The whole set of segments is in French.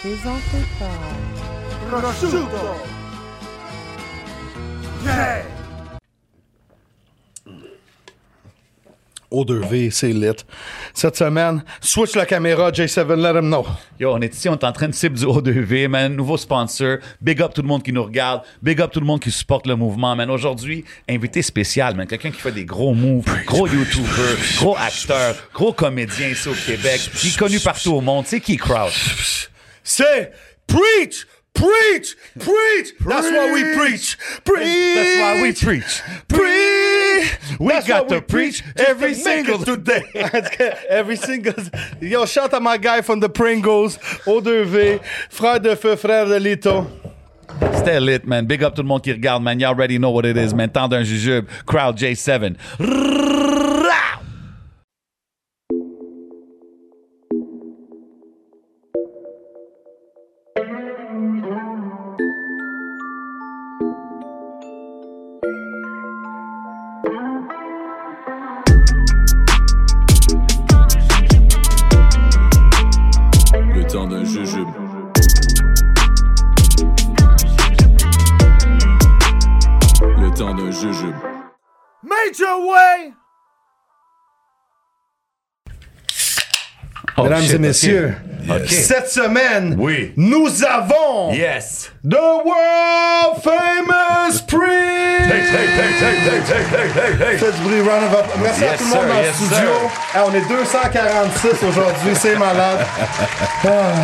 présenté par Prosciutto! Yeah! O2V, c'est lit. Cette semaine, switch la caméra, J7, let him know. Yo, on est ici, on est en train de cible du O2V, man. Nouveau sponsor. Big up tout le monde qui nous regarde. Big up tout le monde qui supporte le mouvement, man. Aujourd'hui, invité spécial, man. Quelqu'un qui fait des gros moves, gros YouTuber, gros acteur, gros comédien ici au Québec, qui est connu partout au monde. C'est qui, Crowd? C'est preach! Preach! Preach! That's why we preach! Preach! That's why we preach. Preach! We That's got why to preach just to every make single- it today. every single. Yo, shout out my guy from the Pringles, O2V, frère de feu, frère de Lito. C'était lit, man. Big up tout le monde qui regarde, man. You already know what it is, man. Temps d'un jujube. Crowd J7. Rrrrrrrah! Le temps d'un jujube. Le temps d'un jujube. Major way! Oh, Mesdames shit, et ok. messieurs, Ok. cette semaine, Oui. nous avons Yes. the world famous Prince. Faites du bruit, round of applause. Merci à Yes, tout le monde sir, dans yes, le studio. sir. Ah, on est 246 aujourd'hui, c'est malade. Ah,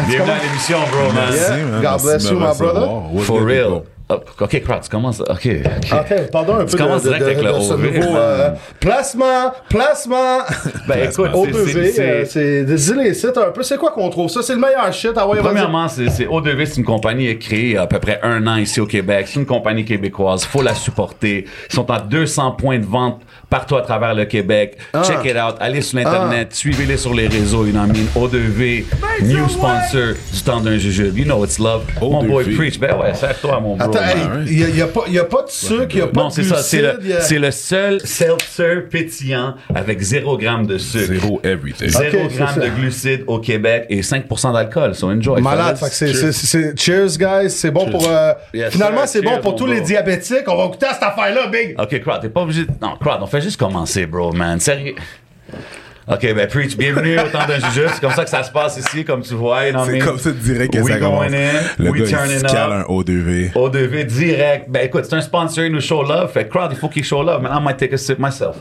tu Bienvenue commences- à l'émission, bro, man. Yeah. man. God Merci bless de you, me my recevoir. brother. What's For good, real. people? Oh, OK, Crowd, tu commences. OK, OK. Ok, parlons un peu de, commences de- de- direct avec de le ce O-V. nouveau euh, placement, placement. Ben, écoute, O2V, c'est- euh, c'est- c'est... c'est désolé, les sites un peu. C'est quoi qu'on trouve ça? C'est le meilleur shit. Ah ouais, vas-y. Premièrement, c'est c'est- O2V, c'est une compagnie créée il y a à peu près un an ici au Québec. C'est une compagnie québécoise. Faut la supporter. Ils sont à 200 points de vente partout à travers le Québec. Ah. Check it out. Allez sur l'Internet. Suivez-les sur les réseaux. You know what I mean? O2V, Ben, new sponsor du temps d'un jujube. You know it's love. Mon boy O2V. Preach. Ben ouais, serre-toi, mon bro. Attends, man. hey, il n'y a, pas- y a pas de sucre, il n'y a pas Non, de c'est ça. C'est glucides, y le, a- c'est le seul seltzer pétillant avec 0 g de sucre. Zero everything. Ah, 0 Ok, c'est g ça. de glucides au Québec et 5% d'alcool. So enjoy. Malade, fait fellas. que c'est, c'est, c'est- cheers guys, c'est bon pour euh, Yes, finalement sir. c'est bon Cheers, pour mon tous bro. les diabétiques. On va goûter à cette affaire là, big. OK, Crowd, t'es pas obligé. de- Non, Crowd, on fait juste commencer, bro, man. Sérieux. OK, ben, Preach, bienvenue au temps d'un jujube. C'est comme ça que ça se passe ici, comme tu vois. you know what I C'est mean? comme ça direct que We ça commence. going in, le we gars, turning il se up. cale un O2V. O2V direct. Ben, écoute, c'est un sponsor, il nous show love. Fait que Crowd, il faut qu'il show love. Man, I might take a sip myself.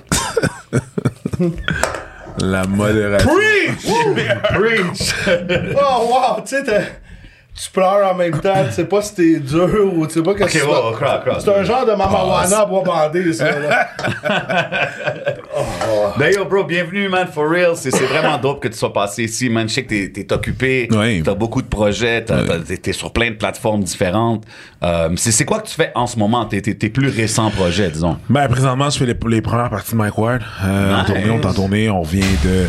La modération. Preach! Oh wow, tu sais t'es- tu pleures en même temps, tu sais pas si t'es dur ou tu sais pas que OK, wow, Crowd, Crowd. C'est un genre de mamawana à bois bandé ça. là. Ben yo, bro, bienvenue, man, for real. C'est c'est vraiment dope que tu sois passé ici, man. Je sais que t'es- t'es occupé, Oui. t'as beaucoup de projets, t'as- t'as- t'es t'es sur plein de plateformes différentes. Euh, c'est c'est quoi que tu fais en ce moment, tes, tes- tes plus récents projets, disons? Ben, présentement, je fais les, les premières parties de Mike Ward. Euh, Nice. En tournée, on est en tournée, on vient de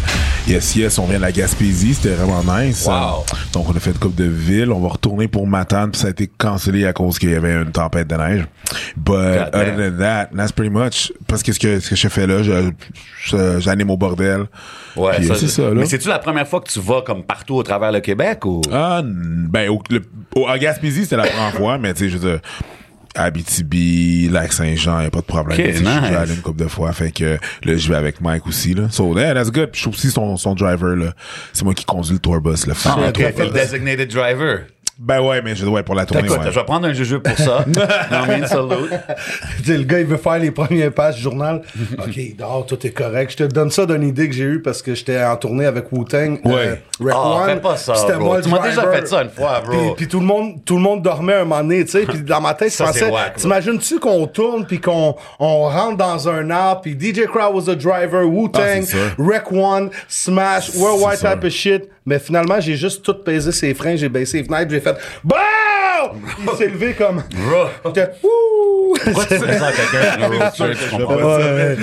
Yes Yes, on vient de la Gaspésie, c'était vraiment nice. Wow. Euh, donc, on a fait une coupe de ville, on va retourner pour Matane, puis ça a été cancellé à cause qu'il y avait une tempête de neige. But God damn. other than that, that's pretty much. Parce que ce que, ce que je fais là, je- je- j'anime au bordel. Puis, euh, c'est ça, là. Mais c'est-tu la première fois que tu vas comme partout au travers le Québec ou? Ah, n- ben, au, le, au- à Gaspésie, c'était la première fois, mais tu sais, je veux dire, Abitibi, Lac-Saint-Jean, y a pas de problème. Ok, Tu sais, Je suis nice. déjà allé une couple de fois, fait que là, je vais avec Mike aussi, là. So, yeah, that's good. Puis je suis aussi son, son driver, là. C'est moi qui conduis le tour bus, le Ah, fameux ok, tour t'es le bus. designated driver. Ben ouais, mais je ouais, pour la tournée, Écoute, ouais. je vais prendre un jeu pour ça. non, mais une salute. Tu sais, le gars il veut faire les premières pages du journal. OK, il dort, tout est correct. Je te donne ça d'une idée que j'ai eue parce que j'étais en tournée avec Wu-Tang. euh, Ouais. Rec Ah, One, fais pas ça, puis c'était bro. moi le Tu m'as déjà driver. fait ça une fois, bro. Puis- Puis tout le monde tout le monde dormait un moment donné, tu sais, puis dans ma tête je Ça, c'est pensais whack, bro. t'imagines-tu qu'on tourne puis qu'on on rentre dans un arbre puis DJ Crowd was the driver, Wu-Tang, Ah, c'est ça. Rec One, Smash, Worldwide ça. type of shit. Mais finalement, j'ai juste tout pesé ses freins, j'ai baissé les fenêtres, j'ai fait BAM! Il s'est levé comme Bro. J'étais, Ouh! Pourquoi tu fais ça à quelqu'un? Je comprends pas. Ouais.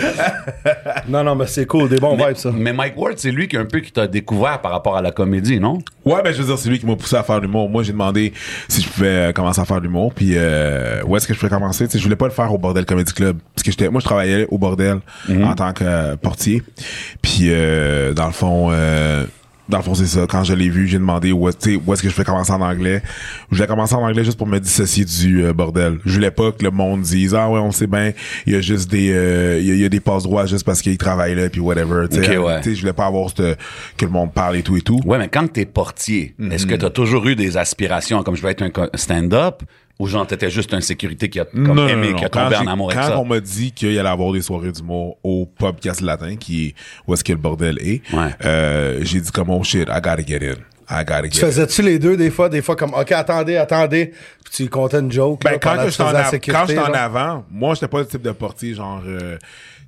non, non, mais c'est cool, des bons vibes, ça. Mais Mike Ward, c'est lui qui un peu qui t'a découvert par rapport à la comédie, non? Ouais, ben je veux dire, c'est lui qui m'a poussé à faire de l'humour. Moi, j'ai demandé si je pouvais euh, commencer à faire de l'humour, puis euh, où est-ce que je pouvais commencer. Tu sais, je voulais pas le faire au Bordel Comedy Club, parce que j'étais, moi, je travaillais Mhm. au Bordel en tant que euh, portier. Puis, euh, dans le fond, euh, dans le fond, c'est ça. Quand je l'ai vu, j'ai demandé où, est- tu sais, où est-ce que je fais commencer en anglais. Je voulais commencer en anglais juste pour me dissocier du euh, bordel. Je voulais pas que le monde dise ah ouais on sait bien, il y a juste des euh, il y, a- il y a des passes droits juste parce qu'ils travaillent là puis whatever. Tu sais. Ok, ouais. Tu sais, je voulais pas avoir cette- que le monde parle et tout et tout. Ouais, mais quand t'es portier, Mhm. est-ce que t'as toujours eu des aspirations comme je veux être un co- stand-up ou genre t'étais juste un sécurité qui a comme Non, non, aimé, non, qui a non. tombé Quand en j'ai- amour avec quand ça? on m'a dit qu'il allait avoir des soirées d'humour au podcast latin, qui est où est-ce que le bordel est, Ouais. euh, j'ai dit comme oh shit, I gotta get in. I gotta get Tu in. faisais-tu les deux des fois, des fois comme OK, attendez, attendez, puis tu comptais une joke. Ben, là, quand pendant que tu j'étais en, faisais la av- sécurité, quand j'étais en genre. avant, moi, j'étais pas le type de portier, genre, euh,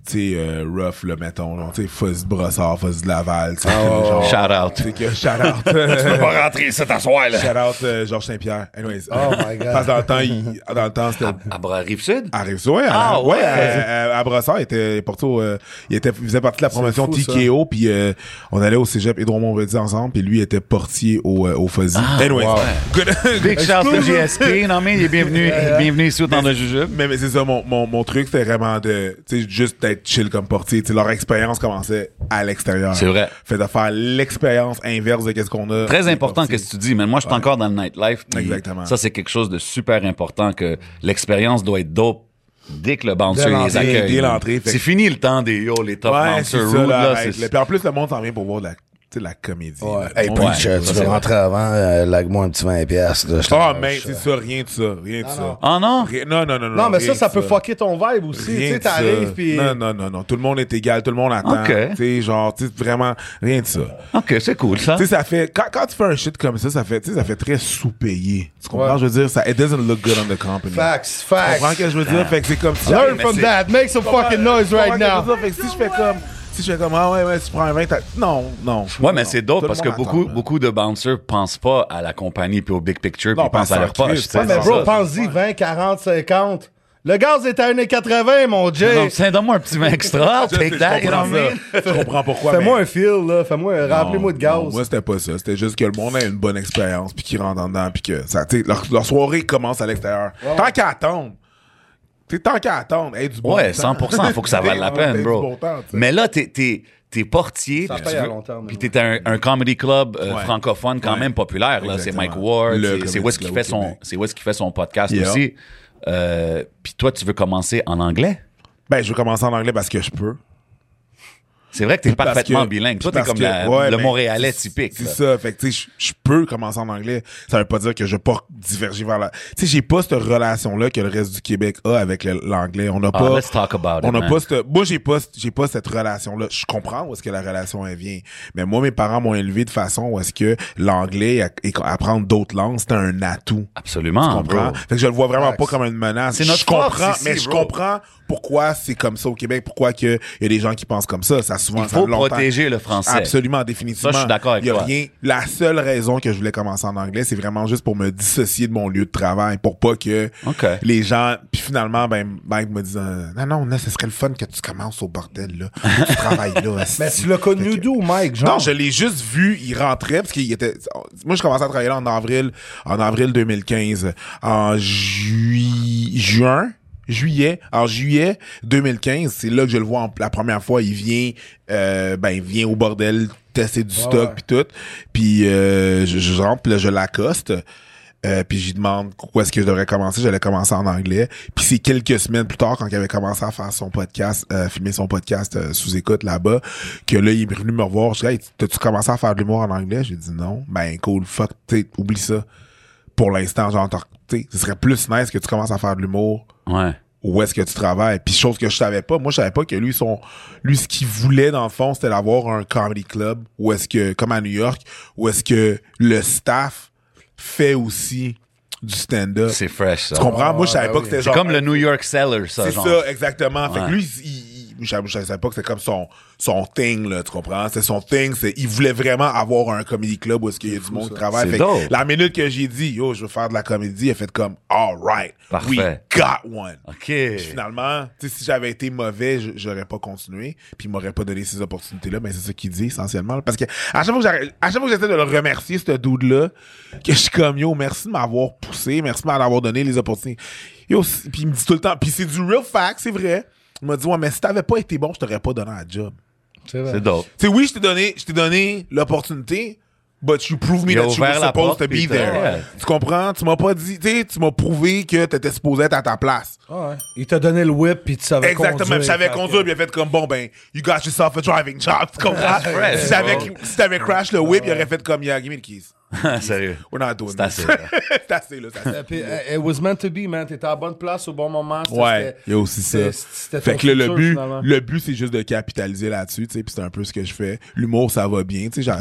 tu sais, euh, rough, le mettons, genre, tu sais, fuzz de brossard, fuzz de Laval, tu sais, Ah, genre. oh, Shout out. Tu sais que, shout out. euh, pas rentrer ici t'asseoir, là. shout out, euh, Georges Saint-Pierre. Anyways. Oh my God. Parce que dans le temps, il, dans le temps, c'était, À, à Rive-Sud? à Rive-Sud, ouais, Ah, à, ouais, ouais. à, à- à Brossard, il était porté au, euh, il était, il faisait partie de la promotion fou, TKO, puis euh, on allait au cégep et montréal ensemble, puis lui il était portier au, euh, au Fuzzy. Anyways, Ah, good. Big shout de GSP, non mais il est bienvenu, bienvenu ici au temps de Jujube. Mais, mais c'est ça, mon, mon, mon truc, c'était vraiment de, tu sais, juste d'être chill comme portier. Tu sais, leur expérience commençait à l'extérieur. C'est vrai. Fait de faire l'expérience inverse de qu'est-ce qu'on a. Très des important portiers. que ce que tu dis, mais moi je suis encore dans le nightlife. puis Exactement. Ça c'est quelque chose de super important que l'expérience doit être dope dès que le bouncer Dès les l'entrée, accueille. dès l'entrée, fait C'est que- fini le temps des yo, les top Ouais, bouncer c'est ça, rude, là. là. arrête, c'est- là. Puis en plus, le monde s'en vient pour voir de la, tu sais, la comédie. là. Le Hey, monde- preach, Ouais, tu ça, veux c'est rentrer avant, euh, lague-moi un petit 20$. piastres, là, je te Ah, lâche. mais c'est ça, rien de ça, rien de ça. Ah non? Rien- non, non, non, non. Non, mais rien ça, ça de peut fucker ton vibe aussi. Tu Rien sais, de ça. t'arrives, puis... Non, non, non, non. Tout le monde est égal, tout le monde attend. Ok. Tu sais, genre, tu sais, vraiment, rien de ça. Ok, c'est cool ça. Tu sais, ça fait, quand, quand tu fais un shit comme ça, ça fait, tu sais, ça fait très sous-payé. Tu comprends? Je veux dire, ça, it doesn't look good on the company. Facts, Tu comprends facts. ce que je veux dire? Fait que c'est comme si. Learn mais from c'est- that. Make some fucking noise right Tu comprends ce que je veux now. dire? Fait que si je fais comme, si je fais comme, ah ouais, ouais, si tu prends un 20, t'as- non, non. Ouais, mais non. c'est dope Tout le parce que monde beaucoup, attend, là. beaucoup de bouncers pensent pas à la compagnie puis au big picture puis Non, ils pensent à leur pensent en poche. Christ, tu sais, ouais, Mais c'est bro, ça. pense-y, 20, 40, 50. Le gaz est à 1,80, mon Non, Jay. tiens, donne-moi un petit vin extra, I'll Je sais, take that, je you know comprends what I mean? ça. Je comprends pourquoi. Fais-moi mais- un feel, là. Fais-moi, Non, rappelez-moi de non, gaz. Ah, Moi, c'était pas ça. C'était juste que le monde a une bonne expérience, puis qu'ils rentrent en dedans, puis que ça, tu sais, leur, leur soirée commence à l'extérieur. Tant qu'à attendre. T'sais, tant qu'à attendre, hey, du bon Ouais, temps. 100%, faut que ça vaille la Hey, peine, du bro. bon temps, tu sais. mais là, t'es, t'es, t'es portier, Ça puis paye tu à veux- long terme, puis mais t'es un, un comedy club euh, Ouais. francophone quand Ouais. même populaire, là. C'est Exactement. Mike Ward, Le c'est, comedy c'est où est-ce qu'il club fait au son, Québec. c'est où est-ce qu'il fait son podcast Yeah. aussi. Euh, puis toi, tu veux commencer en anglais? Ben, je vais commencer en anglais parce que je peux. C'est vrai que t'es Parce parfaitement que- bilingue. Toi, t'es parce comme que- la- ouais, le mais Montréalais c'est- typique. C'est là. ça. Fait que, tu sais, je je peux commencer en anglais. Ça veut pas dire que je vais pas diverger vers la. Tu sais, j'ai pas cette relation-là que le reste du Québec a avec le- l'anglais. On n'a Ah, pas. let's talk about it, on n'a man. pas cette. Moi, j'ai pas, j'ai pas cette relation-là. Je comprends où est-ce que la relation elle vient. Mais moi, mes parents m'ont élevé de façon où est-ce que l'anglais à- et apprendre d'autres langues, c'était un atout. Tu Absolument, comprends? bro. Fait que je le vois vraiment pas comme une menace. C'est notre je comprends, force ici, mais je bro. comprends pourquoi c'est comme ça au Québec, pourquoi que il y a des gens qui pensent comme ça. Ça souvent, Il ça a faut longtemps- protéger le français. Absolument, définitivement. Ça, je suis d'accord avec Il y a toi. rien. La seule raison que je voulais commencer en anglais, c'est vraiment juste pour me dissocier de mon lieu de travail, pour pas que OK. les gens. Puis finalement, ben Mike me dit euh, non non, là, ce serait le fun que tu commences au bordel là, tu travailles là. esti. Mais tu l'as connu Fait que- d'où, Mike? Genre? non, je l'ai juste vu, il rentrait parce qu'il était moi je commençais à travailler là en avril en avril 2015 en jui- juin juillet en juillet 2015, c'est là que je le vois en- la première fois, il vient euh, ben il vient au bordel tester du stock puis tout. Puis euh, je, je rentre, puis là, je l'accoste. Euh, puis j'y demande où est-ce que je devrais commencer. J'allais commencer en anglais. Puis c'est quelques semaines plus tard, quand il avait commencé à faire son podcast, euh, filmer son podcast euh, sous écoute là-bas, que là, il est venu me revoir. Je dis, hey, t'as-tu commencé à faire de l'humour en anglais? J'ai dit non. Ben, cool, fuck, t'sais, oublie ça. Pour l'instant, genre, t'as- t'sais, ce serait plus nice que tu commences à faire de l'humour Ouais. où est-ce que tu travailles. Puis chose que je savais pas, moi je savais pas que lui son lui ce qu'il voulait dans le fond, c'était d'avoir un comedy club où est-ce que comme à New York, où est-ce que le staff fait aussi du stand-up. C'est fresh, ça. Tu comprends Moi je savais pas que c'était C'est genre comme le New York Seller, ça, C'est genre. ça exactement. Fait Ouais. que lui il- il- je savais- je savais pas que c'était comme son son thing là, tu comprends C'est son thing, c'est il voulait vraiment avoir un comedy club où est-ce qu'il y a du monde qui travaille. C'est Fait dope. que la minute que j'ai dit yo, je veux faire de la comédie, il a fait comme all right. We Parfait. got one. OK. Puis finalement, tu sais, si j'avais été mauvais, je- j'aurais pas continué, puis il m'aurait pas donné ces opportunités-là, mais c'est ça qu'il dit essentiellement. là. Parce que à chaque fois que j'arrête- à chaque fois que j'essaie de le remercier, ce dude-là, que je suis comme yo, merci de m'avoir poussé, merci de m'avoir donné les opportunités. Yo, c- puis il me dit tout le temps, puis c'est du real fact, c'est vrai. Il m'a dit ouais, mais si t'avais pas été bon, je t'aurais pas donné un job. C'est vrai. C'est dope. Tu sais, oui, je t'ai donné, je t'ai donné l'opportunité, but you prove me Il a that you ouvert were la supposed porte, to be puis t'as- there. ouais. Tu comprends? Tu m'as pas dit, tu sais, tu m'as prouvé que t'étais supposé être à ta place. Ah ouais. Il t'a donné le whip, puis tu savais Exactement. conduire. Puis je savais Fait que- conduire, puis il a fait comme, bon, ben, you got yourself a driving job. Tu comprends? fresh, si t'avais, bro. si t'avais crash le whip, il aurait fait comme, yeah, give me the keys. Sérieux. We're not doing C'est this. assez, là. C'est assez, là. C'est assez. Et puis, eh, it was meant to be, man. T'étais à la bonne place au bon moment. C'était- Ouais, c'était- il y a aussi ça. c'était- c'était Fait ton que là, le futur, but, finalement. le but, c'est juste de capitaliser là-dessus, tu sais, puis c'est un peu ce que je fais. L'humour, ça va bien, tu sais, j'a-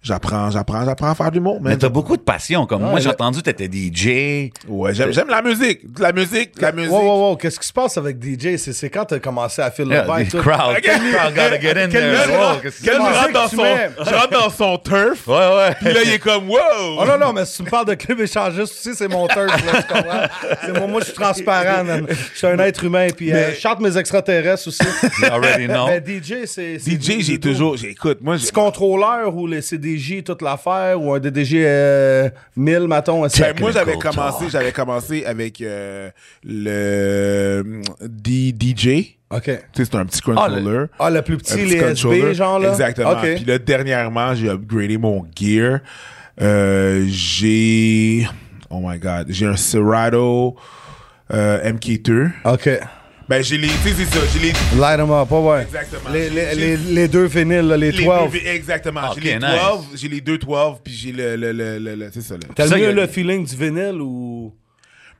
j'apprends, j'apprends, j'apprends à faire de l'humour, man. Mais t'as beaucoup de passion. Comme moi, j'ai là- entendu que t'étais DJ. Ouais, j'aime, j'aime la musique, de la musique, de la musique. Wow, wow, wow. Qu'est-ce qui se passe avec DJ? C'est c'est quand t'as commencé à faire le Yeah, bain et the tout. crowd, Ok. crowd gotta get in Quel there. musique, Oh, qu'est-ce quel que- musique rentre dans tu son, mets? je rentre dans son turf, Ouais, puis ouais. là, il est comme, wow! Oh non, non, mais si tu me parles de club échangiste, tu sais, c'est mon turf, là, tu comprends? C'est moi, moi, je suis transparent, man. Je suis un être humain, puis euh, je chante mes extraterrestres aussi. You already know. Mais DJ, c'est... c'est DJ, j'ai toujours, j'écoute, moi, j'ai- Petit contrôleur ou le CDJ, toute l'affaire, ou un DDJ euh, 1000, mettons, un Ben, moi, j'avais Technical commencé, talk. j'avais commencé avec, euh, le, mm, D- DJ. OK. Tu sais, c'est un petit controller. Ah, le plus Un petit, petit les controller. SB, genre, là? Exactement. OK. Puis là, dernièrement, j'ai upgradé mon gear. Euh, j'ai... Oh my God. J'ai un Serato euh, MK2. OK. Ben, j'ai les... Tu sais, c'est ça. J'ai les... Light them up, ouais, ouais. Exactement. Les, les, J'ai- les, les deux vinyles, là, les les 12. deux- exactement. Ah, j'ai les ok, 12, j'ai les deux 12, puis j'ai le... le, le, le, le- c'est ça, là. T'as Ça, y mieux a- le feeling du vinyle ou...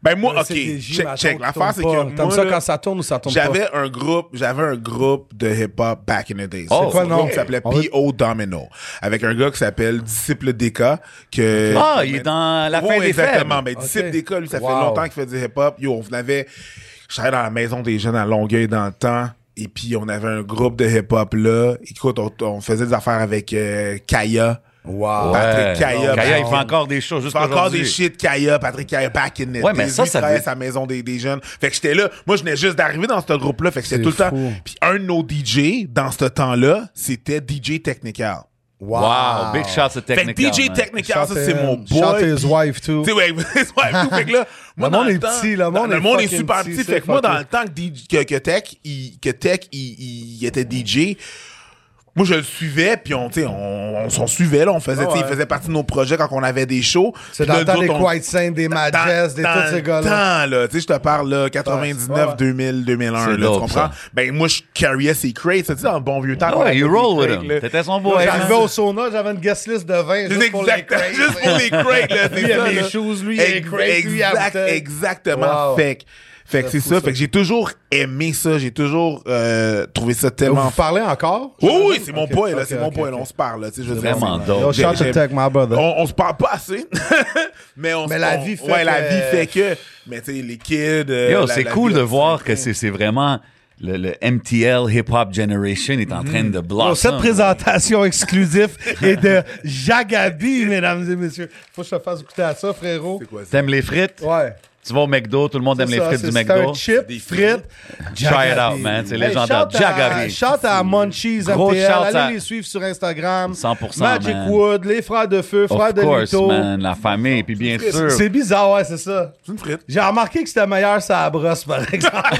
Ben, moi, Le OK. CDJ, Check, mettons, check. qui L'affaire, tourne c'est pas. que T'aimes moi, ça là, quand ça tourne ou ça tourne pas? J'avais un groupe, j'avais un groupe de hip-hop back in the days. Oh, C'est quoi le nom? Qui s'appelait On va- P.O. Domino. Avec un gars qui s'appelle Disciple DK, que... Ah, il est dans la Oui, fin des exactement. faibles. Mais Disciple DK, lui, ça Wow. fait longtemps qu'il fait du hip-hop. Yo, on avait, je travaillais dans la maison des jeunes à Longueuil dans le temps. Et puis, on avait un groupe de hip-hop là. Écoute, on, on faisait des affaires avec euh, Kaya. Wow. Patrick Kaya. Kaya, il fait Patrick- encore des choses Je fais encore des shit. shit Kaya, Patrick Kaya, back in the Ouais, mais days. ça, Lui, ça il travaillait veut- à la maison des, des jeunes. Fait que j'étais là. Moi, je venais juste d'arriver dans ce groupe-là. Fait que c'était tout le temps. fou. Puis un de nos DJ, dans ce temps-là, c'était DJ Technical. Wow. euh, Wow, big shots to Fait que Technical. DJ man. Technical, ça, c'est Shout mon boy. his Puis- wife, too. Tu sais, ouais, ouais, tout. Fait que là, moi, Le dans monde est temps- petit, le monde est est fucking super petit, petit. c'est Fait que moi, fucké. dans le temps que, DJ que, que Tech, il, que Tech, il, il était DJ, moi, je le suivais, puis on, tu sais, on, on s'en suivait, là. On faisait, tu sais, il faisait partie de nos projets quand on avait des shows. C'est Puis dans là, le temps nous des autres, on- Quiet Saints, des Majes, des dans tous ces le gars-là. temps, là. Tu sais, je te parle, là, 99, Ouais. 2000, 2001, C'est là. dope, tu comprends? ça. Ben, moi, je carryais ces crates, tu sais, dans le bon vieux temps. Ah Ouais, on avait you des roll with crates, him. là. T'étais son boy, Là, man. J'arrivais au sauna, j'avais une guest list de 20 c'est juste pour les exactement, crates. juste pour les crates, là. c'est Lui, il ça, aime les là. shoes, lui, il aime les Ex- crates, lui, il aime exact- la bouteille. Exactement. Wow. Fait que- fait que c'est fou, ça. ça. Fait que j'ai toujours aimé ça. J'ai toujours euh, trouvé ça tellement Vous fou. parlez encore? Oui, oui, c'est mon Ok, boy, là. ok, C'est mon ok, boy, là. ok. On se parle, là. Tu sais, je veux dire, Vraiment c'est- dope. Yo, shout J'ai- to Tech, my brother. on, on se parle pas assez, mais on se- Mais la on- vie fait ouais, la que- vie fait que, mais tu sais, les kids. euh, Yo, la- c'est la cool vie, de là, voir que c'est c'est vraiment le, le MTL Hip Hop Generation est en train de Mm-hmm. Yo, blossom. cette présentation exclusive est de Jagabi, mesdames et messieurs. Faut que je te fasse écouter à ça, frérot. C'est quoi ça? T'aimes les frites? Ouais. Tu vas au McDo, tout le monde aime C'est les ça, frites c'est- du McDo. C'est un Des chip, Try it out, frites, Jagabi. man. C'est Hey, légendaire. shout à- Jagari. Shout à Munchies Gros MTL. shout Allez à- les suivre sur Instagram. 100%, Magic man. Wood, les frères de feu, frères Of de course, Lito. man. La famille, puis bien sûr. C'est bizarre, ouais, c'est ça. C'est une frite. J'ai remarqué que c'était meilleur ça la brosse, par exemple.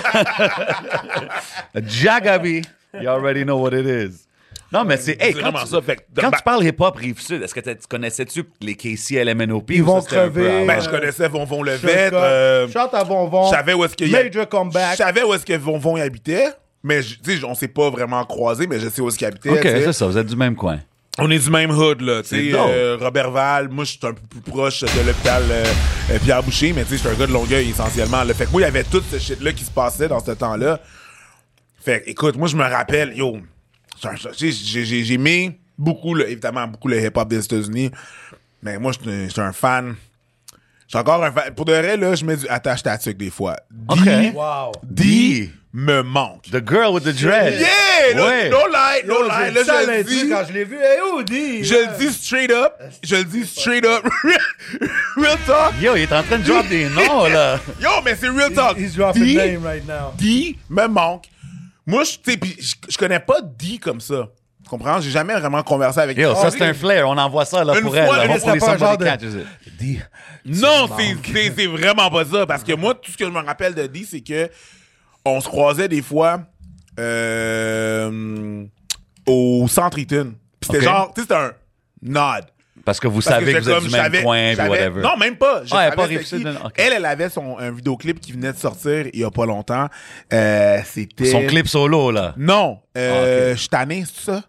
Jagabi. You already know what it is. Non, mais c'est. Hey, C'est quand vraiment tu, ça, fait que- quand bah- tu parles hip-hop Rive-Sud, est-ce que t'as- tu connaissais-tu les KCLMNOP? Ils ou vont ça, c'était un peu crever. avant? Ben, je connaissais Von Von Levette. euh, Chante à Bonbon. Je savais où est-ce que Major comeback. Je savais où est-ce que Von Von y habitait. Mais, je- tu sais, on s'est pas vraiment croisés, mais je sais où est-ce qu'il habitait. OK, tu sais. c'est ça, vous êtes du même coin. On est du même hood, là. Tu sais, dope. euh, Robert Val, moi, je suis un peu plus proche de l'hôpital euh, euh, Pierre Boucher, mais tu sais, je suis un gars de Longueuil, essentiellement. Là. Fait que moi, il y avait tout ce shit-là qui se passait dans ce temps-là. Fait que, écoute, moi, je me rappelle, yo, j'ai- j'ai- j'ai j'ai- j'ai mis beaucoup, le- évidemment, beaucoup le hip-hop des États-Unis, mais moi, je suis un- je suis un fan. Je suis encore un fan. Pour de vrai, là, je mets du attache tatuc des fois. OK. D, Wow. D me manque. The girl with the dread. Yeah! Là, Ouais. No lie, no Yo, j'ai lie. dit ça Là, je le lundi dis. quand je l'ai vu. Hey, Audi! Je le dis straight up. Je le dis straight up. real talk. Yo, il est en train de drop des noms, là. Yo, mais c'est real talk. He's dropping D, name right now. D me manque. Moi, je, tu sais, pis je- je connais pas D comme ça. Tu comprends? J'ai jamais vraiment conversé avec Yo, lui. ça, c'est un flair. On envoie ça, là, Une pour fois, elle. là. une On va fois, pour les pas un genre somebody de- catches it. Dis. Non, c'est- c'est c'est vraiment pas ça. Parce que moi, tout ce que je me rappelle de D, c'est que on se croisait des fois euh, au centre Eaton. Puis c'était Ok. genre, tu sais, c'était un nod. Parce que vous Parce savez que, j'étais vous êtes comme, du même j'avais- coin, puis j'avais- whatever. Non, même pas. Je Ah, elle a savais pas c'était réussi qui. de- ok. Elle, elle avait son, un vidéoclip qui venait de sortir il y a pas longtemps. Euh, c'était... Son clip solo, là. Non. Euh, Ah, Je suis tanné, c'est ça?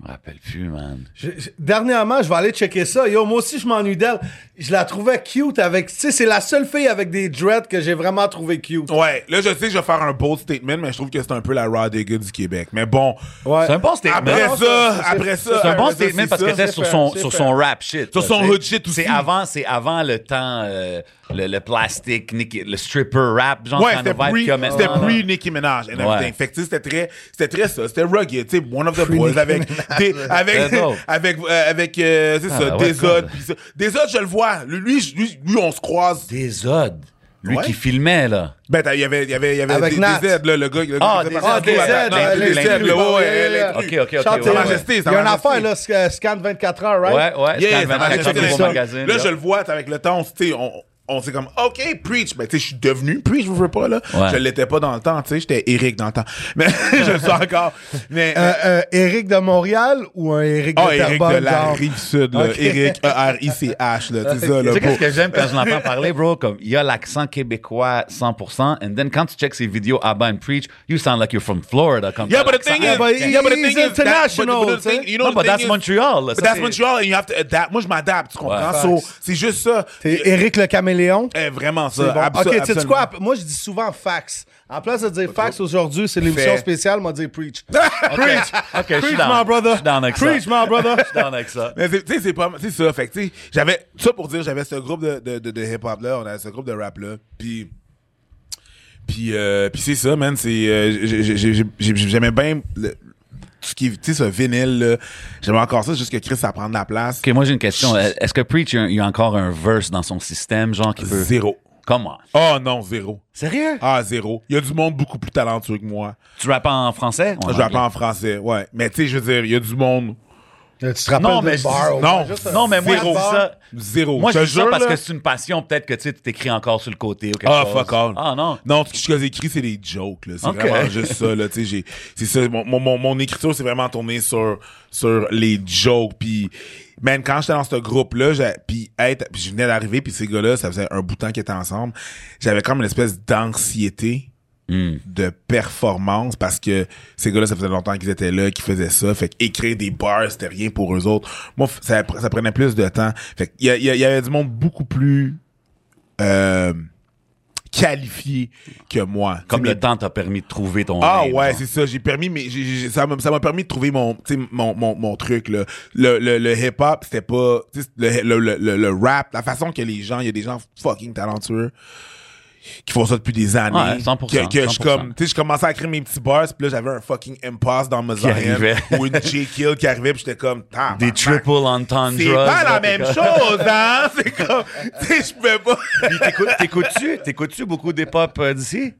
Je me rappelle plus, man. Je- je- dernièrement, je vais aller checker ça. Yo, moi aussi, je m'ennuie d'elle. Je la trouvais cute avec. Tu sais, c'est la seule fille avec des dreads que j'ai vraiment trouvé cute. Ouais. Là, je sais que je vais faire un bold statement, mais je trouve que c'est un peu la Raw Digger du Québec. Mais bon. Ouais. C'est un bon statement. Après non, ça, c'est- c'est- après ça... C'est un bon après ça, statement c'est parce que ça. c'était sur son, c'est sur fait. son rap shit. Sur là, son tu sais. hood shit aussi. C'est avant, c'est avant le temps, euh, le, le plastique, Nicki- le stripper rap, genre Ouais, kind c'était of vibe pre, qu'il y a maintenant, c'était là. pre Nicki Minaj and everything. Ouais. Fait que, tu sais, c'était très, c'était très ça, c'était rugged, tu sais, one of the boys avec, des- avec, Très dope. avec, euh, avec, euh, c'est Ah, ça, ouais, des cool. autres, pis ça. Des autres, je le vois. Lui, lui, je- lui, lui, on se croise. Des odds. Lui Ouais. qui filmait, là. Ben, t'as- il y avait, il y avait, il y avait Avec des, Nat. des aides, là, le gars, le gars Ah, qui des faisait partie aides, de des la- aides, non, euh, des les aides, inclus, là, ouais, ouais, ouais, ouais, les OK, inclus. OK, OK. Chante- ouais, Sa ouais. Majesté, Il Sa y a une Majesté. affaire, là, c'est que Scan 24 heures, right? Ouais, ouais. c'est Yeah, ça quand m'a même un acheté gros les- magazine, Là, je le vois t'sais, avec le temps, tu sais, on, on s'est comme, OK, preach. Ben, tu sais, je suis devenu preach, je veux pas, là. Ouais. Je l'étais pas dans le temps, tu sais, j'étais Eric dans le temps. Mais je le suis encore. Mais. Euh, euh, Eric de Montréal ou un Eric Ah, de Eric Terrebonne, de la genre? rive sud, là. Ok. Eric, E-R-I-C-H, là. Tu C'est ça, là. sais, bro. qu'est-ce que j'aime quand je l'entends parler, bro? Comme, il y a l'accent québécois 100%, and then quand tu checks ses vidéos Abba and Preach, you sound like you're from Florida. Comme Yeah, t'as but the thing l'accent. Yeah, is, but yeah, but the he's thing is, that- but the- but international, the thing- t'sais. you know Non, the but thing that's is- Montreal, là. But Ça, that's c'est- Montreal, and you have to adapt. Moi, je m'adapte, tu comprends? Ouais. So, c'est juste ça. T'es Eric le caméléon? Eh, vraiment ça. C'est bon. abso- ok, tu sais absolument. quoi? Moi, je dis souvent fax. En place de dire fax aujourd'hui, c'est l'émission Fait. spéciale, m'a dit preach. OK. OK, je suis Preach, down. my brother. Je suis down avec ça. Preach, my brother. Je suis down avec ça. Mais c'est- tu sais, c'est pas c'est ça. Fait que, tu sais, j'avais ça pour dire, j'avais ce groupe de, de, de, de hip-hop là, on avait ce groupe de rap là, puis puis euh, puis c'est ça, man. C'est euh, j'ai- j'ai- j'ai- j'ai- j'aimais bien le- tout ce qui, est- tu sais, ce vinyle là. J'aimais encore ça, juste que Chris ça prend de la place. OK, moi, j'ai une question. Est-ce que Preach, il y a- il y a encore un verse dans son système, genre, qui peut... Zéro. Comment? Oh non, zéro. Sérieux? Ah zéro. Il y a du monde beaucoup plus talentueux que moi. Tu rappes en français? ou en Je anglais? vais appeler en français, ouais. Mais tu sais, je veux dire, il y a du monde. Tu te rappelles Non, de mais je bar, dis- au non. moins, juste un- Non, mais moi, je Zéro. dis ça... Zéro. Moi, Je je te dis ça jure, parce là. que c'est une passion. Peut-être que tu sais, tu t'écris encore sur le côté ou quelque Ah, chose. fuck all. Ah, non. Non, ce que j'ai écrit, c'est des jokes, là. C'est Ok. vraiment juste ça, là. Tu sais, j'ai, c'est ça. Mon, mon- mon, mon écriture, c'est vraiment tournée sur, sur les jokes. Puis, man, quand j'étais dans ce groupe-là, j'ai- puis être, puis je venais d'arriver, puis ces gars-là, ça faisait un bout de temps qu'ils étaient ensemble. J'avais comme une espèce d'anxiété de performance parce que ces gars-là, ça faisait longtemps qu'ils étaient là, qu'ils faisaient ça. Fait écrire des bars, c'était rien pour eux autres. Moi, f- ça, ça prenait plus de temps. Fait qu'il y, a- il y a- il y avait du monde beaucoup plus, euh, qualifié que moi. Comme Tu le sais, mais- temps t'a permis de trouver ton Ah lane, ouais, genre. c'est ça. J'ai permis, mais j'ai- j'ai- ça m'a ça m'a permis de trouver mon, tu sais, mon, mon, mon truc là. Le, le, le hip hop, c'était pas, tu sais, le, le, le, le rap, la façon que les gens, il y a des gens fucking talentueux qui font ça depuis des années. Ouais, 100%, que, que je 100%. comme, tu sais, je commençais à créer mes petits bars, puis là j'avais un fucking impasse dans mes arrivait. oreilles ou une J Kill qui arrivait, puis j'étais comme, Tabarnak. Des triple entendres. C'est pas la même chose, hein. C'est comme, tu sais, je pouvais pas. T'écoutes-tu? T'écoutes-tu beaucoup des pop euh, d'ici?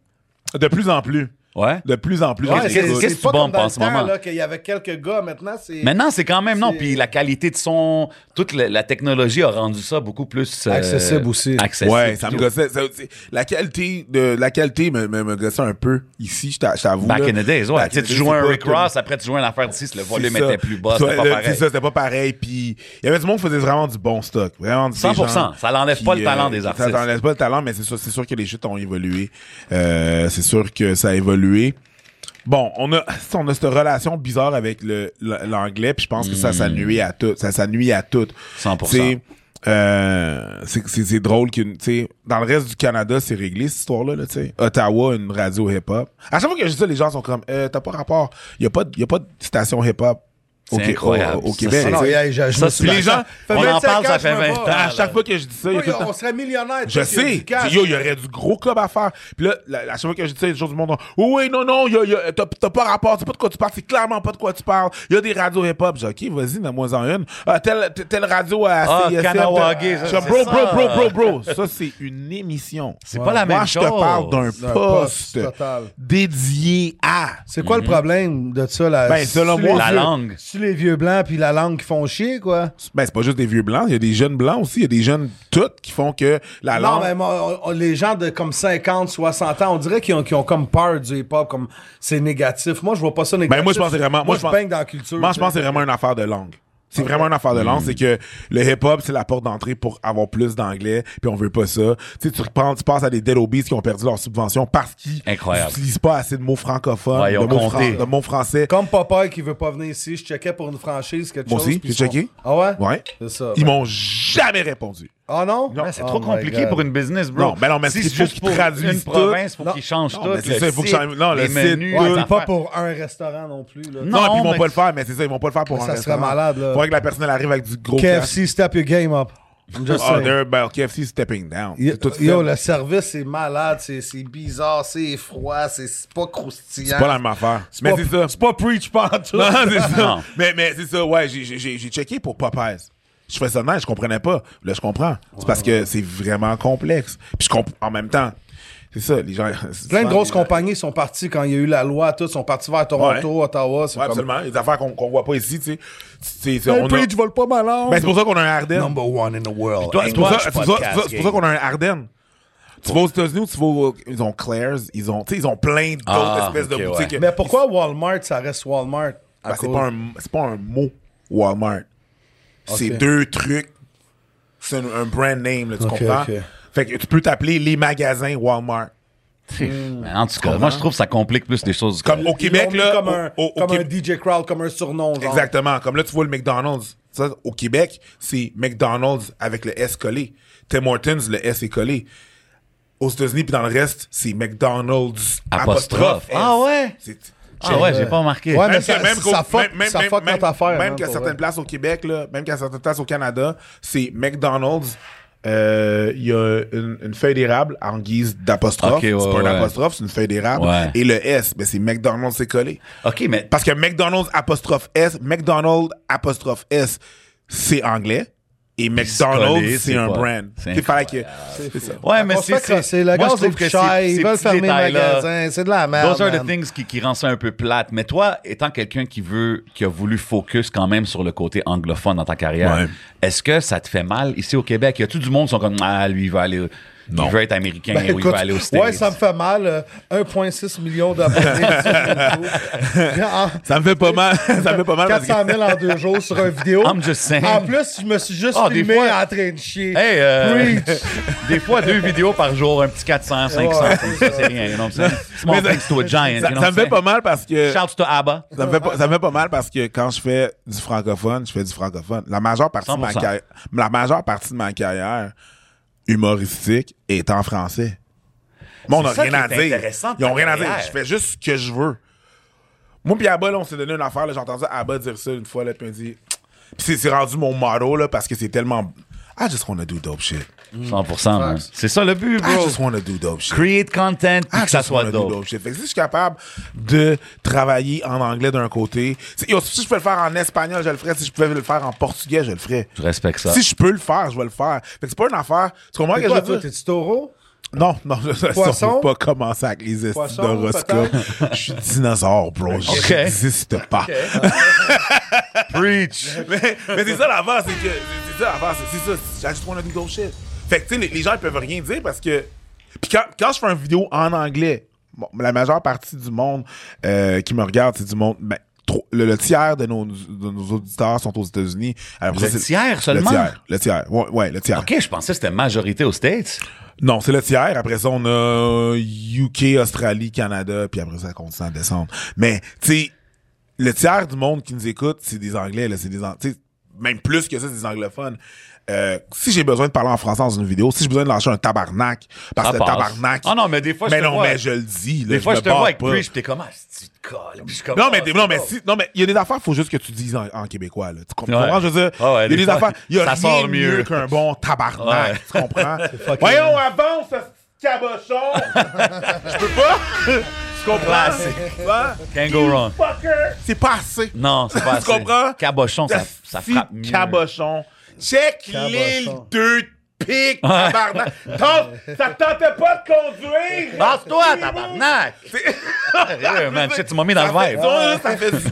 De plus en plus. Ouais. De plus en plus. Ouais, j'écoute. c'est- qu'est-ce c'est que tu pas comme bombes dans en le ce temps, moment? là, qu'il y avait quelques gars. Maintenant, c'est... Maintenant, c'est quand même non. C'est- Puis la qualité de son, toute la, la technologie a rendu ça beaucoup plus euh, Accessible aussi. Accessible. ouais, ça me gossait. Ça, c'est- la qualité de la qualité me, me, me gossait un peu ici, je t'a- je t'avoue. Back là. in the days, ouais. Back Tu sais, in the tu days, jouais c'est un pas Rick comme- Ross, après tu jouais une affaire 10, le volume c'est ça. était plus bas, c'était Ouais, pas le- pareil. C'est ça, c'était pas pareil. Puis il y avait du monde qui faisait vraiment du bon stock. Vraiment du 100%, ça l'enlève pas le talent des euh, Ça artistes. n'enlève pas le talent, mais c'est sûr, c'est sûr que les chutes ont évolué. Euh, c'est sûr que ça a évolué. Bon, on a, on a cette relation bizarre avec le- l'anglais, puis je pense que ça, Hmm. ça nuit à tout. Ça, ça nuit à tout. 100%. Tu sais, euh, c'est- c'est c'est drôle qu'une, tu sais, dans le reste du Canada, c'est réglé cette histoire-là, là, tu sais. Ottawa, une radio hip-hop. À chaque fois que je dis ça, les gens sont comme, euh, t'as pas rapport. Y a pas, de- y a pas de station hip-hop au, C'est Qué- incroyable. au- au Ça, Québec. Ah non, yeah, je- je Ça, me c'est souviens. les gens- Fait on en 25 parle, ans, ça je fait me 20 bats. ans. à chaque fois que je dis ça, il y a Oui, tout le temps- on serait millionnaire. Je sais. Yo, il y aurait du gros club à faire. Puis là, la, la chaque fois que je dis ça, il y a toujours du monde. Oui, oui, non, non, y a- y a- t'as t'as pas rapport. C'est pas de quoi tu parles. C'est clairement pas de quoi tu parles. Il y a des radios hip-hop. Je dis, OK, vas-y, donne-moi en une. Ah, telle, telle- telle radio à Ah, CSM, Kanawagé, telle- ça, Je dis, c'est bro, ça. bro, bro, bro, bro. Ça, c'est une émission. C'est pas la même chose. Moi, je te parle d'un D'un poste, poste total. dédié à. C'est quoi le problème de ça? La, Ben, selon sous moi, les Mhm. la yeux- langue. c'est-tu les vieux blancs puis la langue qui font chier, quoi? Ben, c'est pas juste des vieux blancs, il y a des jeunes blancs aussi, il y a des jeunes toutes qui font que la Non, langue. mais moi, on- on- les gens de comme 50, 60 ans, on dirait qu'ils ont, qu'ils ont comme peur du hip-hop, comme c'est négatif. Moi, je vois pas ça négatif. Ben, moi, je pense que c'est vraiment. Moi, Moi, je pense- baigne dans la culture. Moi, je pense que tu c'est vraiment une affaire de langue. C'est vraiment une affaire de langue. C'est que le hip-hop, c'est la porte d'entrée pour avoir plus d'anglais, puis on veut pas ça. Tu sais, tu reprends, tu passes à des dead obese qui ont perdu leur subvention parce qu'ils Incroyable. n'utilisent pas assez de mots francophones, Ouais, ils de, ont mots compté. de mots français. sais. Comme Popeye qui veut pas venir ici, je checkais pour une franchise, quelque Moi chose. aussi, puis j'ai ils sont- checké. Ah ouais? Ouais. C'est ça. Ils Ben- m'ont jamais répondu. Ah non? Ouais, c'est trop compliqué pour une business, bro. Oh Non, ben non, mais Si c'est c'est faut juste qu'ils pour une traduisent tout. province, faut Non. qu'ils changent Non, tout. mais c'est ça, il faut que site, ça- non, le les site, menus, les ouais, c'est Pas affaires. pour un restaurant non plus. Là. Non, Non, puis ils vont mais- pas le faire, mais c'est ça, ils vont pas le faire pour Mais un ça serait restaurant. malade, là. Faudrait que la personne elle arrive avec du gros cash. KFC, step your game up. I'm just Oh, saying. they're- ben, KFC stepping down. Yo, C'est tout fait. yo, le service, c'est malade, c'est c'est bizarre, c'est froid, c'est c'est pas croustillant. C'est pas la même affaire. C'est Mais pas- c'est ça. C'est pas preach partout. Non, c'est ça. Non. Mais, mais c'est ça, ouais, j'ai- j'ai j'ai- j'ai checké pour Popeyes. Je fais ça de même, je comprenais pas. Là, je comprends. C'est parce que c'est vraiment complexe. Puis je comp- en même temps, c'est ça, les gens. Plein de grosses compagnies sont parties quand il y a eu la loi, toutes sont parties vers Toronto, Ottawa. c'est Ouais, comme- absolument. Les affaires qu'on qu'on voit pas ici, tu sais. C'est c'est- Hey, on a- preach, vole pas ma langue. Ben, c'est pour ça qu'on a un Arden. Number one in the world. Toi, C'est pour ça, English c'est pour ça- podcast c'est pour ça- c'est pour ça qu'on a un Arden. Tu vas aux États-Unis ou tu vas au- Ils ont Claire's, ils ont, tu sais, ils ont plein d'autres Ah, espèces ok, de ouais. boutiques. Mais pourquoi Walmart, ça reste Walmart? À Ben, c'est cause- pas, un- c'est pas un mot Walmart. C'est Ok. deux trucs. C'est un, un brand name, là, tu Ok, comprends? ok. Fait que tu peux t'appeler les magasins Walmart. Mais En tout cas, moi, je trouve que ça complique plus les choses. que- Comme au Euh, Ils l'ont Québec, mis là. Comme, au- un, au- au comme un Québec- DJ Crowd, comme un surnom. Genre. Exactement. Comme là, tu vois le McDonald's. Ça, au Québec, c'est McDonald's avec le S collé. Tim Hortons, le S est collé. Aux États-Unis, puis dans le reste, c'est McDonald's Apostrophe. apostrophe. S. Ah ouais? C'est- Ah ouais, j'ai pas remarqué. Ouais, mais Même ça, que- même qu'au- ça fuck, même- même- ça même- fuck même- notre affaire. Même hein, qu'à pour certaines vrai. places au Québec, là, même qu'à certaines places au Canada, c'est McDonald's. euh, Il y a une, une feuille d'érable en guise d'apostrophe. Ok, ouais, c'est pas une ouais. apostrophe, c'est une feuille d'érable. Ouais. Et le S, ben c'est McDonald's, c'est collé. OK, mais Parce que McDonald's apostrophe S, McDonald's apostrophe S, c'est anglais. Et collé, McDonald's, c'est c'est un pas- brand. c'est C'est pareil que. c'est ça. Ouais, mais On se c'est fait crosser, le moi, gaz je trouve est que plus cher, ces- ils ces veulent petits fermer les détails-là, magasins, c'est de la merde, Those are man. the things qui, qui rend ça un peu plate. Mais toi, étant quelqu'un qui veut, qui a voulu focus quand même sur le côté anglophone dans ta carrière, Ouais. est-ce que ça te fait mal ici au Québec? Y a tout du monde qui sont comme, ah, lui, il veut aller, il veut être américain Ben, ou il écoute, veut aller aux States. ouais, ça me fait mal. euh, 1,6 million d'abonnés. sur YouTube. En- Ça me fait pas mal. ça me fait pas mal parce que- 400 000 en deux jours sur une vidéo. I'm just saying. En plus, je me suis juste Ah, des filmé fois- en train de chier. Hey, euh, Preach. des fois, deux vidéos par jour, un petit 400, 500, Ouais. comme ça, c'est rien. You know what I'm saying? Small Mais ça- thanks to a giant. ça- you know ça what me I'm fait saying? pas mal parce que. Shouts to ABBA. Ça me, fait pas, ça me fait pas mal parce que quand je fais du francophone, je fais du francophone. La majeure partie, de ma, 100%. carrière, la majeure partie de ma carrière humoristique est en français. Moi, on n'a C'est ça rien qui à est dire. intéressant de Ils ont ta rien à dire. carrière. Je fais juste ce que je veux. Moi, puis Abba, là, on s'est donné une affaire. là. J'ai entendu Abba dire ça une fois, là, puis on dit. Puis c'est- c'est rendu mon motto, là, parce que c'est tellement. I just wanna do dope shit. Mm. 100%, man. C'est ça le but, I bro. just wanna do dope shit. Create content, puis Ah, que ça soit d'autres. dope. Fait que si je suis capable de travailler en anglais d'un côté, si, yo, si je peux le faire en espagnol, je le ferais. Si je pouvais le faire en portugais, je le ferais. Je respecte ça. Si je peux le faire, je vais le faire. Fait que c'est pas une affaire. Tu comprends ce que Quoi, je veux toi, dire? t'es-tu taureau? Non, non, je Poisson? ne pas commencer avec les estis Poisson, d'horoscope. Je suis dinosaure, bro. J'existe pas. Preach. mais mais c'est ça l'avance, c'est que. C'est ça l'avance, c'est c'est ça. I just wanna do those shit. Fait que, tu sais, les, les gens, ils peuvent rien dire parce que. Puis quand, quand je fais une vidéo en anglais, bon, la majeure partie du monde euh, qui me regarde, c'est du monde. Ben, trop- le, le tiers de nos, de nos auditeurs sont aux États-Unis. Alors, Le ça, c'est- tiers seulement? Le tiers. Le tiers. Ouais, ouais, le tiers. OK, je pensais que c'était majorité aux States. Non, c'est le tiers. Après ça, on a UK, Australie, Canada, puis après ça, continent descendre. Mais, tu sais, le tiers du monde qui nous écoute, c'est des Anglais, là, c'est des An- tu sais, même plus que ça, c'est des anglophones. Euh, si j'ai besoin de parler en français dans une vidéo, si j'ai besoin de lâcher un tabarnak, parce Ça que le passe. tabarnak. Ah non, mais des fois, je mais te non, vois. mais je le dis. là, Des fois, je me te vois barre avec pas. Preach, puis t'es comme, ah, si tu te colles. Puis je suis comme, Non, ah, mais, des- c'est non, mais pas- si, non, mais il y a des affaires, faut juste que tu dises en, en québécois, là. Tu comprends? Ouais. Je veux dire, il Ah ouais, y a des des fois, affaires, il y a ça rien sort de mieux. mieux qu'un bon tabarnak. Ouais. Tu comprends? Voyons, avance, ce cabochon! Je peux pas! Tu Classique. comprends? Ouais. Can't go wrong. Fucker! C'est pas assez. Non, c'est pas Tu assez. comprends? Cabochon, ça, Asti ça frappe mieux. Cabochon. Check Cabochon. les deux pique, tabarnak. Tente- Ça te tentait pas de conduire. Passe-toi, tabarnak! Sérieux, man, shit, tu m'as mis dans le verre. Ça, ça fait du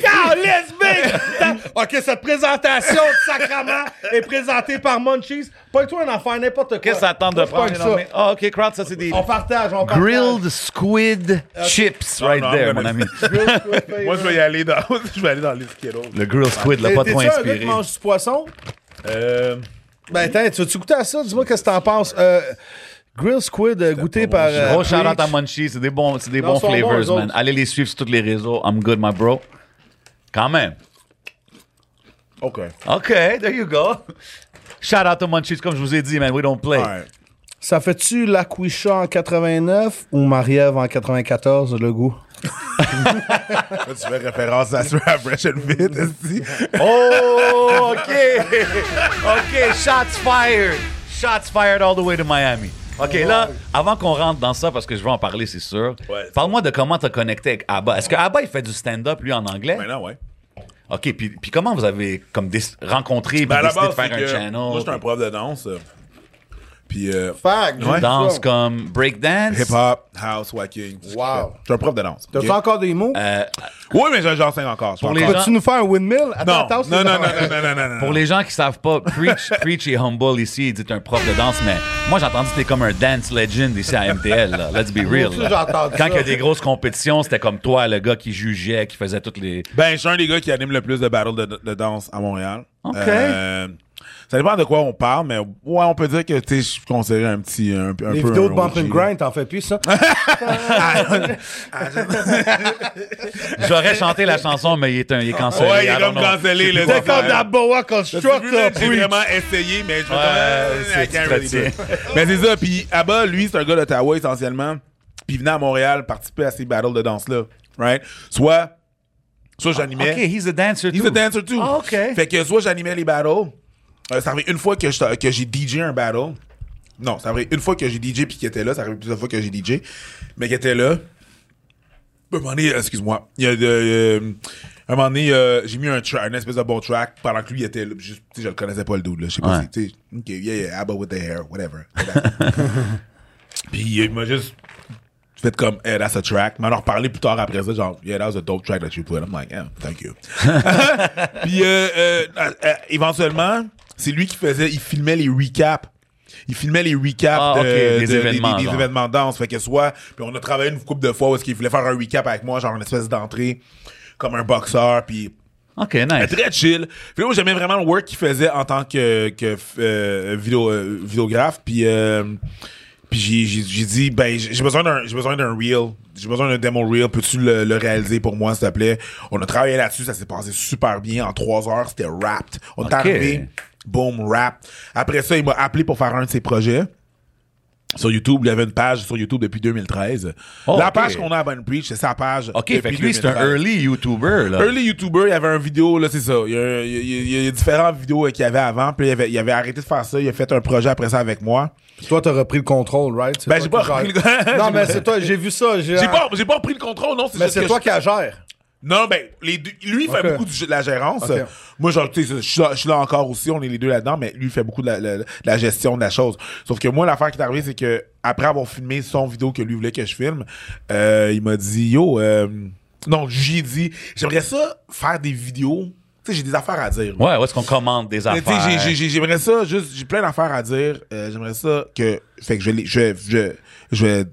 Calisse, big! OK, cette présentation de sacrament est présentée par Munchies. Pas toi une affaire, n'importe quoi. Qu'est-ce que ça tente de Moi, je prendre? pogne les nommés? Ah, OK, crowd, ça, c'est des ça. On partage, on partage. grilled squid chips right non, there, I'm mon gonna- ami. Grilled squid flavor. Moi, je vais y aller dans, je vais aller dans les Skittles. Le grilled squid l'a pas T'es- trop T'es-tu un gars qui inspiré. mange du poisson? Euh, Ben, attends, tu veux-tu goûter à ça? Dis-moi qu'est-ce que t'en penses. Euh, Grill Squid euh, goûté par. euh, Gros shout out Preach. à Munchie, c'est des bons, c'est des Non, bons sont bons, flavors, eux autres. man. Allez les suivre sur tous les réseaux. I'm good, my bro. Quand même. OK. OK, there you go. Shout out to Munchies, comme je vous ai dit, man, we don't play. Ouais. Ça fait-tu l'Aquisha en 89 ou Marie-Ève en 94, le goût? Là, tu fais référence à ce à Fresh and Fit, aussi. Oh, OK. OK, shots fired. Shots fired all the way to Miami. OK, Oh, là, avant qu'on rentre dans ça, parce que je veux en parler, c'est sûr, Ouais. parle-moi de comment t'as connecté avec Abba. Est-ce que Abba, il fait du stand-up, lui, en anglais? Maintenant, ouais. OK, puis, puis comment vous avez comme déc- rencontré puis Ben, à la décidé de base, faire c'est un que channel? moi, j'étais un prof de danse. euh, Puis euh, Fuck! Tu danses comme breakdance? hip-hop, house, wacking. Wow. Je suis un prof de danse. T'as-tu encore des mots? Euh, Oui, mais j'en- j'enseigne encore. je suis Pour les encore- gens- Peux-tu nous faire un windmill? Non, Attends, attends, non, c'est- non, non, non, non, non, non, non. pour les gens qui savent pas, Preach, Preach et Humble ici, il dit un prof de danse, mais moi j'ai entendu que t'es comme un dance legend ici à MTL, là. let's be real. aussi, là. j'ai entendu Quand ça. il y a des grosses compétitions, c'était comme toi, le gars qui jugeait, qui faisait toutes les... Ben, je suis un des gars qui anime le plus de battles de, de danse à Montréal. OK. Euh, ça dépend de quoi on parle, mais ouais, on peut dire que tu sais, je suis considéré un petit. Un, un Les peu vidéos un de Bump OG, and là. Grind, t'en fais plus, ça? J'aurais chanté la chanson, mais il est, un, il est cancellé. Ouais, I il est don't comme know. cancellé. là, T'es c'est comme pas- la boa T'as-tu vu, là, constructor, J'ai Preach. vraiment essayé, mais je me Ouais, I c'est- can't tu really do it. te Mais c'est ça. Puis Abba, lui, c'est un gars d'Ottawa essentiellement. Puis il venait à Montréal participer à ces battles de danse-là. Right? Soit, soit j'animais. Ah, OK, he's a dancer He's too. a dancer too. Ah, OK. Fait que soit j'animais les battles. euh, ça arrivait une fois que, je- que j'ai DJ un battle. Non, ça arrivait une fois que j'ai DJ puis qu'il était là. Ça arrivait plusieurs fois que j'ai DJ. Mais qu'il était là. Un moment donné, excuse-moi. Il y a de, euh, un moment donné, euh, j'ai mis un, tra- un espèce de bon track pendant que lui il était là. puis Je, tu sais, je le connaissais pas le dude, là. Je sais pas Ouais. si. tu sais, Ok, yeah, yeah, Abba with the hair, whatever. puis il m'a juste fait comme, hey, that's a track. Mais on en reparlé plus tard après ça, genre, yeah, that was a dope track that you put. I'm like, yeah, thank you. Puis euh, euh, euh, euh, éventuellement, c'est lui qui faisait, il filmait les recaps. Il filmait les recaps Ah, de- ok, de- des des, événements, des- des genre. événements de danse. Fait que soit, puis on a travaillé une couple de fois où est-ce qu'il voulait faire un recap avec moi, genre une espèce d'entrée, comme un boxeur, puis OK, nice. très chill. Puis là, moi, j'aimais vraiment le work qu'il faisait en tant que, que euh, vidéo, euh, vidéographe. Puis, euh, puis j'ai, j'ai, j'ai dit, ben, j'ai j'ai besoin d'un, j'ai besoin d'un reel. J'ai besoin d'un demo reel. Peux-tu le, le réaliser pour moi, s'il te plaît? On a travaillé là-dessus. Ça s'est passé super bien. En trois heures, c'était wrapped. On est Ok. arrivé. Boom, rap. Après ça, il m'a appelé pour faire un de ses projets. Sur YouTube, il y avait une page sur YouTube depuis 2013. Oh, la ok. page qu'on a à Van Preach, c'est sa page. OK, depuis fait que lui, c'est un 2013. early YouTuber, là. Early YouTuber, il y avait un vidéo, là, c'est ça. Il y a, il y a- il y a- il y a différentes vidéos euh, qu'il y avait avant, puis il avait, il avait arrêté de faire ça, il a fait un projet après ça avec moi. Toi, t'as repris le contrôle, right? C'est Ben, toi j'ai pas qui gères. repris le- Non, mais c'est toi, j'ai vu ça. J'ai pas, j'ai pas repris le contrôle, non, c'est Ah. Mais juste c'est que toi je- qui la gères. Non, ben, les deux, lui, il fait Ok. beaucoup du- de la gérance. Ok. Moi, genre, tu sais, je suis là- je suis là encore aussi, on est les deux là-dedans, mais lui, il fait beaucoup de la, la- de la gestion de la chose. Sauf que moi, l'affaire qui est arrivée, c'est que, après avoir filmé son vidéo que lui voulait que je filme, euh, il m'a dit, yo, euh, non, j'ai dit, j'aimerais ça faire des vidéos. Tu sais, j'ai des affaires à dire. Ouais, où est-ce qu'on commande des Mais tu sais, affaires? j'ai- j'ai- j'ai- j'aimerais ça, juste, j'ai plein d'affaires à dire. Euh, j'aimerais ça que. Fait que je, l'ai- je, vais- je, vais- je vais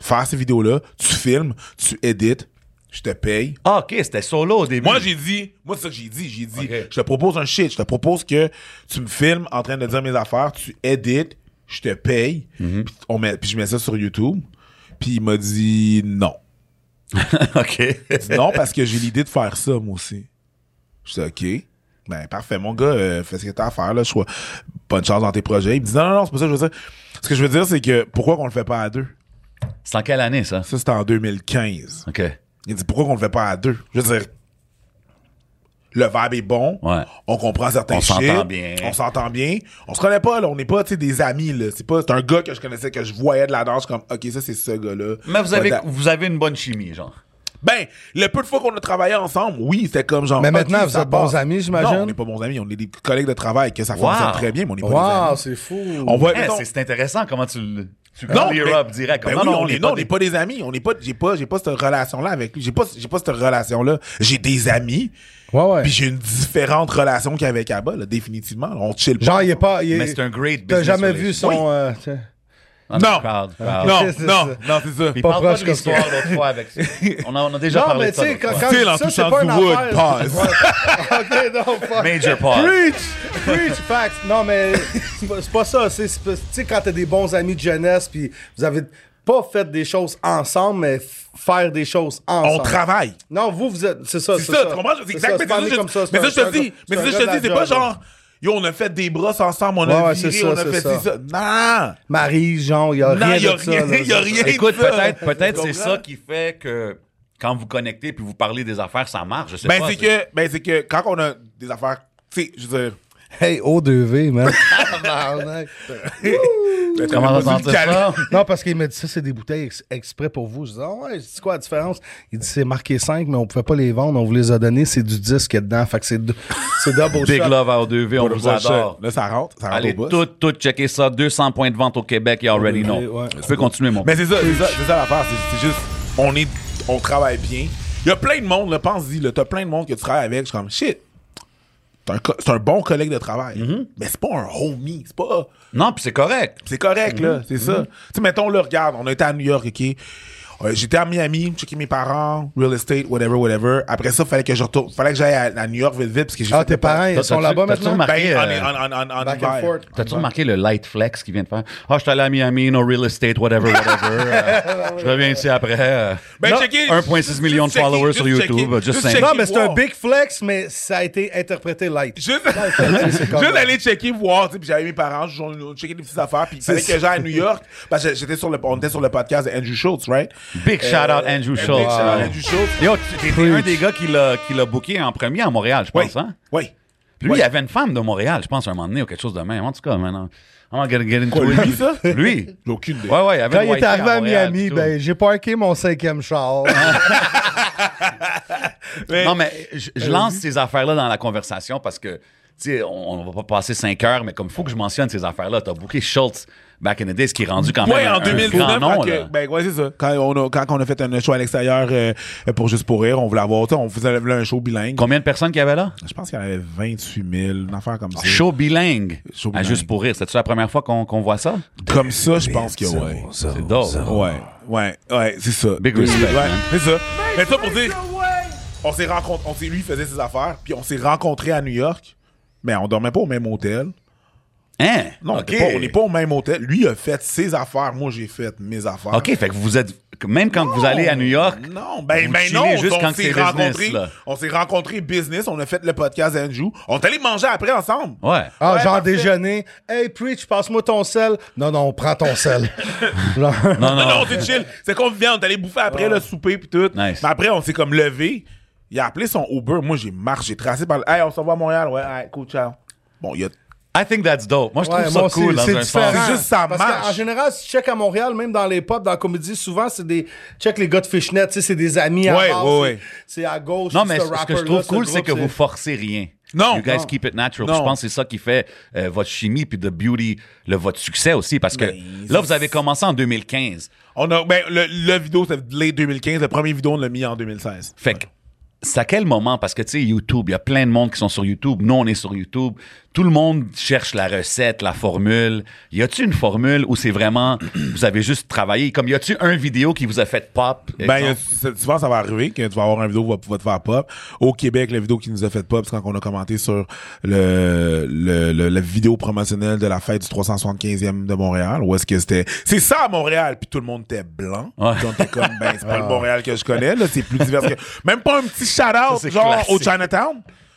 faire ces vidéos-là, tu filmes, tu édites, je te paye. Ah, OK, c'était solo au début. Moi, j'ai dit, moi, c'est ça que j'ai dit. J'ai dit, Ok. je te propose un shit. Je te propose que tu me filmes en train de dire mes affaires, tu édites, je te paye, Mhm. puis on met, puis je mets ça sur YouTube. Puis il m'a dit non. OK. J'ai dit non parce que j'ai l'idée de faire ça, moi aussi. Je dis, OK. Ben, parfait, mon gars, euh, fais ce que t'as à faire, là. Je vois bonne chance dans tes projets. Il me dit, non, non, non, c'est pas ça que je veux dire. Ce que je veux dire, c'est que pourquoi qu'on le fait pas à deux? C'est en quelle année, ça? Ça, c'était en 2015. OK. Il dit, pourquoi qu'on le fait pas à deux? Je veux dire, le vibe est bon. Ouais. On comprend certains On shit. s'entend bien. On s'entend bien. On se connaît pas, là. On n'est pas, tu sais, des amis, là. C'est pas, c'est un gars que je connaissais, que je voyais de la danse, comme, OK, ça, c'est ce gars-là. Mais vous avez, Ouais, vous avez une bonne chimie, genre. Ben, le peu de fois qu'on a travaillé ensemble, oui, c'était comme genre. Mais ok, maintenant, vous ça êtes bons passe. amis, j'imagine? Non, on n'est pas bons amis. On est des collègues de travail que ça fonctionne très bien, mais on n'est pas des Wow, amis. c'est fou. On va. Eh, mettons- c'est- c'est intéressant comment tu le. Tu non, clear mais- up direct. ben non, oui, non, on est, non, on des- n'est pas des amis. On n'est pas, j'ai pas, j'ai pas cette relation-là avec lui. J'ai pas, j'ai pas cette relation-là. J'ai des amis. Ouais, ouais. Puis j'ai une différente relation qu'avec Abba, là, définitivement. là. on chill pas. Genre, il est pas. il est- Mais c'est un great T'as business jamais relation. vu son. Oui. euh, t'sais. Non, Non. crowd, crowd. Non, Ok, c'est non, ça. non, c'est ça. Il Pas parle pas proche de comme l'histoire ça. l'autre fois avec ça. On en on a, déjà Non, parlé mais de tu ça. sais, l'autre quand, fois. quand Still je dis en ça, c'est touchant pas une du wood, affaire. pause. Ouais. ok, non, fuck. Major part. Preach! Preach, facts. Non, mais c'est pas, c'est pas ça. C'est, c'est pas- tu sais, quand t'as des bons amis de jeunesse, puis vous avez pas fait des choses ensemble, mais f- faire des choses On ensemble. travaille. Non, vous, vous êtes. C'est ça, C'est ça, tu comprends? C'est exact, ça, mais c'est pas c'est ça, né je- comme ça, c'est mais un- ça, je te c'est un dis, gars- mais c'est ça, un je gars de te la dis, c'est pas job, genre, yo, on a fait des brosses ensemble, on Ouais, a ouais, viré, c'est ça, on a c'est fait ça. ci, ça. Non! Marie, Jean, il y a Non, rien. y a de ça, rien, là. y a rien. de Écoute, ça. peut-être, peut-être Tu c'est comprends? ça qui fait que quand vous connectez puis vous parlez des affaires, ça marche. Je sais Ben, pas. c'est que, ben, c'est que quand on a des affaires, tu sais, je veux dire, Hey, O2V, man. Tabarnak. ben, t'aurais Comment pas on dû le sentir caler. ça? Non, parce qu'il m'a dit ça, c'est des bouteilles ex- exprès pour vous. Je dis, ah ouais, c'est quoi la différence? Il dit, c'est marqué 5, mais on pouvait pas les vendre, on vous les a donnés, c'est du 10 qu'il y a dedans. Fait que c'est, dou- c'est double Big shot. Love r 2V, on vous adore. Là, ça rentre, ça rentre Allez, au boss. tout, tout checker ça. 200 points de vente au Québec, you already know. ouais. Tu peux continuer, mon Mais c'est ça, c'est ça, c'est ça l'affaire. c'est- C'est juste, on est, on travaille bien. Il y a plein de monde, là, pense-y, là, t'as plein de monde que tu travailles avec, je suis comme, shit, t'es un, co- c'est un bon collègue de travail. Mm-hmm. Mais c'est pas un homie, c'est pas, Non, puis c'est correct. c'est correct, là, Mm-hmm. c'est ça. Tu sais, mettons, là, regarde, on a été à New York, OK? Euh, J'étais à Miami, checker mes parents, real estate, whatever, whatever. Après ça, fallait que je retourne, fallait que j'aille à, à New York vite, vite, parce que j'ai Ah, fait tes des pa- parents, ils T'as-tu- sont là-bas t'as-tu maintenant? remarqué, Ben, en, euh, en, en, en, en Back hiver. and forth. T'as-tu remarqué le light flex qui vient de faire? Ah, je suis allé à Miami, no real estate, whatever, whatever. Euh, je reviens ici après. Euh, Ben, non, checker- 1,6 million de juste checker, followers juste sur YouTube. checker, euh, Just juste saying. checker. Non, mais c'est un Wow. big flex, mais ça a été interprété light. Juste, c'est comme- juste aller checker, voir. tu sais, Puis j'avais mes parents, j'ai- on a checké des petites affaires. Puis il fallait que j'aille à New York. Parce que j'étais sur le, on était sur le podcast de Andrew Schultz, right? Big shout out Andrew Euh, Big shout Schultz. out euh, Andrew Schultz. Yo, t- t'es t'es un des gars qui l'a qui l'a booké en premier à Montréal, je Oui. pense, hein? Oui. Puis lui, il avait une femme de Montréal, je pense, à un moment donné, ou quelque chose de même. En tout cas, maintenant, I'm not gonna get into Quoi, it. lui, ça? Lui. J'ai aucune idée. Ouais, ouais, il avait Quand une il est wifey arrivé à Montréal, Miami, tout. ben, j'ai parké mon cinquième char. Non, mais je, je lance ces affaires-là dans la conversation parce que, tu sais, on, on va pas passer cinq heures, mais comme il faut que je mentionne ces affaires-là, t'as booké Schultz back in the days, qui est rendu quand même Ouais, Ah, un, en un 2019, grand nom, quand que- là. ben ouais, c'est ça. Quand on a, quand on a fait un show à l'extérieur euh, pour juste pour rire, on voulait avoir, tu sais, on faisait là, un show bilingue. Combien de personnes qu'il y avait là? Je pense qu'il y en avait 28 000, une affaire comme ça. Show bilingue. Show Ah, bilingue. juste pour rire. C'est-tu la première fois qu'on qu'on voit ça? Comme ça, je pense que ouais. C'est dope. Ouais, ouais, ouais, c'est ça. Big Ouais, respect, hein. ouais, man. c'est ça. Mais ça pour dire, on s'est rencontrés, on s'est, lui il faisait ses affaires, puis on s'est rencontrés à New York, mais on dormait pas au même hôtel. Hein? Non, on OK. était pas- on n'est pas, au même hôtel. Lui a fait ses affaires, moi j'ai fait mes affaires. OK, fait que vous êtes. Même quand vous allez à New York. Non, ben, Vous ben chillez non, on- juste on, quand c'est s'est business, rencontrés, là. on s'est rencontrés business, on a fait le podcast Andrew, on est allé manger après ensemble. Ouais. Ah, Ouais, genre parfait. déjeuner. Hey, Preach, passe-moi ton sel. Non, non, prends ton sel. Genre- Non, Non, non. non, c'est chill. C'est convivial. On est allé bouffer après le souper puis tout. Nice. Mais après, on s'est comme levé. Il a appelé son Uber. Moi, j'ai marché, j'ai tracé par le. Hey, on se voit à Montréal. Ouais, hey, cool, ciao. Bon, il y a. I think that's dope. Moi, je Ouais, trouve moi ça aussi, cool dans c'est un différent. sens. C'est juste ça Parce marche. qu'en général, si tu check à Montréal, même dans les pubs, dans la comédie, souvent, c'est des. Check les gars de Fishnet, tu sais, c'est des amis à Ouais, base, ouais, c'est- ouais. C'est à gauche. Non, c'est mais ce ce que je rapper-là, trouve ce cool, c'est groupe, que vous forcez rien. Non. You guys Non. keep it natural. Non. Je pense que c'est ça qui fait euh, votre chimie puis the beauty, le, votre succès aussi. Parce que Ben, là, ça, vous avez commencé en 2015. On a. Ben, le, le vidéo, c'est de l'année 2015. Le premier vidéo, on l'a mis en 2016. Fait que, c'est à quel moment? Parce que, tu sais, YouTube, il y a plein de monde qui sont sur YouTube. Nous, on est sur YouTube. Tout le monde cherche la recette, la formule. Y a-tu une formule où c'est vraiment, vous avez juste travaillé? Comme, y a-tu un vidéo qui vous a fait pop? Ben, il y a- exemple? c'est- souvent, ça va arriver que tu vas avoir une vidéo qui va, va te faire pop. Au Québec, la vidéo qui nous a fait pop, c'est quand on a commenté sur le, le, le- la vidéo promotionnelle de la fête du 375e de Montréal. Où est-ce que c'était... C'est ça, à Montréal! Puis tout le monde était blanc. Puis on était comme, ben, c'est Ah. pas le Montréal que je connais, là. C'est plus divers que... Même pas un petit shout-out, c'est genre, au classique. Chinatown.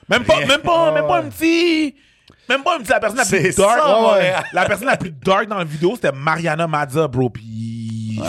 Même pas, même pas, même pas un petit... Même pas un petit... La personne la plus C'est dark... ça, Ouais, ouais. Montréal. La personne la plus dark dans la vidéo, c'était Mariana Mazza, bro. Puis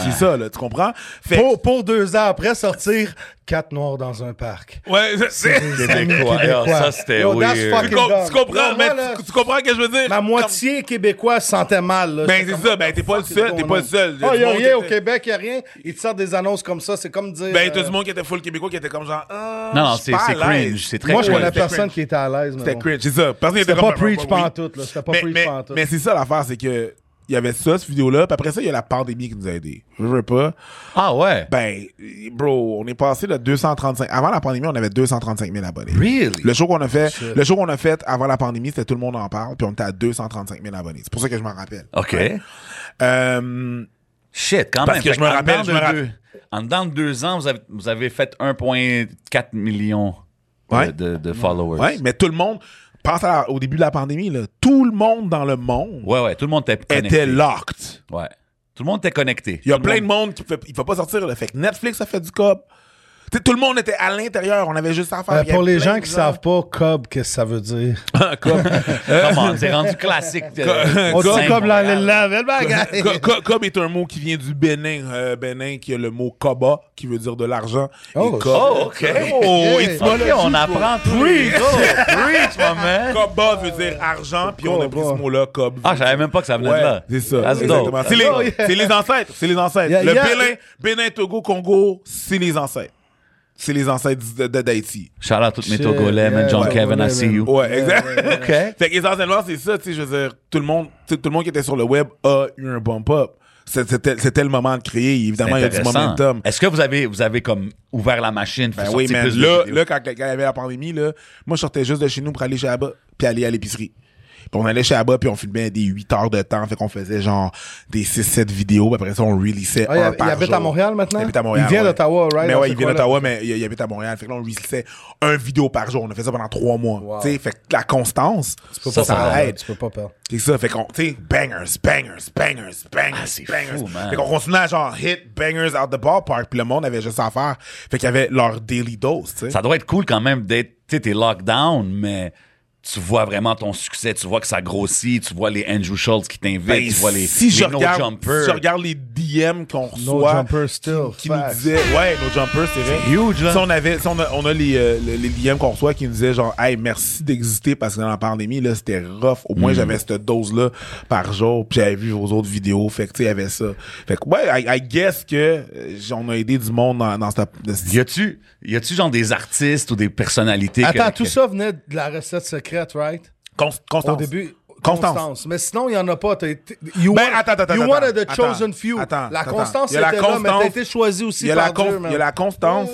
c'est ça, là, tu comprends? Fait que- Pour, pour deux ans après sortir, quatre noirs dans un parc. Ouais, c'est- c'est... Québécois. Québécois. Ah, ça, c'était Yo, that's weird. fucking Tu, com- dumb. tu comprends, Yo, mais moi, là, tu, tu comprends ce que je veux dire? Ma moitié québécois se sentait mal. Là. Ben, J'étais c'est comme, ça, ben, t'es pas le fuck seul, is t'es going pas on? le seul. Il y a Ah, du y a monde qui rien au était- Québec, y a rien. Ils te sortent des annonces comme ça, c'est comme dire. Ben, t'as euh, du monde qui était full québécois qui était comme genre. Ah, Non, non, je suis c'est pas c'est à l'aise. cringe. C'est très Moi, je cringe. connais personne cringe. qui était à l'aise. mais C'était bon. cringe, c'est ça. Personne n'était C'était pas comme- preach Oui. pantoute, là. C'était pas mais, preach mais- pantoute. mais c'est ça l'affaire, c'est que il y avait ça, cette vidéo-là, puis après ça, il y a la pandémie qui nous a aidés. Je veux pas. Ah ouais. Ben, bro, on est passé de 235. Avant la pandémie, on avait 235 000 abonnés. Really? Le show qu'on a fait, le show qu'on a fait avant la pandémie, c'était tout le monde en parle, puis on était à 235 000 abonnés. C'est pour ça que je m'en rappelle. OK. Euh, Shit, quand Parce même. que Fait je me en rappelle, dedans je me de ra- deux- En dedans de deux ans, vous avez, vous avez fait 1,4 million de, Ouais. de- de followers. ouais, mais tout le monde, pense à la- au début de la pandémie, là, tout le monde dans le monde ouais, ouais, Tout le monde était connecté. était locked. Ouais. Tout le monde était connecté. Il y a Tout le plein monde- de monde qui fait, il faut pas sortir. Là. Fait que Netflix a fait du cop. T'sais, tout le monde était à l'intérieur. On avait juste à faire. Euh, puis il y pour avait les plein gens de qui savent pas, Cobb, qu'est-ce que ça veut dire? Comment? C'est rendu classique. euh, On simple. dit Cobb la la belle Co- co- Cob est un mot qui vient du Bénin. euh, Bénin, qui a le mot koba, qui veut dire de l'argent. Et Oh, cob- Oh, OK. Oh, Yeah. it's OK, on apprend tout. Preach! Preach, my man! Koba veut dire argent, puis on a pris ce mot-là, cob. Ah, je savais même pas que ça venait de Ouais, là. c'est ça. That's Exactement. dope. C'est les, Oh, yeah. c'est les ancêtres. C'est les ancêtres. Yeah, le yeah. Bénin, Bénin, Togo, Congo, c'est les ancêtres. C'est les ancêtres de- de- d'Haïti. Shout out à tous mes Shit, Togolais, man. yeah, John ouais, Kevin, I ouais, see ouais. you. Ouais, exact. OK. Fait qu'essentiellement, c'est ça, tu sais, je veux dire, tout le monde, tu sais, tout le monde qui était sur le web a eu un bump up. C'est- C'était c'était le moment de créer. Évidemment, il y a du Intéressant. momentum. Est-ce que vous avez, vous avez comme ouvert la machine? Ben fait oui, sortir man. plus de Là, vidéos? là, quand quand il y avait la pandémie, là, moi, je sortais juste de chez nous pour aller chez Abba, puis aller à l'épicerie. Puis on allait chez Abba, puis on filmait des 8 heures de temps. Fait qu'on faisait genre des 6-7 vidéos. puis après ça, on releasait Ah, il un hab- il par habite jour. à Montréal maintenant? Il habite à Montréal, Il vient ouais. d'Ottawa, right, Mais dans ouais, ce il vient coin-là. d'Ottawa, mais il, il habite à Montréal. Fait que là, on releasait un vidéo par jour. On a fait ça pendant 3 mois. Tu sais, fait que la constance, ça, ça aide. Tu peux pas perdre. C'est ça, fait qu'on, tu sais, bangers, bangers, bangers, bangers, Ah, c'est bangers. fou, man. Fait qu'on continuait à genre hit bangers out the ballpark, puis le monde avait juste à faire. Fait qu'il y avait leur daily dose, tu sais. Ça doit être cool quand même d'être, tu sais, t'es lockdown, mais tu vois vraiment ton succès, tu vois que ça grossit, tu vois les Andrew Schultz qui t'invitent, Ben, tu vois les, si, les je No regarde, Jumpers. si je regarde les DM qu'on reçoit, Jumper qui- still, qui, nous facts. disaient, ouais, No Jumper, c'est vrai. C'est huge, hein. là. Si on avait, si on a, on a les, euh, les, les DM qu'on reçoit qui nous disaient genre, hey, merci d'exister parce que dans la pandémie, là, c'était rough. Au Mm. moins, j'avais cette dose-là par jour, puis j'avais vu vos autres vidéos. Fait que, tu sais, il y avait ça. Fait que, ouais, I, I guess que euh, on a aidé du monde dans, dans cette, de cette Y a-tu, y a-tu genre des artistes ou des personnalités que- Attends, tout que- ça venait de la recette secrète, right? Con- Constance. Au début. Constance. Mais sinon, il n'y en a pas. T'as été- you Ben, were- attends, attends, You attends, wanted the attends. chosen few. Attends, la attends. constance Il y a la était là, mais constance. t'as été choisi Il aussi y, a la par con- Dieu, il y a man. la constance.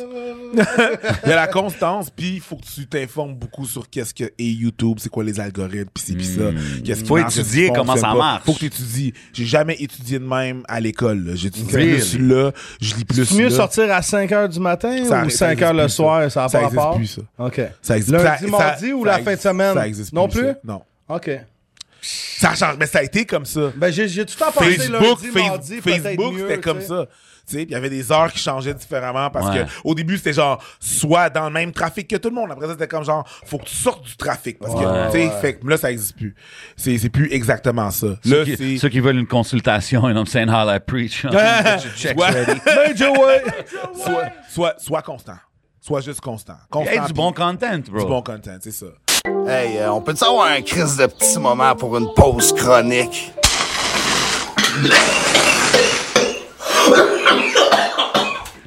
il y a la constance, puis il faut que tu t'informes beaucoup sur qu'est-ce que est YouTube, c'est quoi les algorithmes, puis c'est puis ça. Qu'est-ce qui Hmm. Faut marche, étudier qu'est-ce qui comment ça fonctionne pas. marche. Faut que tu étudies. J'ai jamais étudié de même à l'école. là. J'étudie Really? plus là, je lis plus C'est mieux là. sortir à 5 h du matin Ça ou arrête- ça 5 h existe le plus, ça. soir, ça n'a Ça pas existe rapport? plus, ça. OK. Ça existe Lundi, ça- mardi ça- ou ça la fin de existe- semaine? Ça existe Non plus? ça. Non. OK. Ça change, mais ça a été comme ça. Ben, j'ai j'ai tout le temps pensé Facebook, lundi, Face- mardi, peut-être Facebook, mieux, c'était tu comme sais. ça. Tu sais, puis il y avait des heures qui changeaient différemment parce Ouais. que au début, c'était genre soit dans le même trafic que tout le monde. Après ça, c'était comme genre faut que tu sortes du trafic parce Ouais. que tu sais, fait que là ça existe plus. C'est c'est plus exactement ça. Ceux, Là, qui, c'est ceux qui veulent une consultation, and I'm saying how I preach. Check Ouais. ready. Major way! soit soit soit constant. Soit juste constant. Constant. Hey, du bon puis content, bro. du bon content, c'est ça. Hey, euh, on peut-tu avoir un crise de petit moment pour une pause chronique?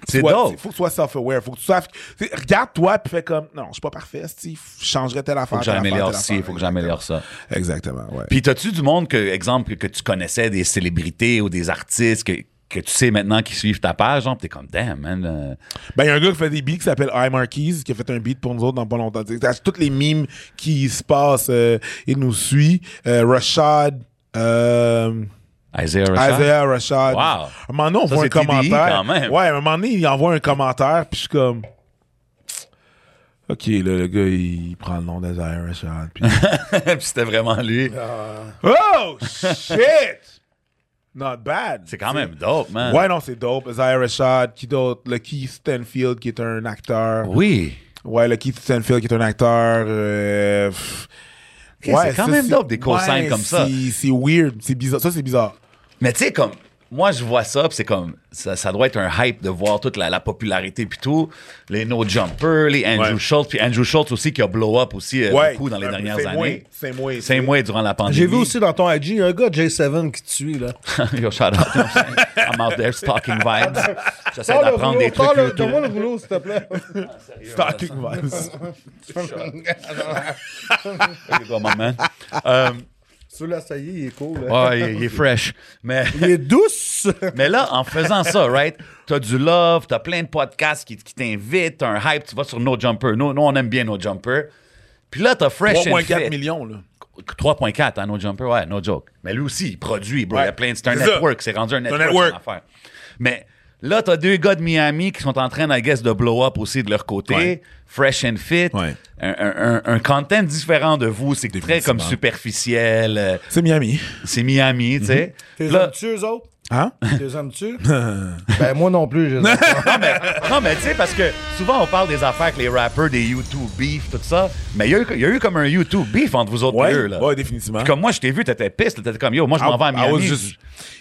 C'est Soit- dope. Faut que tu sois self-aware. Faut que tu sois. tu sais, Regarde-toi puis fais comme non, je suis pas parfait. Si je changerais telle affaire. Faut que telle affaire, j'améliore telle ci, affaire. faut que j'améliore ça. Exactement. Ouais. Puis t'as-tu du monde que, exemple, que, que tu connaissais, des célébrités ou des artistes que, que tu sais maintenant qui suivent ta page, genre, pis t'es comme damn, man. euh, Ben, il y a un gars qui fait des beats qui s'appelle I Marquise, qui a fait un beat pour nous autres dans pas longtemps. Tu sais, t'as toutes les mimes qui se passent, euh, il nous suit. Euh, Rashad, euh, Isaiah Rashad? Isaiah Rashad. Wow. Un moment donné, on Ça, voit un c'est TDI commentaire. quand même. Ouais, à un moment donné, il envoie un commentaire, puis je suis comme. Ok, là, le gars, il prend le nom d'Isaiah Rashad. puis- Puis c'était vraiment lui. Ah, oh, shit! Not bad. C'est quand même dope, man. Ouais, non, c'est dope. Isaiah Rashad, qui d'autre? Le Keith Stanfield, qui est un acteur. Oui. Ouais, le Keith Stanfield qui est un acteur. euh, pff. c'est quand ça, même c'est- dope, des cosignes ouais, comme ça. c'est- C'est weird, c'est bizarre. Ça, c'est bizarre. Mais tu sais, comme, moi, je vois ça, puis c'est comme, ça, ça doit être un hype de voir toute la, la popularité, puis tout. Les No Jumper, les Andrew Ouais. Schultz, puis Andrew Schultz aussi qui a blow up aussi euh, Ouais. beaucoup dans les Euh, dernières c'est moins- années. c'est moins, C'est c'est- moins durant la pandémie. J'ai vu aussi dans ton IG un gars J7 qui tue, là. Yo, shout out. I'm out there stalking vibes. J'essaie d'apprendre des trucs le, YouTube. le rouleau, s'il te plaît. Stocking vibes. Here you go, my man. Euh, Celui-là, ça y est, il est cool. là. ouais, il- il est fresh. Mais... Il est douce. Mais là, en faisant ça, right, t'as du love, t'as plein de podcasts qui, qui t'invitent, t'as un hype, tu vas sur No Jumper. Nous, nous, on aime bien No Jumper. Puis là, t'as Fresh and 3,4 Fit. millions, là. 3.4, hein, No Jumper, ouais, no joke. Mais lui aussi, il produit, bro. Il y a Ouais. plein de... C'est un C'est ça. network, c'est rendu un network, network. son affaire. Mais là, t'as deux gars de Miami qui sont en train, I guess, de blow up aussi de leur côté. Ouais. Fresh and fit. Ouais. Un, un- un- un content différent de vous. C'est très Définitivement. comme superficiel. euh, C'est Miami. C'est Miami, tu sais. Mhm. T'es Là- aimes-tu, eux autres? Hein? T'es aimes-tu? ben, moi non plus, je les aime pas. Non, mais, non, mais tu sais, parce que souvent, on parle des affaires avec les rappers, des YouTube beef, tout ça. Mais il y, a eu- il y a eu comme un YouTube beef entre vous autres Ouais, deux, là. ouais, définitivement. Puis comme moi, je t'ai vu, t'étais piste, t'étais comme, yo, moi, je m'en vais à I- I was Miami. just-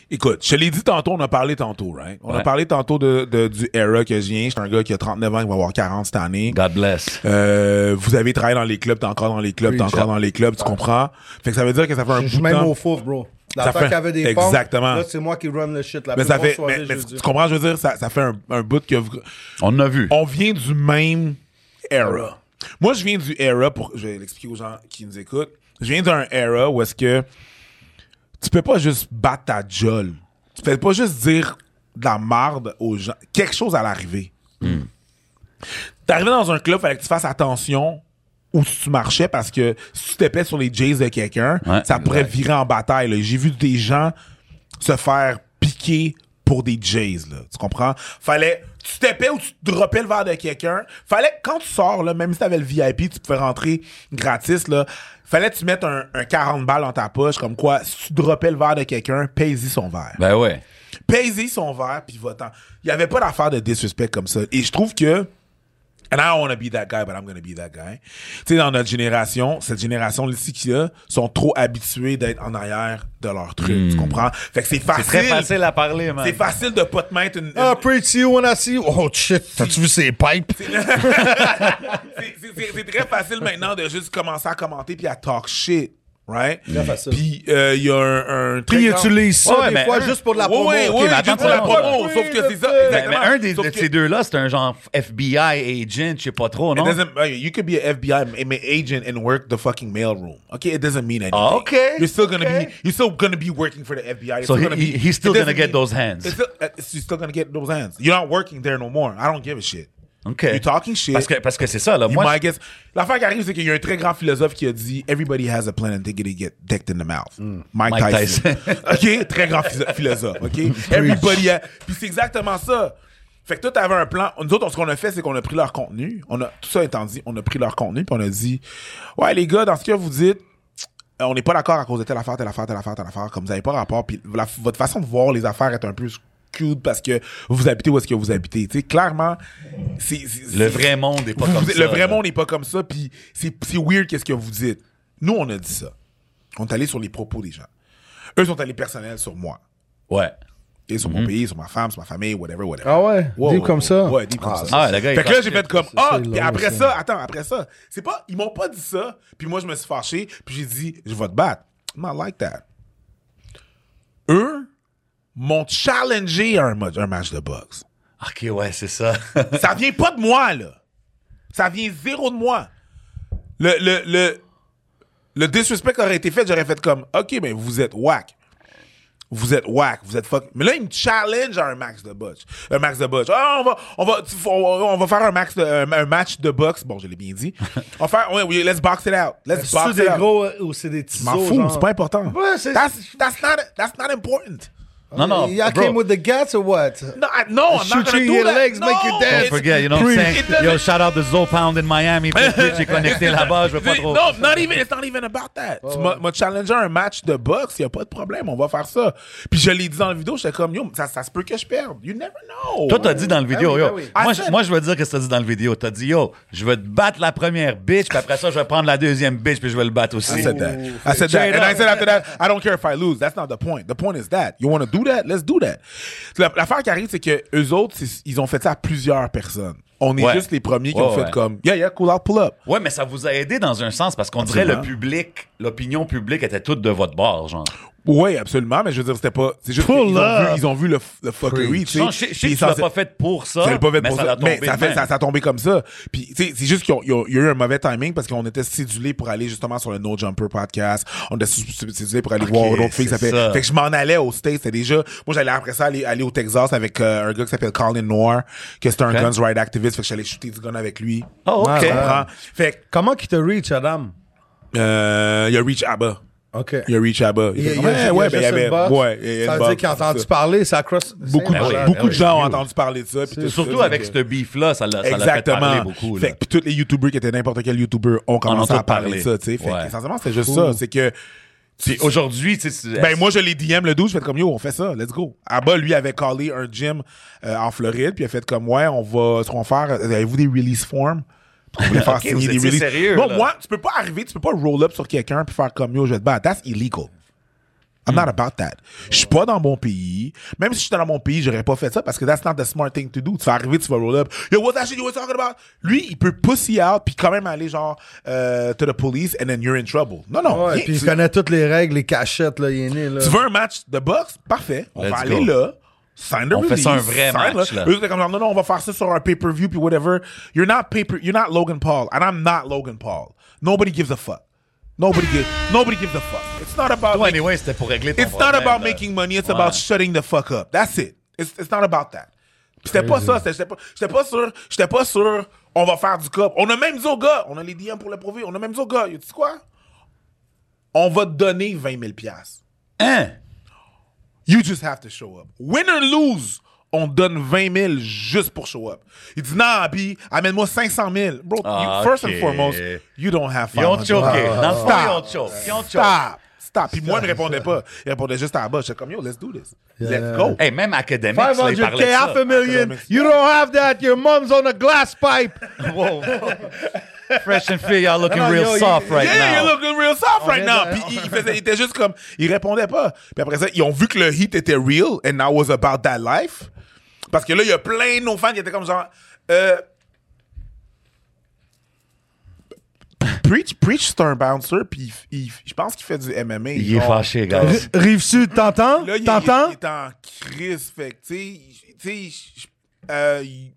Écoute, je te l'ai dit tantôt, on a parlé tantôt, right? On Ouais. a parlé tantôt de, de- du era que je viens. Je suis un gars qui a 39 ans, qui va avoir 40 cette année. God bless. Euh, vous avez travaillé dans les clubs, t'es encore dans les clubs, t'es encore dans les clubs, tu comprends? Fait que ça veut dire que ça fait un Je bout suis de même temps. au fouf, bro. Dans Ça le temps fait- qu'il y avait des ponts, Exactement. là, c'est moi qui run le shit. La Mais plus ça grosse fait, soirée, mais- mais jeudi. tu comprends, je veux dire, ça, ça fait un, un bout que vous- On a vu. on vient du même era. Moi, je viens du era pour, je vais l'expliquer aux gens qui nous écoutent. Je viens d'un era où est-ce que tu peux pas juste battre ta jolle. Tu peux pas juste dire de la marde aux gens. Quelque chose à l'arrivée. T'arrivais dans un club, fallait que tu fasses attention où tu marchais parce que si tu t'épais sur les jays de quelqu'un, Ouais, ça pourrait exact. virer en bataille. là. J'ai vu des gens se faire piquer pour des jays, là. Tu comprends? Fallait, tu t'épais ou tu droppais le verre de quelqu'un. Fallait que quand tu sors, là, même si t'avais le VIP, tu pouvais rentrer gratis, là. Fallait que tu mettes un, un 40 balles dans ta poche, comme quoi, si tu droppais le verre de quelqu'un, paye-y son verre. Ben ouais. Paye-y son verre, puis va-t'en. Il n'y avait pas d'affaire de disrespect comme ça. Et je trouve que, and I don't want to be that guy, but I'm going to be that guy. Tu sais, dans notre génération, cette génération ici qui a, sont trop habitués d'être en arrière de leur truc. Tu comprends? Fait que c'est facile. Hmm. Très facile à parler, man. C'est facile de pas te mettre une. une- Ah, pretty you when I see you. Oh shit, t'as-tu vu ses pipes? c'est- c'est- c'est- c'est très facile maintenant de juste commencer à commenter puis à talk shit. Right? Très facile. Puis euh, il y a un. un très Puis grand- utilise ça Ouais, des mais fois un- juste pour de la Ouais, promo. ouais, Ok, ouais, mais juste attends, pour la attends. promo. Sauf que c'est ça. Mais, Ben, mais exactement. un des, Sauf de que- ces deux-là, c'est un genre FBI agent, je sais pas trop, non? It doesn't. uh, You could be an FBI ma- ma- agent and work the fucking mailroom. Okay, it doesn't mean anything. Okay, you're still gonna okay. be. You're still gonna be working for the FBI. You're So gonna he- he's still it doesn't gonna get those hands. It's Still, uh, it's- you're still gonna get those hands. You're not working there no more. I don't give a shit. OK. You're talking shit. Parce que, parce que c'est ça, là. You Moi, might get. L'affaire qui arrive, c'est qu'il y a un très grand philosophe qui a dit Everybody has a plan and they get get decked in the mouth. Mike, Mm. Mike Tyson. Tyson. OK? Très grand philo- philosophe. OK? Everybody a- Puis c'est exactement ça. Fait que toi, t'avais un plan. Nous autres, on- ce qu'on a fait, c'est qu'on a pris leur contenu. On a, tout ça étant dit, on a pris leur contenu, puis on a dit Ouais, les gars, dans ce que vous dites, euh, on n'est pas d'accord à cause de telle affaire, telle affaire, telle affaire, telle affaire, comme vous n'avez pas rapport, puis la- votre façon de voir les affaires est un peu screwed parce que vous habitez où est-ce que vous habitez. Tu sais, clairement, c'est... c'est- le c'est- vrai monde est pas vous- comme vous- ça. Le vrai là. monde n'est pas comme ça, puis c'est c'est weird qu'est-ce que vous dites. Nous, on a dit ça. On est allé sur les propos des gens. Eux sont allés personnels sur moi. Ouais. Et sur mon Mhm. pays, sur ma femme, sur ma famille, whatever, whatever. Ah ouais? Wow, Deep wow, comme wow. ça? Ouais, deep comme Ah, ça. Ah, le gars, il fait que là, j'ai fait comme, ah, c'est puis long, ça. après ça. attends, après ça, c'est pas, ils m'ont pas dit ça, puis moi, je me suis fâché, puis j'ai dit, je vais te battre. I'm not like that. Eux m'ont challengé à un, mo- un match de boxe. OK, ouais, c'est ça. Ça vient pas de moi, là. Ça vient zéro de moi. Le, le, le, le disrespect aurait été fait, j'aurais fait comme, OK, mais vous êtes whack. Vous êtes whack, vous êtes fuck. Mais là, il me challenge à un max de boxe. Un max de boxe. Ah, on va, on va, tu- on va- on va faire un max de, un, un match de boxe. Bon, je l'ai bien dit. On va faire, ouais, ouais, let's box it out. Let's C'est-tu box des it out. gros euh, ou c'est des petits Je m'en os, fous, genre? c'est pas important. Ouais, c'est- that's, that's not, that's not important. non, non. Y'all bro. came with the gats or what? No, I, no, I'm Shoot not gonna you do in your that. legs, no, make you dance. it's- Don't forget, you know what I'm Preach. saying? It doesn't- Yo, shout out to Zo Pound in Miami. Puis j'ai connecté là-bas, je veux pas C'est- trop. Oh, Non, not even, it's not even about that. tu m'as m'as challengé à un match de boxe, y a pas de problème, on va faire ça. Puis je l'ai dit dans la vidéo, j'étais comme, yo, ça, ça se peut que je perde. You never know. Toi, t'as dit dans le vidéo, oui, yo. ben oui. Moi, Ah, je, ça- moi, je veux dire que t'as dit dans le vidéo. T'as dit, yo, je veux te battre la première bitch, puis après ça, je vais prendre la deuxième bitch, puis je vais le battre I aussi. said that. I said that. And I said after that, I don't care if I lose. That's not the point. The point is that. You want to do that, let's do that. La- L'affaire qui arrive, c'est que eux autres, c'est- ils ont fait ça à plusieurs personnes. On est Ouais. juste les premiers qui Ouais, ont fait ouais. comme, yeah, yeah, cool out, pull up. Ouais, mais ça vous a aidé dans un sens parce qu'on dirait le Absolument. public, l'opinion publique était toute de votre bord, genre. Oui, absolument, mais je veux dire, c'était pas. C'est juste qu'ils Pull ont, up. vu- ils ont vu le, f- le fuckery, tu sais. Non, je sais- je sais que Puis tu l'as ils pas fait pour ça. Ça l'a pas fait Ah, mais pour ça ça. l'a Mais tombé ça, de fait, même. ça, ça a tombé comme ça. Puis, tu sais, c'est juste qu'il y a eu un mauvais timing parce qu'on était cédulés pour aller justement sur le No Jumper podcast. On était cédulés pour aller voir d'autres filles. Ça c'est fait, ça. fait que je m'en allais au States. C'était déjà, moi, j'allais après ça aller, aller au Texas avec euh, un gars qui s'appelle Colin Noir, que c'était un Ok. guns right activist. Fait que j'allais shooter du gun avec lui. Oh, OK. Tu comprends? Fait Comment qu'il te reach, Adam? que, euh, il y a Reach Abba. OK. Il y a Reach Abba. Il Il y a- il fait y comme, a- ouais, il y a ouais, juste ben, il y une avait, box. ouais, il y a une Ça veut box, dire qu'il a c'est entendu ça. parler, ça cross. Beaucoup de Ben oui, gens, ben beaucoup de oui. gens ont entendu parler de ça. puis tout Surtout ça, avec donc, ce beef-là, ça l'a ça l'a fait parler Exactement. beaucoup. là. Fait que puis tous les YouTubers qui étaient n'importe quel YouTuber ont commencé a à parler parlé. de ça, tu sais. Fait Ouais. que, essentiellement, c'était juste ça. C'est que, Puis aujourd'hui, tu sais, ben, moi, je les DM le 12, je fais comme, yo, on fait ça, let's go. Abba, lui, avait callé un gym euh, en Floride, puis il a fait comme, ouais, on va, ce qu'on va faire, euh, avez-vous des release forms? On voulait faire Ok, signer vous des étiez release- sérieux, Non, là. moi, tu peux pas arriver, tu peux pas roll up sur quelqu'un puis faire comme, yo, je vais te battre. That's illegal. I'm Hmm. not about that. Je suis pas dans mon pays. Même si j'étais dans mon pays, j'aurais pas fait ça parce que that's not the smart thing to do. Tu vas arriver, tu vas roll up. Yo, what's that shit you were talking about? Lui, il peut pussy out puis quand même aller genre euh, to the police and then you're in trouble. Non, non. Ouais, viens, puis il tu- connaît toutes les règles, les cachettes, là, il est né, là. tu veux un match de boxe? Parfait. On Let's va go. aller là. Sign the On fait release, ça un vrai sign match, là. Eux, c'était comme, non, non, on va faire ça sur un pay-per-view puis whatever. You're not paper, you're not Logan Paul. And I'm not Logan Paul. Nobody gives a fuck. Nobody gives, nobody gives a fuck. It's not about, Toi, making- anyway, c'était pour régler ton it's not problème, about là. making money. It's Ouais. about shutting the fuck up. That's it. It's, it's not about that. Puis c'était pas ça. c'était- J'étais pas, j'étais pas sûr, j'étais pas sûr, on va faire du cop. On a même dit au gars, on a les DM pour le prouver, on a même dit au gars, tu sais quoi? On va te donner 20 000 piastres. Hein? You just have to show up. Win or lose, on donne 20 000 juste pour show up. Il dit, non, puis amène-moi 500 000. Bro, Ah, you- first ok. and foremost, you don't have Ils ont 500 000. choqué. Dans le fond, ils ont Stop. choqué. Ils ont choqué. Stop. Stop. Puis moi, il me répondait pas. Il répondait juste à la bas. J'étais comme, yo, let's do this. Let's go. Hey, même académique, là, ils 500k, parlaient de ça. half a million. You don't have that. Your mom's on a glass pipe. Wow. Fresh and fit, y'all looking Non, non, real yo, yo, soft right yeah, now. you're looking real soft right est now. dans- Puis il, il faisait- il était juste comme, il répondait pas. Puis après ça, ils ont vu que le hit était real and I was about that life. Parce que là, il y a plein de nos fans qui étaient comme genre, euh, Preach, Preach, c'est un bouncer, puis il- il- je pense qu'il fait du MMA. Il est genre. fâché, gars. Rive Sud, t'entends? Là, il, il- T'entends? il est en crise, fait que, tu sais, tu sais, je- je- euh, il-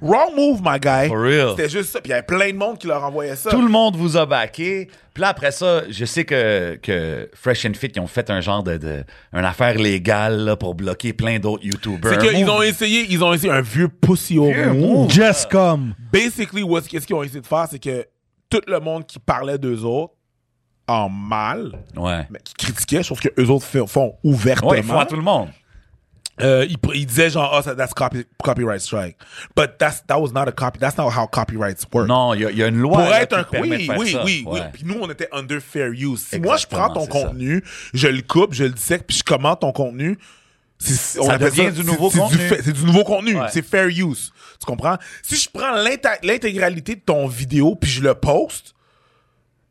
wrong move, my guy. For real. C'était juste ça, puis il y avait plein de monde qui leur envoyait ça. Tout le monde vous a backé. Puis là, après ça, je sais que, que Fresh and Fit, ils ont fait un genre de, de une affaire légale là, pour bloquer plein d'autres YouTubers. C'est Un qu'ils move- ont essayé, ils ont essayé un vieux pussy au Vieux roux. move. Just come. Basically, what's- qu'est-ce qu'ils ont essayé de faire, c'est que tout le monde qui parlait d'eux autres en mal, Ouais. mais qui critiquait, sauf que eux autres font, font ouvertement. Ouais, ils font à tout le monde. Euh, il, pr- il disait genre, ah, ça- that's copy- copyright strike. But that's, that was not a copy, that's not how copyrights work. Non, il y, a- il y a une loi. Pour là, être qui un. permet de Oui, faire oui, ça. oui, oui. Ouais. Puis nous, on était under fair use. Si Exactement, moi, je prends ton c'est ça. contenu, je le coupe, je le dissèque, puis je commente ton contenu. c'est- c'est- on Ça appelle devient du c'est- nouveau c'est contenu. fait- c'est du nouveau contenu. Ouais. C'est fair use. Tu comprends? Si je prends l'inta- l'intégralité de ton vidéo puis je le poste,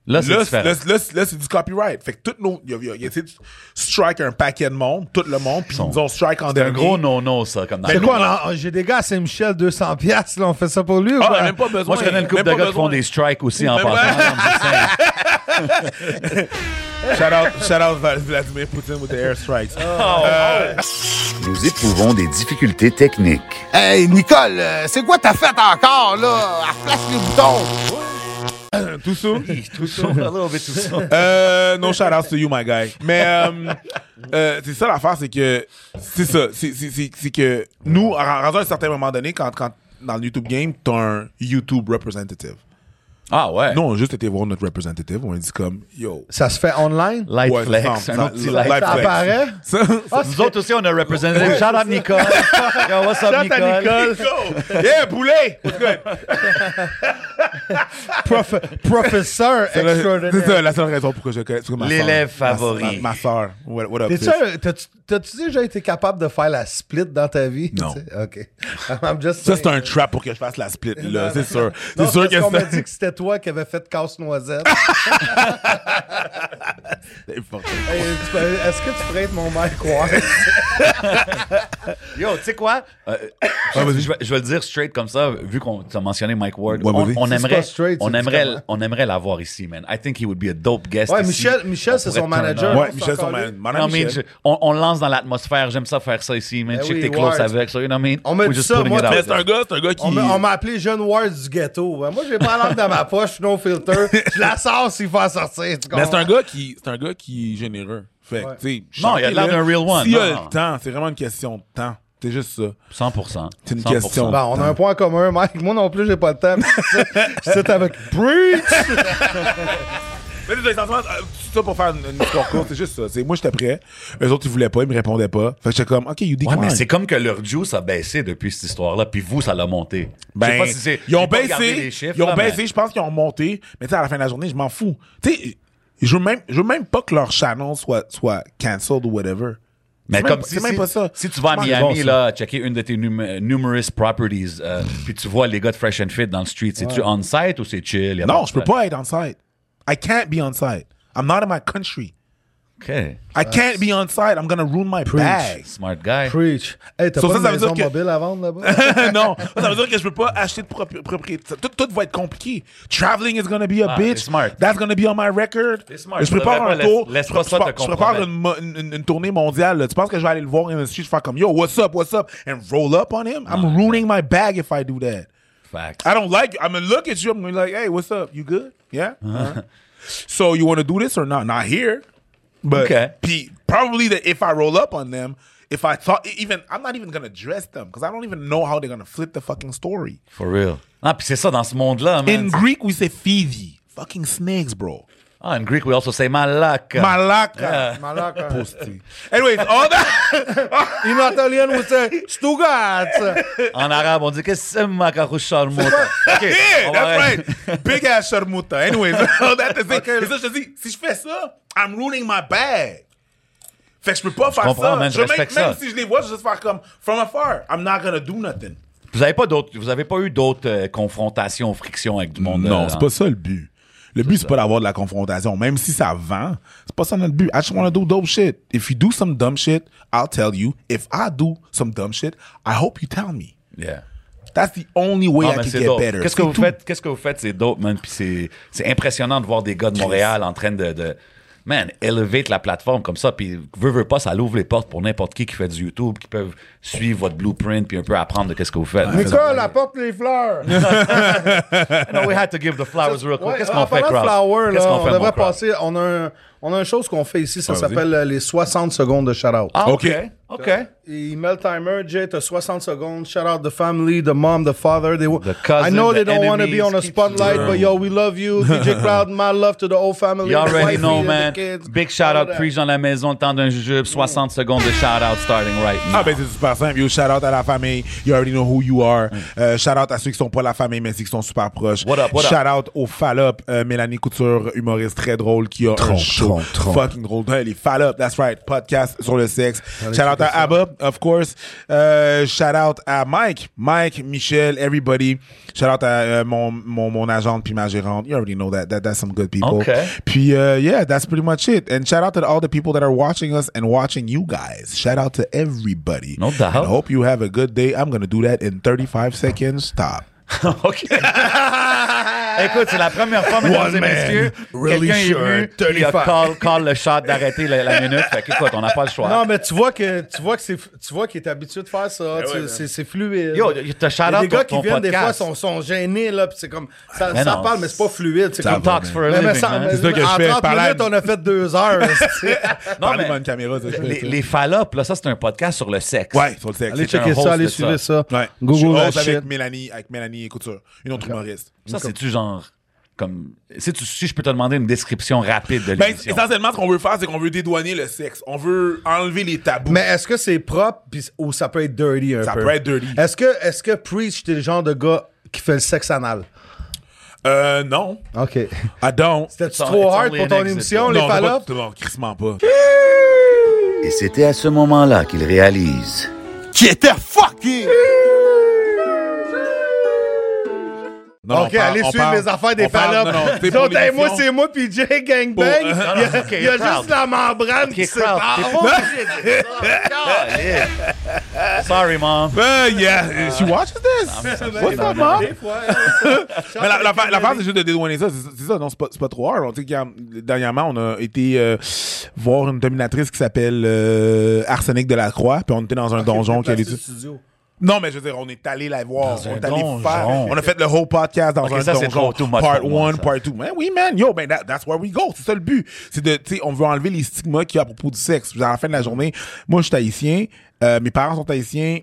Là, c'est là, différent. là, là, là, c'est du copyright. Fait que toutes nos. Il y a, il y a- il y a, tu sais, strike un paquet de monde, tout le monde, puis Son- ils ont strike en C'est un dernier. gros no-no, ça, Ben, comme dans C'est le quoi, monde. là? Ah, J'ai des gars à Saint-Michel, 200 piastres, là, on fait ça pour lui ou Ah, quoi? même pas besoin. Moi, je connais une couple même de pas gars qui font besoin. des strikes aussi en Mais passant. ouais. Non, mais c'est- Shout out, shout out Vladimir Poutine with the airstrikes. Oh. Nous éprouvons des difficultés techniques. Hey, Nicole, euh, c'est quoi t'as fait encore, là? Elle flash les boutons. Euh, Tout ça. Tout ça, a little bit tout ça. Euh, no shout out to you, my guy. Mais euh, euh, c'est ça l'affaire, c'est que c'est ça, c'est- c'est c'est- c'est que nous, à rendu à un certain moment donné, quand, quand dans le YouTube game, t'as un YouTube representative. Ah ouais. Nous, on a juste été voir notre representative, on a dit comme yo. Ça se fait online? Light ouais, flex, ça- un ça- autre petit ça- light light flex. Ça flex. apparaît? Ça- Ah, ça- Nous autres aussi, on a representative. Shout out Nicole. Yo, what's up, Nicole? yeah, poulet! What's good? Prof- professeur C'est ça, extraordinaire. la seule raison pour que je connais. c'est que ma sœur- L'élève ma- favori. Ma, ma soeur. What, what up, T'es-tu sis? un- T'as-tu t'as-tu déjà été capable de faire la split dans ta vie? Non. Tu sais, OK. I'm just Ça, c'est saying. un trap pour que je fasse la split, là. C'est sûr. Non, C'est sûr que parce qu'on m'a c'est dit que c'était toi qui avait fait casse-noisette. N'importe Hey, tu peux- Est-ce que tu pourrais être mon Mike Ward? Yo, tu sais quoi? Euh, je, je vais, je vais le dire straight comme ça, vu qu'on t'a mentionné Mike Ward. Ouais, on, vas-y. on C'est aimerait, pas straight, on c'est aimerait, différent. on aimerait l'avoir ici, man. I think he would be a dope guest. Ouais, ici. Michel, Michel On c'est pourrait son turn manager. up. Ouais, Michel, son man. Mon Non, ami mais Michel. je- on, on lance dans l'atmosphère. J'aime ça faire ça ici, man. Ben Je sais que oui, t'es close Ward. avec ça, you know what I mean? On m'a We're dit just ça, putting moi, it out Mais c'est there. un gars, c'est un gars qui. On m'a on m'a appelé Jeune Ward du ghetto. Ouais, Moi, j'ai pas la langue dans ma poche, non filter. Je la sors s'il faut en sortir. tu Mais c'est un comprends? gars qui, c'est un gars qui est généreux. Fait, que, tu sais, Non, il a l'air d'un real one. S'il Non, a non. le temps, c'est vraiment une question de temps. C'est juste ça. 100%. C'est une 100%. question. Bon, on a un point en commun, Mike. Moi non plus, j'ai pas le temps. Je suis avec Preach! Mais c'est essentiellement, euh, c'est ça pour faire une, une histoire courte, c'est juste ça. C'est, moi, j'étais prêt. Eux autres, ils voulaient pas, ils me répondaient pas. Fait que j'étais comme, OK, you Ouais, decline. mais c'est comme que leur juice a baissé depuis cette histoire-là, puis vous, ça l'a monté. Je sais ben, pas si c'est- ils j'ai ont pas regardé baissé, les chiffres, ils ont là, baissé, mais- je pense qu'ils ont monté, mais tu sais, à la fin de la journée, je m'en fous. Tu sais, je veux même, je veux même pas que leur channel soit, soit cancelled ou whatever. Mais C'est comme même- si, c'est même si- pas ça. si tu vas à Comment ils Miami, font ça? là, checker une de tes num- euh, numerous properties, euh, puis tu vois les gars de Fresh and Fit dans le street, c'est-tu on-site ou c'est chill? Y a Non, je peux de- pas être on site. I can't be on site. I'm not in my country. OK. I can't be on site. I'm gonna ruin my bag. Smart guy. Preach. Hey, t'as Sur pas ça, de ça veut maison dire que- mobile à vendre là-bas? non, ça veut dire que je peux pas acheter de propri- propriété. Tout, tout va être compliqué. Traveling is gonna be a Ah, bitch. t'es smart. That's gonna be on my record. T'es smart. Je prépare Devrais un pas tour. laisse- laisse je, pas je- ça te je prépare compromettre. une, mo- une- une- une tournée mondiale. là. Tu penses que je vais aller le voir in the street, je vais faire comme yo, what's up, what's up, and roll up on him? I'm ruining my bag if I do that. Facts. I don't like you. I'm gonna look at you. I'm gonna be like, hey, what's up? You good? Yeah. Uh-huh. so you want to do this or not? Not here. But Okay. pe- probably that if I roll up on them, if I thought even I'm not even gonna dress them because I don't even know how they're gonna flip the fucking story. For real. Ah, puis c'est ça dans ce monde-là, man. In Greek, we say Fiji. Fucking snakes, bro. Ah, in Greek, we also say malaka. Malaka. Malaka. Pussy. Anyways, all that. In Italian, we say Stuttgart! En arabe, on dit que c'est makarouche charmota. OK. Ah Yeah, on va arrêter. that's right. Big ass sharmuta. Anyways, all that to say. C'est ça, je te dis, si je fais ça, I'm ruining my bag. Fait que je peux pas faire comprends, ça. man, je veux même, respecte même ça. si je les vois, je vais juste faire comme from afar. I'm not gonna do nothing. Vous avez pas d'autres, vous avez pas eu d'autres euh, confrontations, frictions avec du monde. euh, en- ça le but. Le but, c'est pas d'avoir de la confrontation. Même si ça vend, c'est pas ça notre but. I just wanna do dope shit. If you do some dumb shit, I'll tell you. If I do some dumb shit, I hope you tell me. Yeah. That's the only way Ah, I mais can c'est get dope. better. Qu'est-ce que C'est vous tout. faites? Qu'est-ce que vous faites? C'est dope, man. Puis c'est, c'est impressionnant de voir des gars de Montréal en train de, de man, élever la plateforme comme ça. Puis veut, veut pas, ça l'ouvre les portes pour n'importe qui qui fait du YouTube, qui peuvent suivre votre blueprint puis un peu apprendre de qu'est-ce que vous faites. Nicole, apporte les fleurs! No, we had to give the flowers real quick. Ouais, qu'est-ce en qu'on fait, parlant de Crowd? flower, Qu'est-ce là, qu'on on fait, mon devrait crowd? passer. On a, un- on a une chose qu'on fait ici, ça Ouais, vas-y. s'appelle euh, les 60 secondes de shout-out. Ah, OK. OK. Email timer, Jay, t'as 60 secondes. Shout out the family, the mom, the father. They The cousin, I know they the don't want to be enemies, on a keep spotlight, them. but yo, we love you. DJ Crowd, my love to the whole family. You the already wifey know, and the man. kids. Big shout All out, that. Mm. Preach dans la maison, le temps d'un jujube. 60 secondes de shout out starting right now. Ah ben c'est super simple. Yo, shout out à la famille. You already know who you are. Euh, shout out à ceux qui sont pas la famille mais ceux qui sont super proches. Mm. What up, what up? shout out au Fallop, euh, Mélanie Couture, humoriste très drôle qui a un show tronc, tronc. fucking drôle. Ouais, les Fallop, that's right. Podcast sur le sexe. Shout out à Abba, of course. Euh, shout out à Mike, Mike, Michel, everybody. Shout out à euh, mon, mon mon agente puis ma gérante. You already know that. that that's some good people. Okay. Puis, uh, yeah, that's pretty much it. And shout out to all the people that are watching us and watching you guys. Shout out to everybody. No doubt. And I hope you have a good day. I'm going to do that in 35 seconds. Stop. OK. Écoute, c'est la première fois, mesdames et messieurs, really quelqu'un sure, est venu, il a call, call le shot d'arrêter la, la minute. Fait qu'écoute, on n'a pas le choix. Non, mais tu vois que tu vois que c'est tu vois qu'il est habitué de faire ça. Ben tu- c'est c'est fluide. Yo, t'as shout Il y a out des ton- gars qui ton viennent des fois podcast. sont, sont gênés là, puis c'est comme ça, Mais ça non. parle mais c'est pas fluide. C'est Who comme talks for a Mais, mais living, ça- man? mais- C'est ça que en je fais, 30 parler à- minutes, on a fait deux heures. c'est- Non, Parlez mais devant une caméra, ça, je fais les, ça. les fallops, là, ça, c'est un podcast sur le sexe. Ouais, sur le sexe. allez C'est un checker host ça, allez de suivre ça. Ouais. Je suis Google that host avec shit. Mélanie, avec Mélanie Couture, une autre humoriste. Ça, c'est-tu genre... Comme, si, tu, si je peux te demander une description rapide de Ben, l'émission. essentiellement, ce qu'on veut faire, c'est qu'on veut dédouaner le sexe. On veut enlever les tabous. Mais est-ce que c'est propre pis- ou ça peut être dirty un Ça peu? peut être dirty. Est-ce que, est-ce que Preach, t'es le genre de gars qui fait le sexe anal? Euh, non. OK. I don't. C'était-tu It's trop only hard pour an ton exit, émission, Non, les j'ai fallops? pas- Non, crissement pas. Et c'était à ce moment-là qu'il réalise. Qui était fucké! non, ok, on parle- allez on suivre parle- les affaires des on parle- palopes. non, non, c'est Les pour autres, hey, moi, l'émission. c'est moi, puis Jay Gangbang. Pour- il y a, Non, non, ok, il y a crowd. juste la membrane qui sépare. euh, Sorry, mom. Euh, yeah, she watches this. What's up, mom? Mais la, la, la phase, c'est juste de dédouaner ça. C'est c'est ça, non, c'est pas, c'est pas trop hard. On sait qu'il y a- dernièrement, on a été euh, voir une dominatrice qui s'appelle euh, Arsenic de la Croix, puis on était dans un donjon qui allait. Non, mais je veux dire, on est allé la voir. Dans on un est allé donjon. faire. On a fait le whole podcast dans Ok, un ça, c'est donjon. trop too much part pour moi, 1, ça. part 2. Man, oui, man. Yo, ben, that- that's where we go. C'est ça le but. C'est de, tu sais, on veut enlever les stigmas qu'il y a à propos du sexe. Je veux dire, À la fin de la journée, moi, je suis haïtien. euh, mes parents sont haïtiens.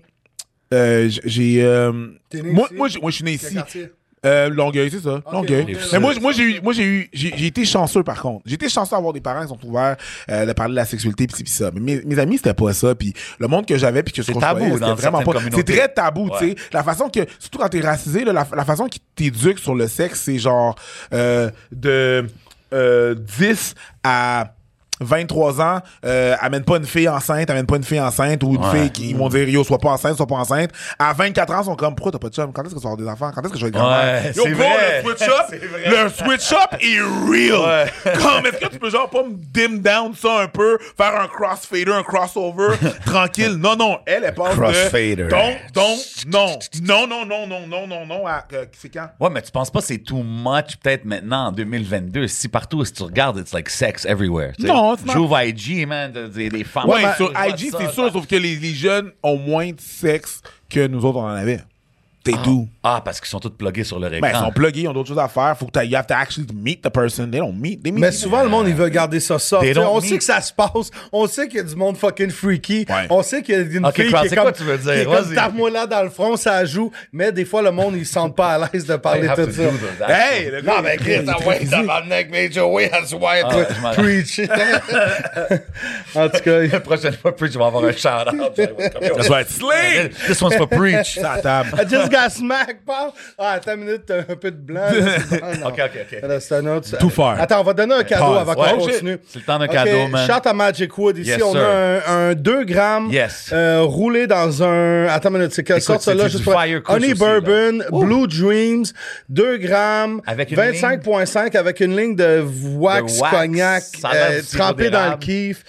Euh, j- j'ai. euh, T'es né moi, ici? moi, j'ai- moi, je suis né ici. quartier? Euh, Longueuil, c'est ça. Longueuil. Longueuil. Mais moi, j- moi, j'ai eu, moi, j'ai eu, j'ai j'ai été chanceux par contre. J'ai été chanceux d'avoir des parents qui sont ouverts euh, de parler de la sexualité puis ci, puis ça. Mais mes, mes amis, c'était pas ça. Puis le monde que j'avais puis que je C'est construisais, tabou dans c'était vraiment pas. certaines C'est communautés. très tabou, tu Ouais. sais. La façon que, surtout quand t'es racisé, là, la, la façon qu'ils t'éduquent sur le sexe, c'est genre euh, de euh, 10 à 23 ans, euh, amène pas une fille enceinte, amène pas une fille enceinte ou une Ouais. fille qui ils vont dire yo sois pas enceinte, sois pas enceinte. À 24 ans, ils sont comme pourquoi t'as pas de chum, quand est-ce que tu vas avoir des enfants, quand est-ce que je vais être grand-mère? Ouais, Yo c'est bro, vrai. le switch up, le switch up est real. Comme est-ce que tu peux genre pas me dim down ça un peu, faire un crossfader, un crossover tranquille. Non non, elle est pas Crossfader. Donc donc non non non non non non non non à- euh, c'est quand Ouais, mais tu penses pas que c'est too much peut-être maintenant en 2022? Si partout, si tu regardes, it's like sex everywhere. tu sais. Non, c'est J'ouvre IG, man, des- des des femmes. Ouais, Ouais, sur je vois IG, ça, c'est ça. sûr, sauf que les, les jeunes ont moins de sexe que nous autres, on en avait. T'es doux. Ah, parce qu'ils sont tous pluggés sur leur Ben, ils écran. sont pluggés, ils ont d'autres choses à faire. Faut que t'ailles, you have to actually meet the person. They don't meet, they meet Mais people. souvent, le monde, il veut garder ça soft. They Tu sais, don't On need- sait que ça se passe. On sait qu'il y a du monde fucking freaky. Ouais. On sait qu'il y a une Ok, fille Crowd, qui est c'est comme... quoi tu veux dire? qui est comme, Vas-y. Tape-moi là dans le front, ça joue. Mais des fois, le monde, il se sent pas à l'aise de parler They have de to Ah, ça. do that. Hey, le gars, Non, mais Chris, ah ouais, tabarnak, Major Way, that's why. Ah, je m'en- Preach. en tout cas, La prochaine fois, Preach, je vais avoir un shout-out. That's right. Slay! This one's for Preach. Ça table. Ben I just got smacked, pal. Ah, attends une minute, t'as un peu de blanc. là. Ah, non. Ok, ok, ok. Là, c'est un autre. Tout faire. Attends, on va donner un cadeau Pause. avant Ouais, qu'on shit. continue. C'est le temps d'un Ok, cadeau, man. Shout à Magic Wood. Ici, Yes, on sir. a un, un 2 grammes Yes. euh, roulé dans un. Attends une minute, c'est quelle Écoute, sorte c'est là? du Juste Fire Kush Honey aussi, là. Bourbon, Blue Dreams, 2 grammes, Avec une 25,5 avec une ligne de wax, De wax. cognac, Ça a l'air euh, du sirop trempé dans le d'érable. kiff.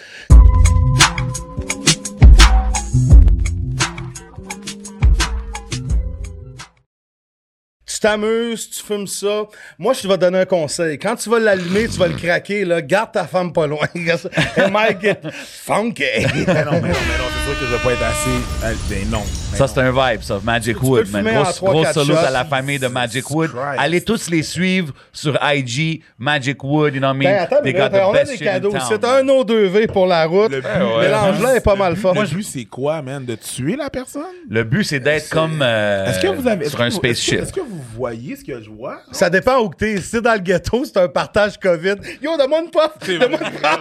Tu t'amuses, tu fumes ça. Moi, je te vais donner un conseil. Quand tu vas l'allumer, tu vas le craquer, là, garde ta femme pas loin. And Mike, funky. Mais non, mais non, mais non, c'est sûr que je vais pas être assez. euh, Ben non. mais Ça, non. c'est un vibe, ça. Magic peux Wood, le man. fumer en Grosse, trois, grosse quatre salute shots. à la famille de Magic Wood. Christ. Allez tous les suivre sur IG, Magic Wood, you know what I mean? Ben, attends, mais They là, got the on a best des shit in cadeaux. town, C'est man. un O2V pour la route. Le but, hein? Mélange-là est pas mal fort. Eh Le but, c'est quoi, man? De tuer la personne? Le but, c'est d'être comme euh, Est-ce que vous avez. est-ce sur que un vous- est-ce que- spaceship. Est-ce que vous voyez ce que je vois? Ça dépend où que t'es. Si t'es dans le ghetto, c'est un partage COVID. Yo, demande pas. Demande pas.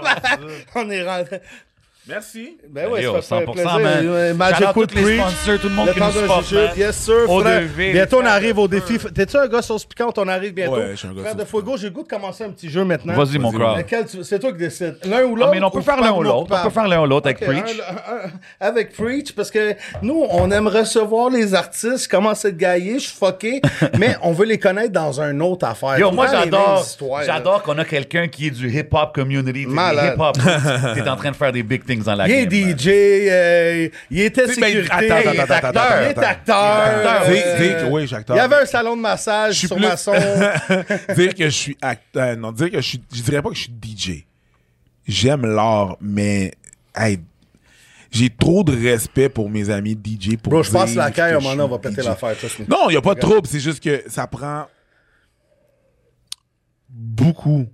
On est rendu. Merci. Ben ouais, Yo, ça fait 100%, plaisir. man. Euh, Shout Magic out Wood tous les Preach. sponsors, tout le monde qui temps nous d'un supporte, jeu, man. Yes, sir, O2V, frère. les Bientôt, on frères arrive au défi. T'es-tu un gars sauce piquante? On arrive bientôt. Ouais, je suis un gars Frère de sauce Fuego, j'ai le goût de commencer un petit jeu maintenant. Vas-y, mon crowd. Lequel tu- C'est toi qui décides. L'un ou Ah, l'autre? mais on peut ou faire l'un ou l'autre. On peut faire l'un ou l'autre avec Ok, Preach. un- un- un- avec Preach, parce que nous, on aime recevoir les artistes. Je commence à être gaillé, je suis fucké, mais on veut les connaître dans une autre affaire. Yo, moi, Pas les mêmes j'adore, histoires, là. j'adore qu'on a quelqu'un qui est du hip-hop community. T'es Malade. hip-hop, t'es en train de faire des big things dans la Il game. est man. DJ, euh, il était Tu sais, ben, sécurité, attends, attends, il est attends, acteur, attends, il est attends. acteur. Dis- dis euh, que- oui, je suis acteur. Il y avait un salon de massage Je suis sur plus- maçon. dire que je suis acteur. Non, dire que je suis. Je dirais pas que je suis DJ. J'aime l'art, mais. hey, j'ai trop de respect pour mes amis DJ pour. Bro, je dire passe la caille, que à un je moment donné, on va suis péter DJ. l'affaire, trust me. Non, il n'y a pas de trouble. C'est juste que ça prend beaucoup.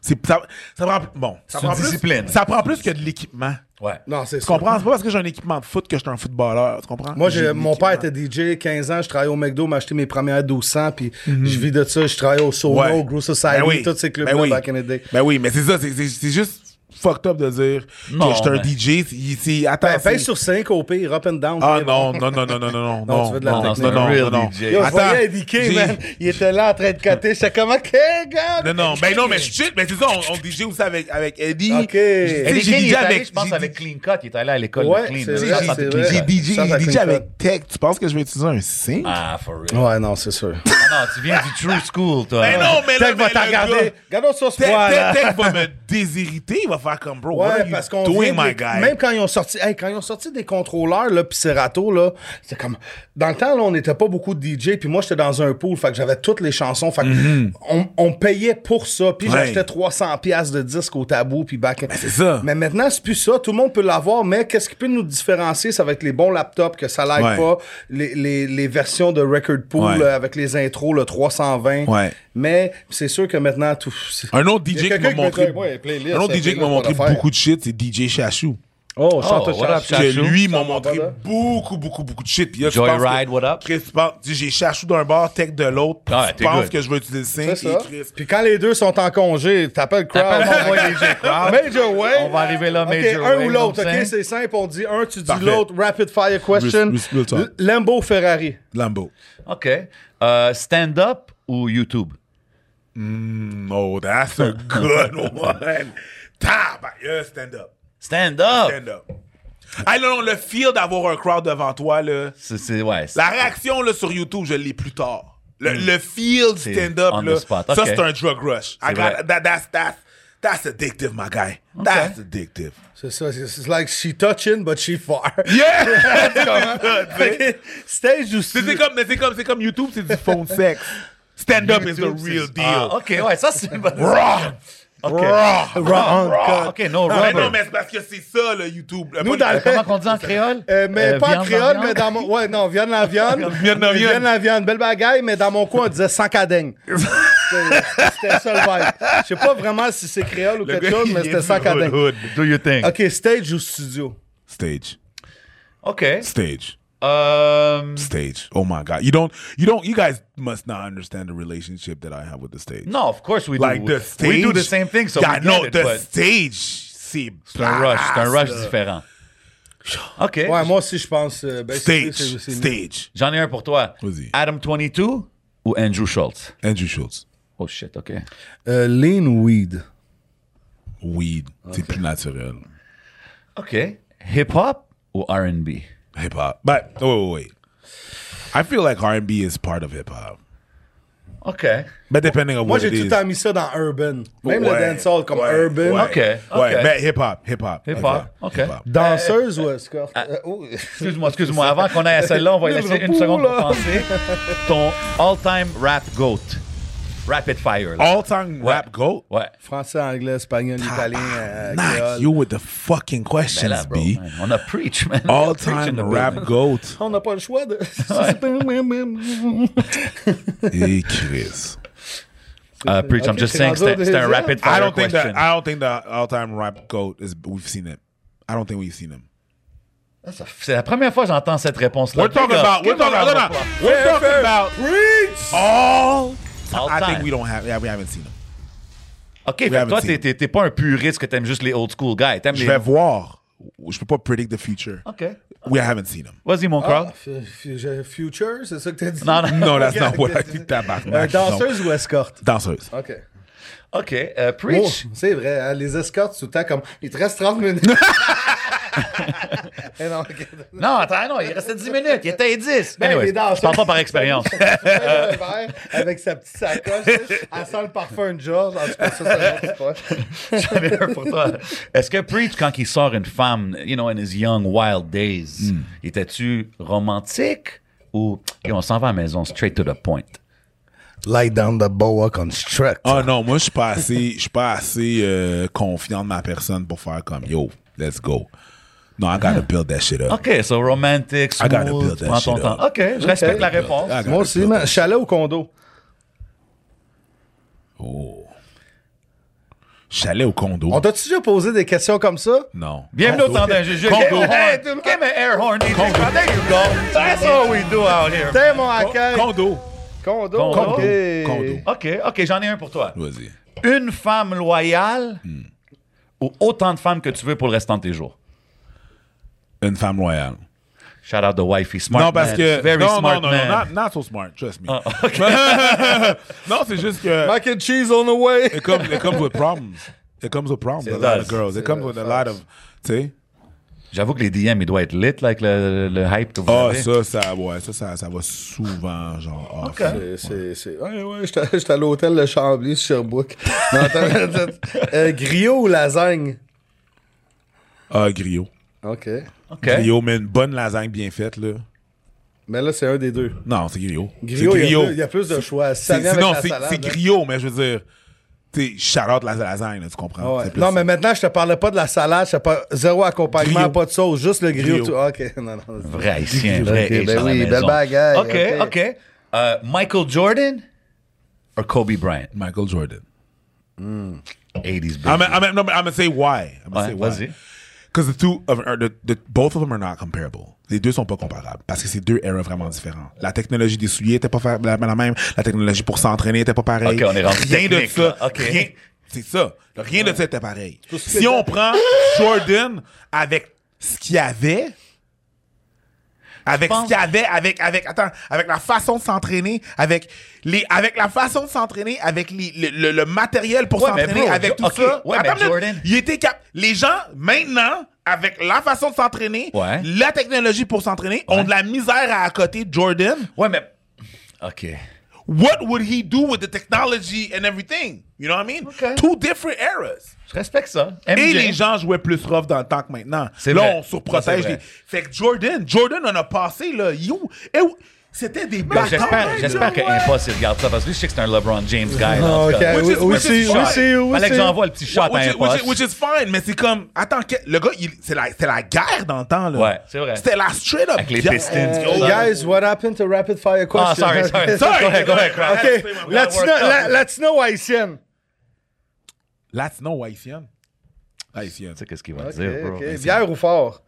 C'est, ça, ça prend, bon, ça C'est prend une discipline. Plus, ça prend plus que de l'équipement. Ouais. Non, c'est Tu ça. comprends? C'est pas parce que j'ai un équipement de foot que je suis un footballeur. Tu comprends? Moi, j'ai- J'ai de mon père l'équipement. était DJ, 15 ans, je travaillais au McDo, m'achetais mes premières 1200, puis je vis de ça, je travaille au Sono, Mhm. Ouais. au Gros Society, Ben oui. tous ces clubs Ben oui. back in the day. Ben oui, mais c'est ça. C'est, c'est, c'est juste fucked up de dire Non, que je suis un mais- DJ. C'est, c'est- attends, Ben, paye c'est- sur 5 au pire, up and down. Ah puis- non, non, non, non, non, non, non, non, tu veux de la non, technique. non, non, Real non, non. DJ. Yo, je Attends, voyais Eddie j'ai- man. Il était là en train de coter. J'étais comme, OK, gars. Non, non, ben non, mais je chill, mais c'est ça, on, on DJ aussi avec, avec Eddie. OK. J'ai- Eddie j'ai King, il DJ est allé, avec, je pense, j'ai- avec Clean Cut, il est allé à l'école Ouais, de Clean. c'est là. vrai, Ça, ça, Ah, c'est Clean vrai. Cut. j'ai DJ, Ça, ça j'ai clean DJ cut. avec Tech. Tu penses que je vais utiliser un sync? Ah, for real. Ouais, non, c'est sûr. Ah, tu viens du true school, toi. Mais Ben non, mais là, Tech va mais t'en le gars- regarder. Regarde sur ce Tech, point là. Tech- Tech va me déshériter. Il va faire comme, bro, what Ouais, are you parce qu'on doing, vient de- my guy? Même quand ils ont sorti, hey, quand ils ont sorti des contrôleurs là, puis Serato là, c'est comme dans le temps là, on n'était pas beaucoup de DJ, puis moi j'étais dans un pool, fait que j'avais toutes les chansons, fait que on, on payait pour ça, puis Mm-hmm. Ouais. Ben, j'achetais 300 pièces de disques au tabou puis back. Mais c'est ça. Mais maintenant c'est plus ça, tout le monde peut l'avoir, mais qu'est-ce qui peut nous différencier, ça va être les bons laptops que ça lag Ouais. pas, les, les, les versions de record pool Ouais. euh, avec les intros le 320. Ouais. Mais c'est sûr que maintenant tout c'est- Un autre Il y a DJ qui quelqu'un m'a qui montré, me dit, ouais, playlist, un autre ça, DJ qui m'a playlist, montré pas d'affaire. beaucoup de shit, c'est DJ Chachou. Oh, chante- what up, Que Chachou. lui m'a montré va, beaucoup, beaucoup, beaucoup de shit. Puis là, tu Joyride, penses que- what up? Chris, tu penses- tu dis, j'ai Chachou d'un bord, Tech de l'autre. Ouais, Tu t'es penses good. que je vais utiliser le C'est sync et ça. Chris. Puis quand les deux sont en congé, t'appelles Crowd. T'appelles mon boy DJ Crowd. ah. Major Way. On va arriver là, Ok, Major un Way, ou l'autre. donc OK, c'est- c'est simple. On dit un, tu dis Parfait. l'autre. Rapid fire question. Bruce- Bruce Wilson. L- Lambo Ferrari. Lambo. OK. Euh, Stand-up ou YouTube? No, that's a good one. Tab, stand up. Stand-up! Stand up. Ah non, non, le feel d'avoir un crowd devant toi, là. C'est, c'est- ouais. c'est- Hmm. La réaction là, sur YouTube, je l'ai plus tard. Le, le feel du C'est stand-up, on the là, spot. ça, Ok. c'est un drug rush. I C'est got- vrai. that- that's, that's, that's addictive, my guy. That's addictive. C'est ça. C'est c'est like she touching, but she far. Yeah! C'est ça, tu sais. OK, Stage ou C'est- c'est comme, mais c'est comme, c'est comme YouTube, c'est du phone sex. Stand-up is the real deal. Ah, OK, ouais, ça, c'est une bonne... Raw! Ah. OK. Raw! Raw, Raw! OK, no Mais rubber. non, Euh, mais c'est parce que c'est ça, le YouTube. Nous, Pas- dans le- Comment qu'on dit en créole? Euh, mais Euh, pas en viande créole, viande? mais dans mon. Ouais, non, viande la viande. Viande la viande. Viande la viande. Belle bagaille, mais dans mon coin, on disait sans cadeigne. C'était c'était ça le vibe. Je sais pas vraiment si c'est créole ou le quelque gars, chose, il mais est c'était du sans cadeigne. hood, hood. Do you think? OK, stage ou studio? Stage. OK. Stage. Euh, Stage. Oh my God. You don't, you don't, you guys must not understand the relationship that I have with the stage. no, of course we do. Like the stage. We do the same thing, so Yeah, we get no, it, the but stage, ah, c'est C'est un rush, c'est un rush blast, là. différent. OK. Ouais, moi aussi, je pense. euh, ben, c'est- Stage, c'est- c'est- stage. J'en ai un pour toi. Vas-y. Adam 22 ou Andrew Schultz? Andrew Schultz. Oh shit, OK. Euh, lean weed. Weed. C'est plus naturel. OK. Hip-hop ou R&B? Hip hop. But, oh, wait, wait. I feel like R&B is part of hip hop. OK. But depending on Moi, what j'ai it tout is. le temps mis ça dans urban. Même Ouais, le dancehall comme ouais, urban. Ouais, Ok, ok. Ouais, mais hip hop, hip hop. Hip hop, ok. hip hop. Danseuse ou escorte? Ah. Euh, oh. Excuse-moi, excuse-moi. Avant qu'on aille à celle-là, on va Le laisser une repos, seconde pour là. penser. Ton all-time rap goat. Rapid fire. là. All time rap goat. Ouais. Français, anglais, espagnol, Ah, italien, euh, Nah, créole. you with the fucking Ben questions, là, bro, B. man, On a preach, man. All Preach in time the rap building. goat. On n'a pas le choix de. Et Chris. Uh, preach, I'm Ok, just c'est saying, rendu au c'était c'était un deuxième. rapid fire I don't think question. that I don't think the all time rap goat is we've seen it. I don't think we've seen him. C'est la première fois que j'entends cette réponse-là. We're talking Big up. about we're Give a talking round of about applause. we're talking about all All I think time. we don't have yeah, we haven't seen him. OK, fait que haven't toi, seen t'es- it. t'es t'es pas un puriste que t'aimes juste les old school guys. T'aimes Je les... vais voir. Je peux pas predict the future. OK. We haven't seen him. Vas-y, mon crowd. Future, c'est ça que t'as dit? Non, non. No, that's not what I think Euh, tabarnak. Ah, Non. danseuse ou escorte? Danseuse. OK. OK, euh, Oh, preach. c'est vrai, hein, les escortes, tout le temps, comme. Il te reste 30 minutes. Eh non, ok. Non, attends, non, il restait 10 minutes. Il était 10. Ben, Anyway, les danseurs- je parle pas par expérience. Euh. Un verre avec sa petite sacoche, elle sent le parfum de George. En tout cas, ça, ça ne pas. J'en ai un pour toi. Est-ce que Preach, quand il sort une femme, you know, in his young wild days, Hmm. étais-tu romantique ou Et on s'en va à la maison, straight to the point? Light down the boa construct. Ah non, moi je suis pas assez, je suis pas assez euh, confiant de ma personne pour faire comme yo, let's go. Non, I gotta build that shit up. OK, so romantic, I gotta smooth, build that prends ton shit temps. up. OK, je respecte la réponse. I gotta Ah, Moi aussi, build man. that- Chalet au condo. Oh. Chalet au condo. On t'a-tu déjà posé des questions comme ça? Non. Bienvenue au Condo. temps d'un juge. Condo. Give me a- Give me an air horn, DJ. There you go. That's what we do out here. T'es mon accueil. Condo. Condo. Condo. OK. Condo. OK, OK, j'en ai un pour toi. Vas-y. Une femme loyale ou autant de femmes que tu veux pour le restant de tes jours? Une femme royale. Shout out the wifey smart. non, parce man. que. Very non, smart non, non, man. non, not, not so smart, trust me. Ah, OK. non, c'est juste que. Mac and cheese on the way. It comes, it comes with problems. It comes with problems. A lot does. of girls. It comes with a lot of. Tu sais? J'avoue que les DM, ils doivent être lit, là, avec le, le hype que vous Ah, avez. ça, ça, ouais, ça, ça, ça va souvent, genre. off. C'est, c'est, c'est... Ouais, ouais, j'étais, j'étais à l'hôtel Le Chambly sur Sherbrooke. Non, attends, attends. Euh, griot ou lasagne? Ah, griot. OK. OK. Griot, mais une bonne lasagne bien faite, là. Mais là, c'est un des deux. Non, c'est griot. Griot, c'est il y a griot. plus- il y, a plus de choix. Si ça C'est, vient c'est- avec non, la c'est, salade, hein. c'est là. griot, mais je veux dire, tu sais, charlotte la lasagne, là, tu comprends? Ah Ouais. C'est plus Non, ça. mais maintenant, je te parlais pas de la salade, je te par- zéro accompagnement, Griot. pas de sauce, juste le griot. Griot. tout- OK, non, non. Vrai haïtien, Ok, vrai ben riche dans la oui, maison. belle bagaille, OK, ok. OK. Euh, Michael Jordan ou Kobe Bryant? Michael Jordan. 80s, baby. I'm, I'm, no, I'm gonna say why. I'm gonna Ouais, say why. vas-y. Because the two of are the, the, both of them are not comparable. Les deux sont pas comparables parce que c'est deux eras vraiment différentes. La technologie des souliers était pas fa- la, la même. La technologie pour s'entraîner était pas pareille. Ok, on est rendu Rien de technique, ça. là. Ok. Rien. C'est ça. Rien de ça était pareil. Si on prend Jordan avec ce qu'il y avait. Avec pense- ce qu'il y avait, avec, avec, attends, avec la façon de s'entraîner, avec les, avec la façon de s'entraîner, avec les- le, le- le matériel pour Ouais, mais s'entraîner, bro, avec Jo- tout ok, ça. ouais, Attends mais une minute. Jordan- Il était cap. Les gens, maintenant, avec la façon de s'entraîner, Ouais. la technologie pour s'entraîner, ont de la misère à accoter Jordan. Ouais, mais... OK. What would he do with the technology and everything? You know what I mean? Two different eras. Je respecte ça. Et MJ. les gens jouaient plus rough dans le temps que maintenant. C'est là, vrai. on surprotège Ça, c'est les. vrai. Fait que Jordan, Jordan en a passé, là. You, eh oui, c'était des Ben, batailles. J'espère, là. j'espère que Impossible garde ça parce que lui, je sais que c'est un LeBron James guy. là, en Ah, tout OK, cas. Which oui, is- oui, which is c'est- oui, fine. c'est- oui, Fallait que c'est- j'envoie le petit shot à which, is- which is- Impossible. which is fine, mais c'est comme. Attends, que- le gars, il- c'est la, c'est la guerre dans le temps, là. Ouais, c'est vrai. C'était la straight up. Avec les guerre. Pistons. Euh, guys, what happened to rapid fire Ah, question? sorry, sorry. Sorry. Go ahead, go ahead, Craig. OK, Latino, la- Latino ou haïtienne? Latino ou haïtienne? Haïtienne. Tu sais qu'est-ce qu'il va OK, dire, bro. OK. Bière ou fort?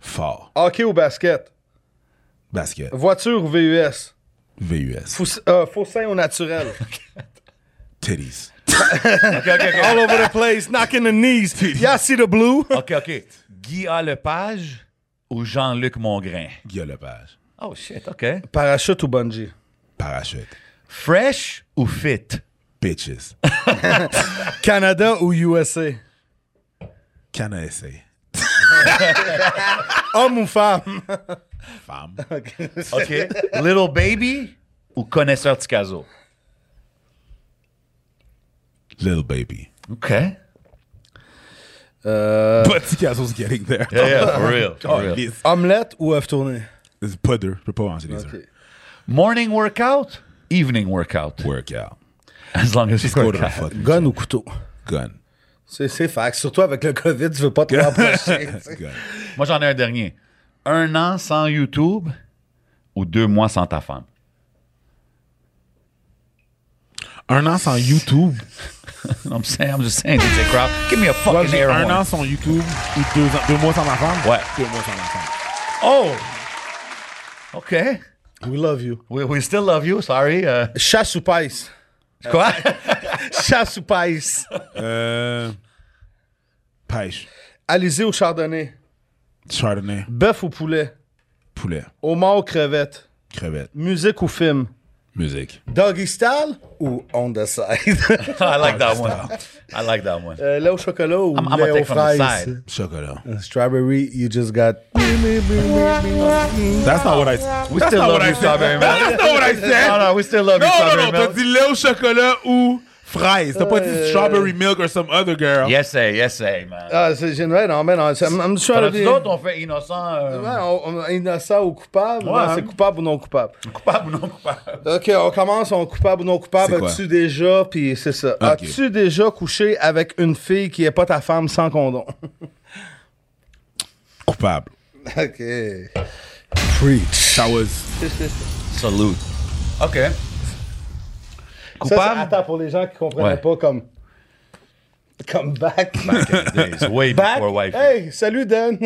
Fort. Hockey ou basket? Basket. Voiture ou VUS? VUS. Fous- euh, Faux sein ou naturel? Titties. OK, OK, All over the place, knocking the knees. Y'all see the blue? Ah, OK. OK, OK. Guy A. Lepage ou Jean-Luc Mongrain? Guillaume Lepage. Oh, shit, OK. Parachute ou bungee? Parachute. Fresh ou fit? Bitches. Canada ou USA? Can I say? Homme ou femme? Femme. OK. Little Baby ou Connaisseur Ticazo? Little baby. OK. Yeah, Euh, Petit casos getting there. yeah, for real. for Oh, real. lisse. omelette ou œuf tourné? C'est pas deux. Je peux pas manger les Ok. œufs. Morning workout, evening workout. Workout. As long as it's Go to the workout. fuck. Gun ou couteau? Gun. C'est, c'est fact. Surtout avec le COVID, tu veux pas te rapprocher. Gun. Moi, j'en ai un dernier. Un an sans YouTube ou deux mois sans ta femme? Un an sans YouTube. I'm saying, I'm just saying, DJ Crowd. Give me a fucking air un horn. an sans YouTube ou deux, ans- deux mois sans ma femme. Ouais. Deux mois sans ma femme. Oh! OK. We love you. We, we still love you, sorry. Euh, Chasse ou paisse? quoi? Chasse ou paisse? Euh, pêche. Alizé ou chardonnay? Chardonnay. Bœuf ou poulet? Poulet. Homard ou crevette? Crevette. Musique ou film? Musique. Doggy style ou on the side? I like that one. I like that one. Euh, lait au chocolat ou Ah, I'm- I'm lait gonna take aux from the fraises? side. Chocolat. Strawberry, you just got... That's not what I said. We still love you, Strawberry Man. That's not what I said. No, no, we still love you, Non, non, Strawberry non, t'as Man. dit lait au chocolat ou fraise. T'as pas dit strawberry milk or some other girl. Yes, eh, yes, eh, man. Ah, c'est génial. Non, mais non. c'est- I'm, I'm T'en trying to as-tu be- d'autres? On fait innocent, euh, Ouais, on- on- innocent ou coupable? Ouais, Non, hein. c'est coupable ou non coupable. coupable ou non coupable. OK, on commence en coupable ou non C'est coupable. quoi? As-tu déjà, puis c'est ça. As-tu déjà couché avec une fille qui est pas ta femme sans condom? Coupable. OK. That was Salute. OK. Ça, c'est- Coupable? attends, pour les gens qui comprenaient Ouais. pas comme... Comme back. Days, way Back. before wife. Hey, salut, Dan.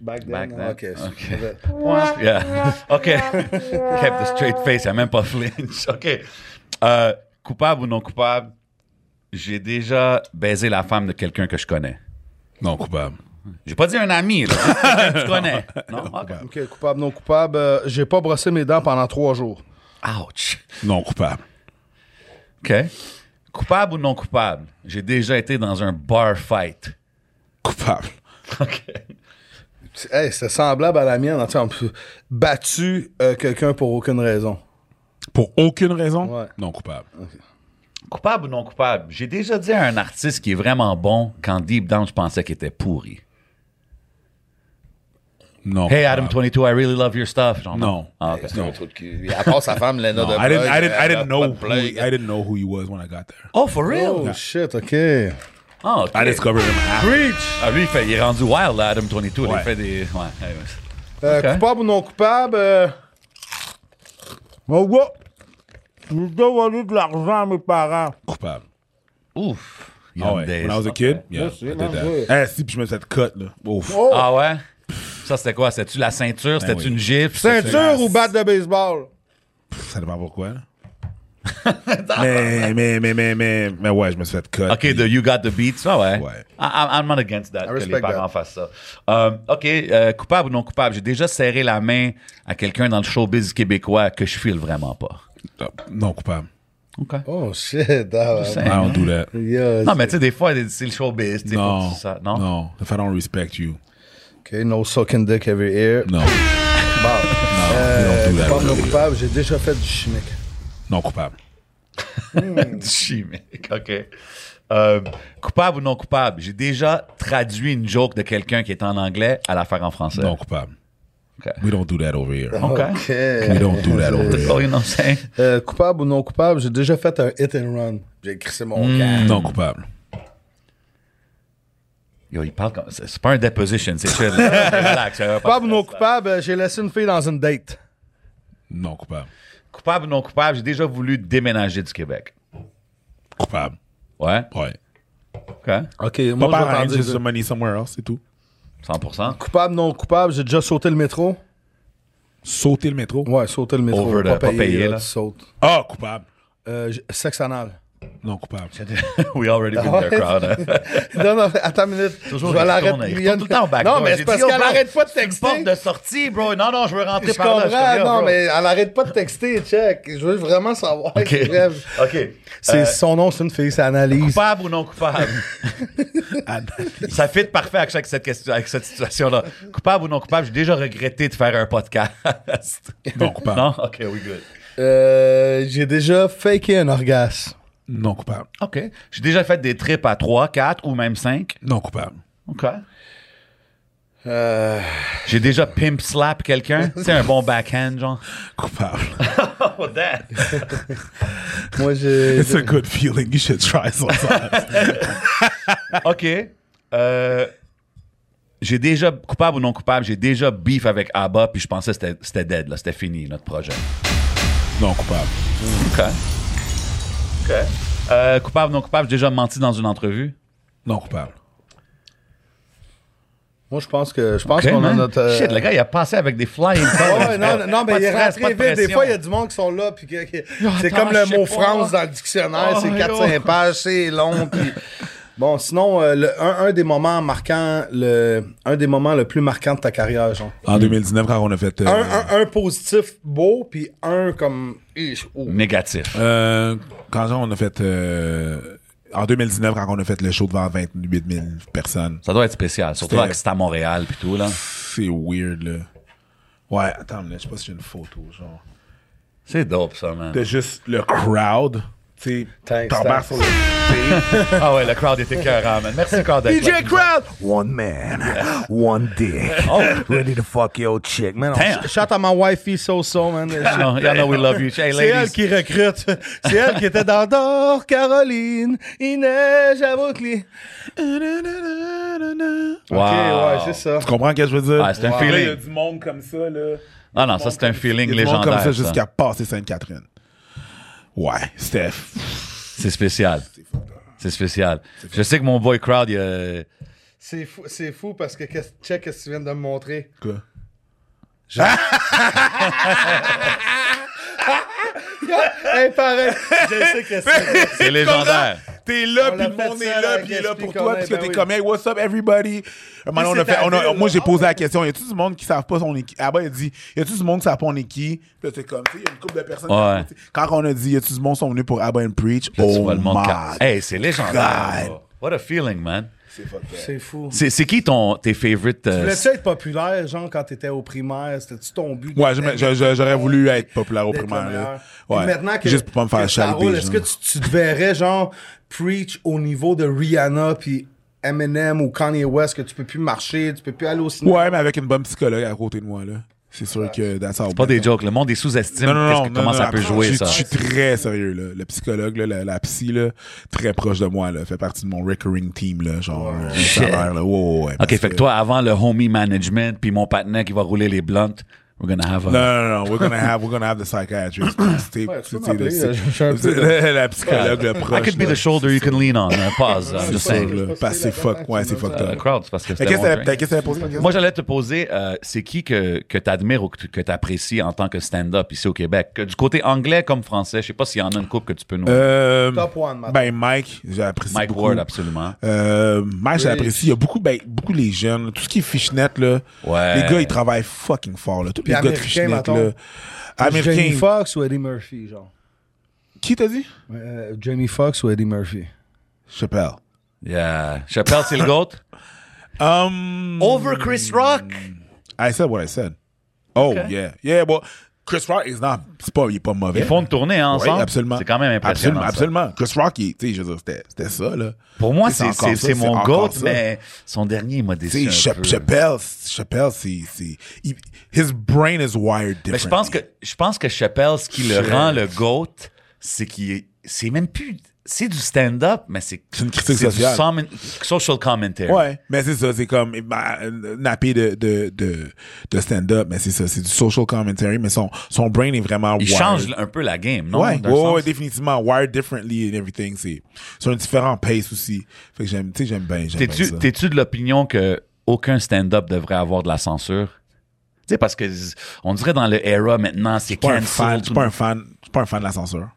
Back then. Back then. OK. c'est- OK. Yeah. OK. Kept the straight face, elle a même pas flinch. OK. Euh, coupable ou non coupable, j'ai déjà baisé la femme de quelqu'un que je connais. non coupable. J'ai pas dit un ami, là. Quelqu'un que tu connais. Non? OK. OK, coupable, non coupable. Euh, J'ai pas brossé mes dents pendant trois jours. Ouch. Non coupable. OK. Coupable ou non coupable, j'ai déjà été dans un bar fight. Coupable. OK. C'est- Hey, c'était semblable à la mienne. En tout cas, on- battu euh, quelqu'un pour aucune raison. Pour aucune raison? Ouais. Non coupable. Coupable ou non coupable, j'ai déjà dit à un artiste qui est vraiment bon quand deep down je pensais qu'il était pourri. Non. Hey coupable. Adam 22, I really love your stuff. Genre, Non. Ah, ok. Non. À part sa femme, Lena de I didn't, I didn't, I didn't know. Who, he- I didn't know who he was when I got there. Oh, for real? Oh shit, ok. Ah, ok. I discovered him. after. Ah, lui, il, fait- il est rendu wild, là, Adam 22. là, Ouais. Il fait des. Ouais, ouais, ouais. Euh, Ok. Coupable ou non coupable? euh, Mon gars, j'ai donné de l'argent à mes parents. Coupable. Ouf. Ah Young ouais. days. When I was a kid, yeah, Yes, I yeah, did man, that. Eh, si, puis je me faisais cut, là. Ouf. Oh! Ah ouais? Ça, c'était quoi? C'était-tu la ceinture? C'était-tu Ben oui. une gifle? Ceinture ou batte de baseball? Ça dépend pourquoi, là. mais, mais, mais, mais, mais, mais ouais, je me suis fait cut. OK, de You Got the Beats. Ah ouais. Ouais. I- I- I'm not against that, que les respect parents that. fassent ça. Euh, OK, euh, coupable ou non coupable, j'ai déjà serré la main à quelqu'un dans le showbiz québécois que je file vraiment pas. Non coupable. OK. Oh shit, ah, C'est- I don't do that. yeah, Non, mais tu sais, des fois, c'est le showbiz. tu sais, faut Non. que tu- ça- Non? Non. If I don't respect you. Ok, no sucking dick every ear. Non. Bon. Euh, we don't do that, coupable, non really. coupable, j'ai déjà fait du chimique. Non coupable. Du chimique, OK. Euh, coupable ou non coupable, j'ai déjà traduit une joke de quelqu'un qui est en anglais à la faire en français. Non coupable. Okay. We don't do that over here. OK. Ok. We don't do that over Oh, here. you know what I'm saying? Euh, coupable ou non coupable, j'ai déjà fait un hit and run. J'ai crissé Mm. mon camp. Non coupable. Yo, il parle comme. C'est c'est pas un deposition, c'est chill. Relax. ça va pas- Coupable ou non coupable, euh, j'ai laissé une fille dans une date. Non coupable. Coupable ou non coupable, j'ai déjà voulu déménager du Québec. Coupable. Ouais. Ouais. OK. Ok, Pas moi par j'entendais. just some money somewhere else, c'est tout. 100 Coupable, non coupable, j'ai déjà sauté le métro. Sauter le métro. Ouais, sauter le métro. Over the- pas payé, là. tu sautes. Ah, coupable. Euh, j- sexe anal. Non coupable. We already been there, crowd. hein. non, non, attends une minute. Toujours, je vais il l'arrêter. retourne, il Yann- retourne tout le temps au back Non, door. mais J'ai c'est parce dit, oh, qu'elle bro, arrête pas de C'est une porte texter. de sortie, bro. Non, non, je veux Je rentrer par comprends, là. Je suis comme, yo, non, bro. mais elle arrête pas de texter, check. Je veux vraiment savoir. OK. Euh, Bref. OK. C'est son nom, c'est une fille, ça analyse. Coupable ou non coupable? Ça fit parfait avec, chaque- cette question, avec cette situation-là. Coupable ou non coupable, j'ai déjà regretté de faire un podcast. Non coupable. Non? OK, we good. Euh, j'ai déjà faké un orgasme. Non coupable. OK. J'ai déjà fait des trips à 3, 4 ou même 5. Non coupable. OK. Euh, J'ai déjà pimp slap quelqu'un. C'est un bon backhand, genre. Coupable. Oh, damn. Moi, j'ai. It's a good feeling. You should try sometimes. OK. Euh, j'ai déjà, coupable ou non coupable, j'ai déjà beef avec ABBA, puis je pensais que c'était- c'était dead, là. C'était fini, notre projet. non coupable. OK. OK. Euh, coupable ou non coupable, j'ai déjà menti dans une entrevue. Non coupable. Moi, je pense que. Je pense OK, qu'on a man. notre. euh, Shit, le gars, il a passé avec des flying Ouais, colors. ouais, non, non, non, mais Pas de il est stress, rentré pas de vite. Des pression. Ah, fois, il y a du monde qui sont là. Puis que- que- c'est attends, comme je le sais mot pas. France dans le dictionnaire. Oh, c'est yo. 400 pages, c'est long. puis- Bon, sinon, euh, le- un, un des moments marquants, le, un des moments le plus marquant de ta carrière, genre. En 2019, quand on a fait. euh, Un, un, un positif beau, puis un comme. Ich, oh. Négatif. euh, quand on a fait. euh, en 2019, quand on a fait le show devant 28 000 personnes. Ça doit être spécial, surtout C'était- avec c'est à Montréal puis tout là. C'est weird, là. Ouais, attends, mais je sais pas si j'ai une photo, genre. C'est dope ça, man. T'as juste le crowd. Tu sais, Thanks, t'embarques sur thanks. le. Ah ouais, le crowd était écœurant, man. Merci encore d'être là. DJ Crowd! One man, one dick. Ready to fuck your chick, man. Damn. Shout à ma wifey, so so, man. Ah, Non, y'all know we love you. Hey, C'est elle ladies. qui recrute. C'est elle qui était dans Nord Caroline. Inès, Javocli. Wow. Ok, ouais, c'est ça. Tu comprends ce que je veux dire? Ouais, Ah, c'est un Là, feeling. Il y a du monde comme ça, là. Ah non, ça c'est un Il feeling y a du monde comme légendaire. ça ça. jusqu'à passer Sainte-Catherine. Ouais, Steph. C'est spécial. C'est spécial. Je sais que mon boy crowd, il a... C'est fou, c'est fou parce que qu'est-ce- check ce que tu viens de me montrer. Quoi? hey, pareil. Je sais que c'est. c'est légendaire. T'es là, On puis l'a le fait monde ça, est là, là, puis il est avec là SP pour toi, qu'on parce est, que t'es ben comme, hey, what's up, everybody? Un moment, on c'est a fait, ta on a- ville, Ah moi, j'ai là. posé la question, y a-tu du monde qui savent pas son équipe? Ah, ben, il dit, y a-tu du monde qui savent pas on est qui? Puis là, t'es comme, tu sais, y a une couple de personnes. qui Ouais. savent pas, tu sais. Quand on a dit, y a-tu du monde qui sont venus pour Abba and ah ben, Preach? Là, tu oh, vois le monde my ca- Hey, c'est légendaire. God. bro. What a feeling, man. C'est fucked up. C'est fou. C'est c'est qui ton, tes favorites? euh, Tu voulais-tu être populaire, genre, quand t'étais au primaire? C'était-tu ton but? Ouais, j'aimais- je- je- j'aurais voulu être populaire au D'être primaire. le là. meilleur. Ouais. Et maintenant que, Juste pour pas me faire que ça roule, chalper. Est-ce que tu, tu te verrais, genre, preach au niveau de Rihanna puis Eminem ou Kanye West que tu peux plus marcher, tu peux plus aller au cinéma? Ouais, mais avec une bonne psychologue à côté de moi, là. C'est sûr que that's how Pas des jokes, le monde est sous-estime Non, non, qu'est-ce non, que- non, comment non, ça peut attends, jouer, je, ça. Je suis très sérieux, là. Le psychologue, là, la, la psy, là, très proche de moi, là. Fait partie de mon recurring team, là. Genre, euh, le salaire, là. Ouais, ouais, ouais, OK, parce fait que toi, avant le homie management, puis mon partenaire qui va rouler les blunts, we're gonna have a... Non, non, non, we're gonna have, we're gonna have the psychiatrist. C'est- Ouais, tu peux c'est- m'appeler, c'est- euh, je- je suis un peu- c'est- La psychologue, le proche. I could be là. the shoulder you can lean on. Uh, pause. I'm just C'est sûr, saying. là. Parce que c'est fuck, ouais, c'est fucked euh, Uh, up. crowd, c'est parce que Fait c'était qu'est-ce mon que t'as- drink. t'as- qu'est-ce que t'as posé comme question? Moi, j'allais te poser, euh, c'est qui que, que t'admires ou que, tu- que t'apprécies en tant que stand-up ici au Québec? Que du côté anglais comme français, je sais pas s'il y en a une coupe que tu peux nous... Euh, Top one, maintenant. ben Mike, j'ai apprécié Mike beaucoup. Ward, absolument. Euh, moi, Oui. j'apprécie. Il y a beaucoup, ben, beaucoup les jeunes. là. Tout ce qui est fishnet, là. Ouais. Les gars, ils travaillent fucking fort, là. Tous Puis les gars de américain, fishnet, mettons. là. Jamie Américain. Foxx ou Eddie Murphy, genre? Qui t'a dit? Euh, Jamie Foxx ou Eddie Murphy? Chappelle. Yeah. Chappelle, c'est le GOAT? Um, Over Chris Rock? I said what I said. Oh, yeah. Yeah, well, Chris Rock is not, c'est pas, il est pas mauvais. Ils font une tournée hein, Oui, ensemble. absolument. C'est quand même impressionnant. Absolument, ça. absolument. Chris Rock, il- tu sais, je veux dire, c'était- c'était ça, là. Pour moi, Tu sais, c'est encore c'est- ça, c'est mon encore GOAT, ça. mais son dernier, il m'a déçu. Tu sais, un Cha- peu. Chappelle, Chappelle, c'est, c'est, il- his brain is wired differently. Mais Ben, je pense que je pense que Chappelle, ce qui le Shit. rend le GOAT, c'est qu'il est. C'est même plus. C'est du stand-up, mais c'est. C'est une critique du sociale. somin- social commentary. Ouais, mais c'est ça, c'est comme eh ben, euh, nappé de, de, de, de stand-up, mais c'est ça, c'est du social commentary, mais son, son brain est vraiment Il wired. change un peu la game, non? ouais, D'un ouais, sens? ouais, définitivement, wired differently and everything, c'est c'est un différent pace aussi. Fait que j'aime, tu sais, j'aime bien, j'aime bien T'es-tu Ben, ça. t'es-tu de l'opinion que aucun stand-up devrait avoir de la censure? Tu sais, parce que z- on dirait dans le era maintenant, c'est Je suis pas un fan, cancel. je tout suis le pas un fan, je suis pas un fan de la censure.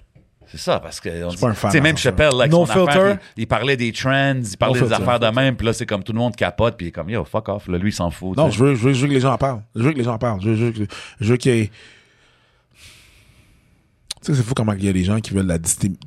C'est ça, parce que. on suis pas un dit- fan Tu sais, même de ça. Chappelle, là, avec No son affaire, filter. puis il parlait des trends, il parlait No des filter. affaires de même, puis là, c'est comme tout le monde capote, puis il est comme, yo, fuck off, là, lui, il s'en fout. Non, tu sais. je veux, je veux, je veux que les gens en parlent. Je veux que les gens en parlent. Je veux, je veux, que- je veux qu'il y ait... Tu sais, c'est fou comment il y a des gens qui veulent la déstim-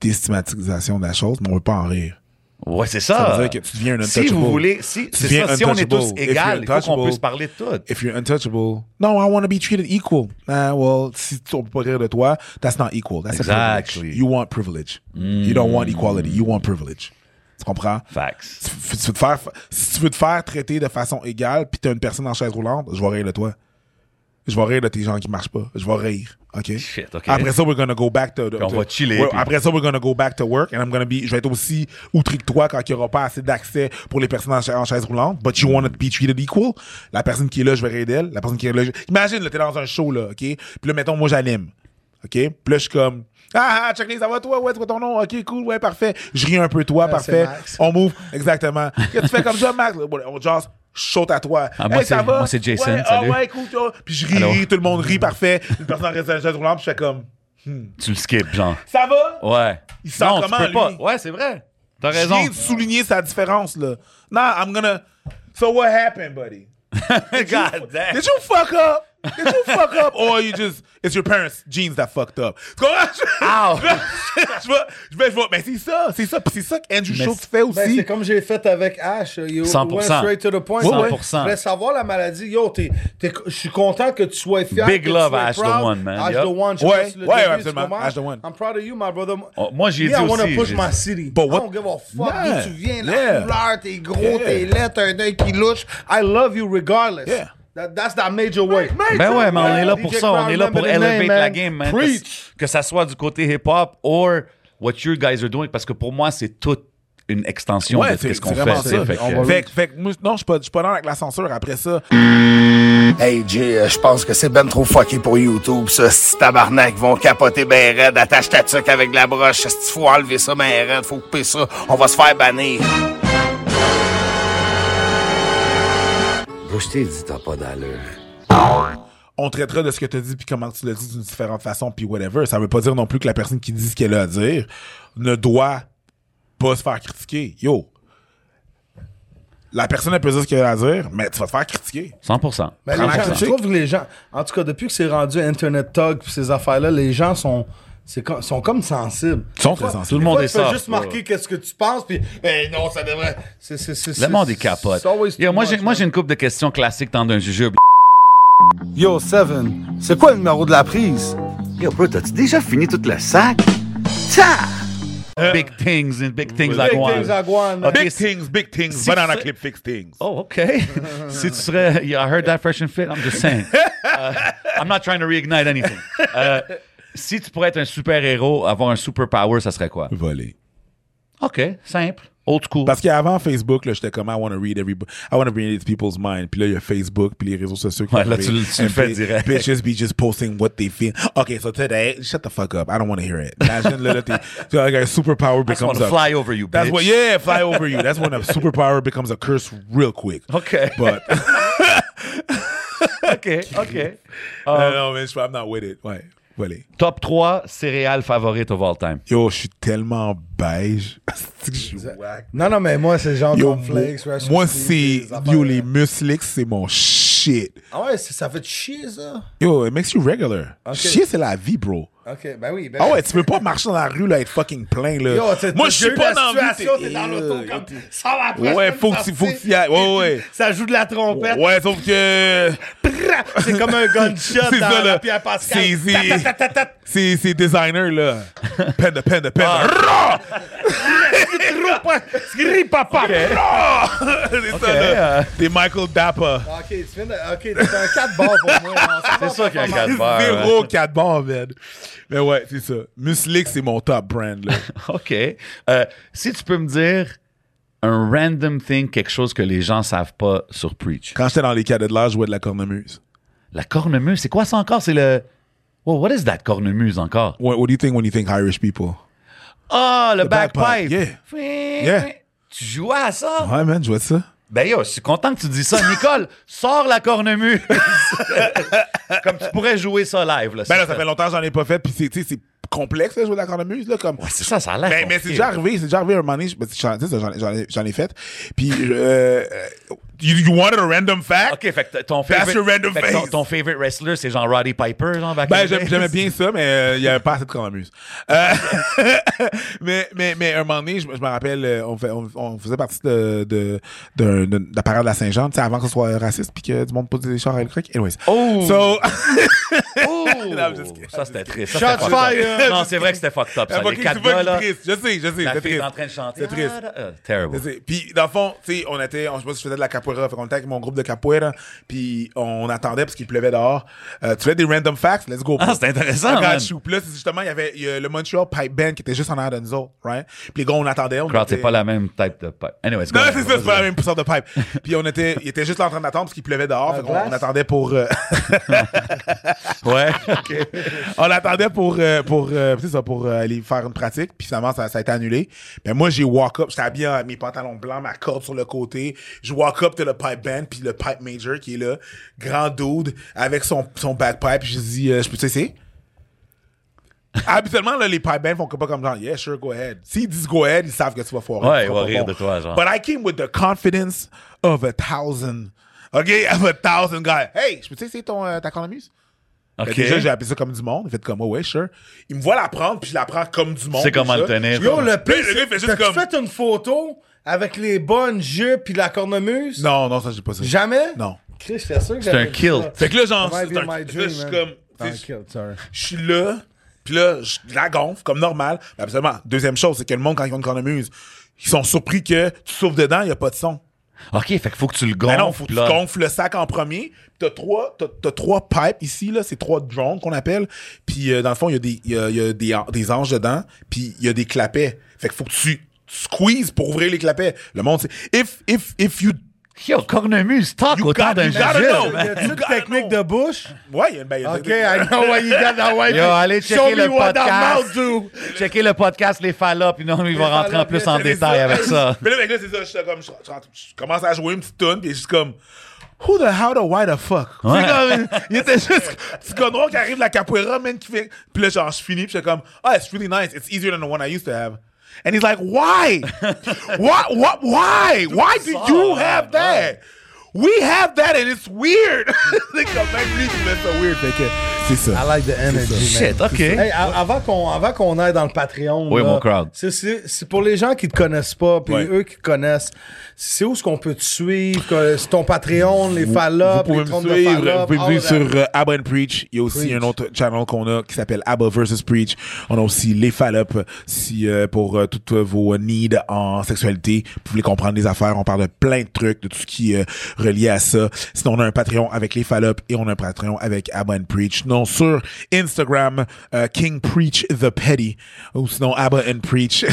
déstigmatisation de la chose, mais on veut pas en rire. Ouais, c'est Ça ça. veut dire que tu deviens un Si untouchable. vous voulez, si, Tu c'est deviens ça, si on est tous untouchable. If égaux, il you're faut qu'on untouchable, puisse parler de tout. If you're untouchable, no, I want to be treated equal. Ah, well, si tu- on peut pas rire de toi, that's not equal. That's a Exactly. privilege. You want privilege. You don't want equality. You want privilege. Tu comprends? Facts. Tu- tu- tu veux te faire, si tu veux te faire traiter de façon égale, puis t'as une personne en chaise roulante, je vais rire de toi. Je vais rire de tes gens qui marchent pas. Je vais rire. OK? Shit, OK. Après ça, we're gonna go back to. Puis on to- va chiller, Ouais, puis- Après ça, we're gonna go back to work and I'm gonna be. Je vais être aussi outré que toi quand il n'y aura pas assez d'accès pour les personnes en, cha- en chaise roulante. But you want to be treated equal. La personne qui est là, je vais rire d'elle. La personne qui est là, je... imagine, là, t'es dans un show là, ok. Puis là, mettons, moi j'anime, ok. Puis là, je suis comme. Ah, ah, check les, ça va toi? Ouais, c'est quoi ton nom? Ok, cool, ouais, parfait. Je ris un peu, toi, c'est parfait. Max. On move, exactement. Qu'est-ce que tu fais comme ça, Max? Bon, On jase, je saute à toi. Ah, moi, Hey, ça c'est- va? moi, c'est Jason, Ouais, ah, salut. ouais, cool, toi. Puis je ris, Allô? tout le monde rit, parfait. Une personne reste à la chaise roulante, puis je fais comme. Tu le skips, genre. Ça va? Ouais. Il sent non, comment, tu peux lui? pas. Ouais, c'est vrai. T'as Je raison. viens de souligner sa différence, là. Nah, I'm gonna. So what happened, buddy? God damn. Did you fuck up? Did you fuck up? Or you just. It's your parents' jeans that fucked up. Tu comprends? Ow. Je vais- je vais- je vais- je vais- Mais c'est ça, c'est ça. Puis c'est ça qu'Andrew Mais Schultz fait Ben, aussi. c'est comme j'ai fait avec Ash. euh, You 100%. went straight to the point. Ouais, ouais. 100%. Je voulais savoir la maladie. Yo, t'es- t'es- je suis content que tu sois fier. Big que tu love sois à Ash the proud. One, man. Ash Yup. the One. je Ouais, pense, le ouais, début, absolument. tu comprends? Ash the One. I'm proud of you, my brother. Oh, moi, j'ai Yeah, dit I wanna aussi, push j'ai my dit- city. But what- I don't give a fuck Yeah. d'où tu viens, Yeah. la couleur, t'es gros, Yeah. t'es laid, t'as un œil qui louche. I love you regardless. Yeah. That- that's that major way. Ben ouais, mais on est là pour DJ ça. On Crowd, est là pour remember the name, elevate la man. game, man. Preach. Que, que ça soit du côté hip-hop or what you guys are doing. Parce que pour moi, c'est toute une extension Ouais, de ce c'est qu'on c'est fait. vraiment tu ça. sais, Fait On que- va- Fait que- fait que moi, non, je suis pas- je suis pas dans avec la censure après ça. Hey Jay, euh, je pense que c'est ben trop fucké pour YouTube, ça. Si tabarnak ils vont capoter ben raide, attache ta tuque avec la broche. Si faut enlever ça ben raide, faut couper ça, on va se faire bannir. Bro, je t'ai dit, t'as pas d'allure. on traitera de ce que tu as dit puis comment tu l'as dit d'une différente façon puis whatever. Ça veut pas dire non plus que la personne qui dit ce qu'elle a à dire ne doit pas se faire critiquer. Yo. La personne elle peut dire ce qu'elle a à dire, mais tu vas te faire critiquer. 100%. Mais Ben, les Prends la gens, je critique. trouve que les gens, en tout cas, depuis que c'est rendu Internet Tug pis ces affaires-là, les gens sont c'est co- sont comme sensibles. Ils sont très Toi, sensibles. des Tout le monde fois, est tu fais soft, juste là. marquer qu'est-ce que tu penses, puis ben non, ça devrait. C'est, c'est, c'est, Le monde est capote. Yo, moi, j'ai, moi, hein. j'ai une couple de questions classiques dans un jujube. Yo, Seven, c'est quoi le numéro de la prise? Yo, bro, t'as-tu déjà fini toute la sac? Ça! Big things and Euh, big things Big like one. things like one. Ok, Big si- things, big things, si banana c'est- clip fix things. Oh, okay. si tu serais, yeah, I heard that fresh and fit. I'm just saying. Uh, I'm not trying to reignite anything. Uh, si tu pourrais être un super héros, avoir un super power, ça serait quoi? Voler. Ok, simple, old school. Parce qu'avant Facebook, là, j'étais comme I want to read every, I want to read people's mind. Puis là, il y a Facebook, puis les réseaux sociaux. qui Ouais, sont là, arrivés. tu le- tu le And fais bi- direct. Bitches be just posting what they feel. Okay, so today, shut the fuck up. I don't want to hear it. Imagine, là, là, t'es, t'es like a superpower I just want becomes to a. fly over you, bitch. That's what, yeah, fly over you. That's when a superpower becomes a curse real quick. Okay. Um, But Ok, ok. no, no, man, I'm not with it. Ouais, voler. Top 3 céréales favorites of all time. Yo, je suis tellement beige. C'est que je suis whack. Non, non, mais moi, c'est genre Yo, cornflakes, moi, Rice moi, c'est. Krispies, des Yo, affaires, les là. muslix, c'est mon shit. Ah ouais, c'est- ça fait chier, ça. Yo, it makes you regular. Ok. Chier, c'est la vie, bro. Ok, ben oui. Ben Ah ouais, tu peux pas marcher dans la rue, là, être fucking plein, là. Yo, t'es- Moi, t'es je suis déjà pas eu dans la vie, situation, t'es- T'es dans l'auto Euh, comme ça va après. Ouais, faut que tu- faut que tu y ailles. Ouais, ouais. Ça joue de la trompette. Ouais, sauf que. C'est comme un gunshot C'est dans la ça, là. Pierre Pascal. C'est- c'est- Ta, ta, ta, ta, ta. C'est c'est designer, là. Panda, panda, panda. Ah. Rah! Gris, papa. Rah! C'est ça, là. T'es Michael Dapper. Ah, Ok, tu viens de. Ok, c'est un 4 bars pour moi. non, pas ça qu'il y a un vraiment- quatre hein. barres. ouais. Zéro 4 bars, man. Mais ouais, c'est ça. Muslix, c'est mon top brand, là. OK. Euh, si tu peux me dire un random thing, quelque chose que les gens savent pas sur Preach. Quand j'étais dans les cadets de l'âge, je jouais de la cornemuse. La cornemuse, c'est quoi ça encore? C'est le... Well, what is that cornemuse encore? What, what do you think when you think Irish people? Ah, le, bagpipe, bagpipe! Yeah. Tu jouais à ça? Ouais, man, je vois ça. Ben yo, je suis content que tu dis ça. Nicole, sors la cornemuse! Comme tu pourrais jouer ça live. Là, Ben là, ça fait longtemps que j'en ai pas fait, puis c'est, tu sais, c'est complexe, là, jouer de la cornemuse, là, comme... Ouais, c'est ça, ça a l'air Ben, Mais, mais c'est compliqué. déjà arrivé, c'est déjà arrivé un moment donné, je- ben, j'en, tu sais, j'en, j'en ai- j'en ai fait, puis... Euh, euh, you, you wanted a random fact? OK, fait que t- ton That's favorite... your random fait que ton, face. ton favorite wrestler, c'est genre Roddy Piper, genre, back in Ben, the j'aime- days. j'aimais bien ça, mais euh, il y avait pas assez de cornemuse. Euh, mais, mais, mais un moment donné, je, je me rappelle, euh, on, fait- on- on faisait partie de, de, de- de- de la parade de la Saint-Jean, tu sais, avant que ce soit raciste, puis que du monde pose des chars à l'électrique. Anyways. Oh! So, Oh! I'm just kidding. ça, c'était triste. Ça, Shots c'était fucked up. fired. Non, c'est vrai que c'était fucked up. Ça. Ah, Ok, Les tu quatre vois que gars, là, c'est triste. Je sais, je sais. la c'est fille est triste. en train de chanter. C'est triste. Ah, ah, terrible. Je sais. Puis, dans le fond, tu sais, on était, on, je sais pas si je faisais de la capoeira, fait qu'on était avec mon groupe de capoeira, puis on attendait parce qu'il pleuvait dehors. Euh, tu fais des random facts, let's go. Ah, c'est intéressant, I got man. you. Puis là, c'est justement, il y avait il y a le Montreal Pipe Band qui était juste en arrière de nous autres, right? Puis les gars, on attendait. On Crowd, c'est était- pas la même type de pipe. Anyways, go Non, ahead. c'est ça, c'est pas la même sorte de pipe. Puis on était, il était juste là en train d'attendre parce qu'il pleuvait dehors, fait qu'on on attendait pour, euh, Ouais, OK. on l'attendait pour, euh, pour, euh, c'est ça, pour euh, aller faire une pratique. Puis finalement, ça, ça a été annulé. Mais moi, j'ai walk-up. J'étais habillé en mes pantalons blancs, ma corde sur le côté. Je walk-up, t'as le pipe band, puis le pipe major qui est là. Grand dude, avec son, son bagpipe. Puis je dis, euh, je peux essayer? Habituellement, là, les pipe bands font pas comme genre, yeah, sure, go ahead. S'ils disent go ahead, ils savent que tu vas foirer. Ouais, tu ils seras vont pas rire de toi, genre. But I came with the confidence of a thousand. OK, of a thousand guys. Hey, je peux essayer ton, euh, ta cornemuse? OK. Fait que Ben, Déjà, j'ai appelé ça comme du monde. Il fait comme, ouais, ouais, sure. Il me voit la prendre, puis je la prends comme du monde. C'est comment le déjà. tenir. Yo, Ben, le Puis pire, le gars, il fait juste t'as-tu comme- fait une photo avec les bonnes jupes puis la cornemuse? Non, non, ça, j'ai pas ça. Jamais? Non. Chris, j'étais sûr que C'est un j'avais vu kill. ça. Fait que là, genre, That might c'est be un- my là, dream, je suis man. comme, C'est un tu sais, kill, sorry. je suis là, puis là, je la gonfle, comme normal. Mais absolument. Deuxième chose, c'est que le monde, quand ils ont une cornemuse, ils sont surpris que tu souffles dedans, il n'y a pas de son. OK, fait qu'il faut que tu le gonfles. Mais Ben non, faut que tu là. gonfles le sac en premier. Puis T'as trois, t'as, t'as trois pipes ici là, c'est trois drones qu'on appelle. Puis euh, dans le fond, il y a des, il y a, il y a des, an- des anges dedans. Puis il y a des clapets. Fait que faut que tu squeezes pour ouvrir les clapets. Le monde, c'est if if if you Yo, cornemuse, talk You autant got- d'un you gotta jujube, know. man. Y a-tu You une gotta technique know. de bouche? ouais, il y a- ben, il y a Ok, I know what you got that way. Yo, allez Show me checker le what that podcast. mouth do. Checker le podcast Les Fallops, puis non, ils vont rentrer en Fallops, plus yes, en c'est détail avec ça. Mais là, mec, là, c'est ça, je, suis comme, je, je- je commence à jouer une petite tune, puis juste comme, who the how the why the fuck? Ouais. C'est comme, il était juste, petit conneron qui arrive de la capoeira, man, qui fait, puis là, genre, je finis, puis j'étais comme, oh, it's really nice, it's easier than the one I used to have. And he's like, why? what, what, why? Why do you have that? We have that and it's weird. C'est comme, même lui, il trouvait ça weird, fait que, C'est ça. I like the energy, man. Shit, OK. Hey, a- avant qu'on avant qu'on aille dans le Patreon, Oui, là, mon crowd. C'est, c'est- c'est pour les gens qui te connaissent pas, puis Ouais. eux qui te connaissent. C'est où ce qu'on peut te suivre que- C'est ton Patreon, les Fallops, Vous les Ah, pouvez me trompes de suivre, vous Fallops, pouvez me all suivre that. sur euh, Abba and Preach. Il y a aussi Preach. un autre channel qu'on a qui s'appelle Abba versus Preach. On a aussi les Fallops si, euh, pour euh, toutes euh, vos needs en sexualité. Vous voulez comprendre les affaires. On parle de plein de trucs, de tout ce qui est euh, relié à ça. Sinon, on a un Patreon avec les Fallops et on a un Patreon avec Abba and Preach. Non, sur Instagram, euh, King Preach the Petty. Ou sinon, Abba and Preach.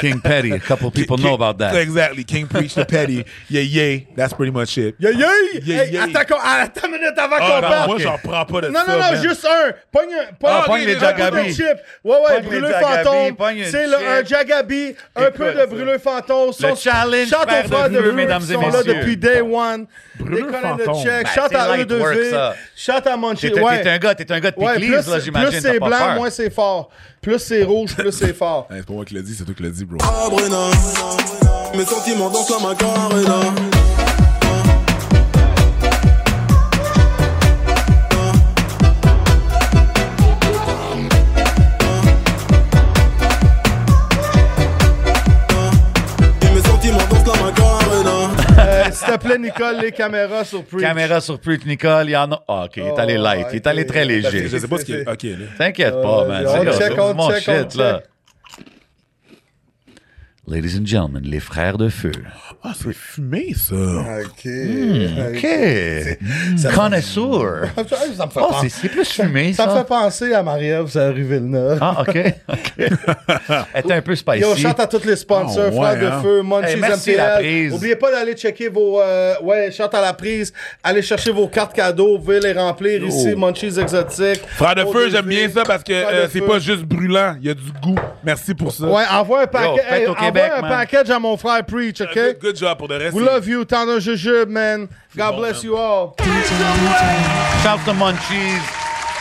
King Petty. A couple people know about that. Exactly. King Preach the Petty. Yeah, yeah. That's pretty much it. Yeah, yeah! Yeah, Hey, yeah. Attends, qu'on- attends une minute avant Ah, qu'on non, parte. moi, j'en prends pas de Non, ça. non, non, man. juste un. Pogne un. Pogne, Ah, un- pogne les un peu de Jagabi. chip. Ouais, ouais, Pogne les brûleux Jagabi, fantôme. pogne une C'est le- un chip. jagabi, un peu de ça. brûleux fantôme. Son- challenge Chante frère aux de frères de Brûleux, Brûleux mesdames qui et sont là messieurs. depuis day one. Brûleux Des colonnes de fantôme. check. Ben, Chante c'est à eux light deux work, ça. Chante à Munchie. T'es t'es- Ouais. t'es un gars, t'es un gars de Ouais, Piclis, plus, là, j'imagine. plus t'as c'est pas blanc, peur. moins c'est fort. Plus c'est rouge, plus c'est fort. Hey, c'est pas moi qui l'ai dit, c'est toi qui l'as dit, bro. Sabrina. Ah, Mes sentiments dansent la macarena. Et mes sentiments dansent la macarena. Euh, S'il te plaît, Nicole, les caméras sur Preach. Caméra sur Preach, Nicole, il y en a. Ah, OK, il est allé Oh, light, il est allé ok. très léger. Je sais pas ce qui est. Ok, là. T'inquiète pas, man. on C'est là, check, c'est on mon check, on check. shit, là. Ladies and gentlemen, les frères de feu. Ah, c'est fumé, ça. OK. OK. Connoisseur. Ça me fait- ça me fait Oh, penser- c'est- c'est plus fumé, Ça ça. me fait penser à Marie-Ève sur la rue Villeneuve. Ah, OK. OK. Elle était un peu spicy. Yo, chante à tous les sponsors, Ah, ouais, Frères de hein. Feu, Munchies Hey, merci, MTL. La Prise. Oubliez pas d'aller checker vos... euh, ouais, chante à la prise. Allez chercher vos cartes cadeaux. Vous pouvez les remplir ici, Munchies Exotiques. Frère de Au feu, début. j'aime bien ça parce que Frères euh, de c'est Feu. pas juste brûlant, il y a du goût. Merci pour ça. Ouais, envoie un, paquet, faites hey, au envoie Québec, un man. package à mon frère Preach, OK? Good, good job É assim. pour le reste. We love you. T'en as un jujube, man. God bon, bless man. you all. Shout to Munchies,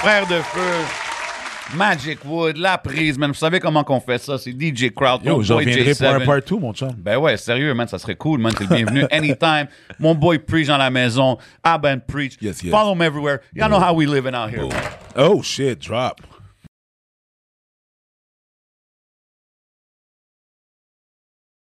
Frères de Feu, Magic Wood, La Prise, man. Vous savez comment qu'on fait ça? C'est DJ Crowd. Yo, nos je boy reviendrai pour un J7. é part 2, mon chum. Ben ouais, sérieux, man, ça serait cool, man. T'es le bienvenu anytime. Mon boy Preach dans la maison. Abba and Preach. Yes, yes. Follow him everywhere. Y'all know how we living out here. man. Oh shit, drop.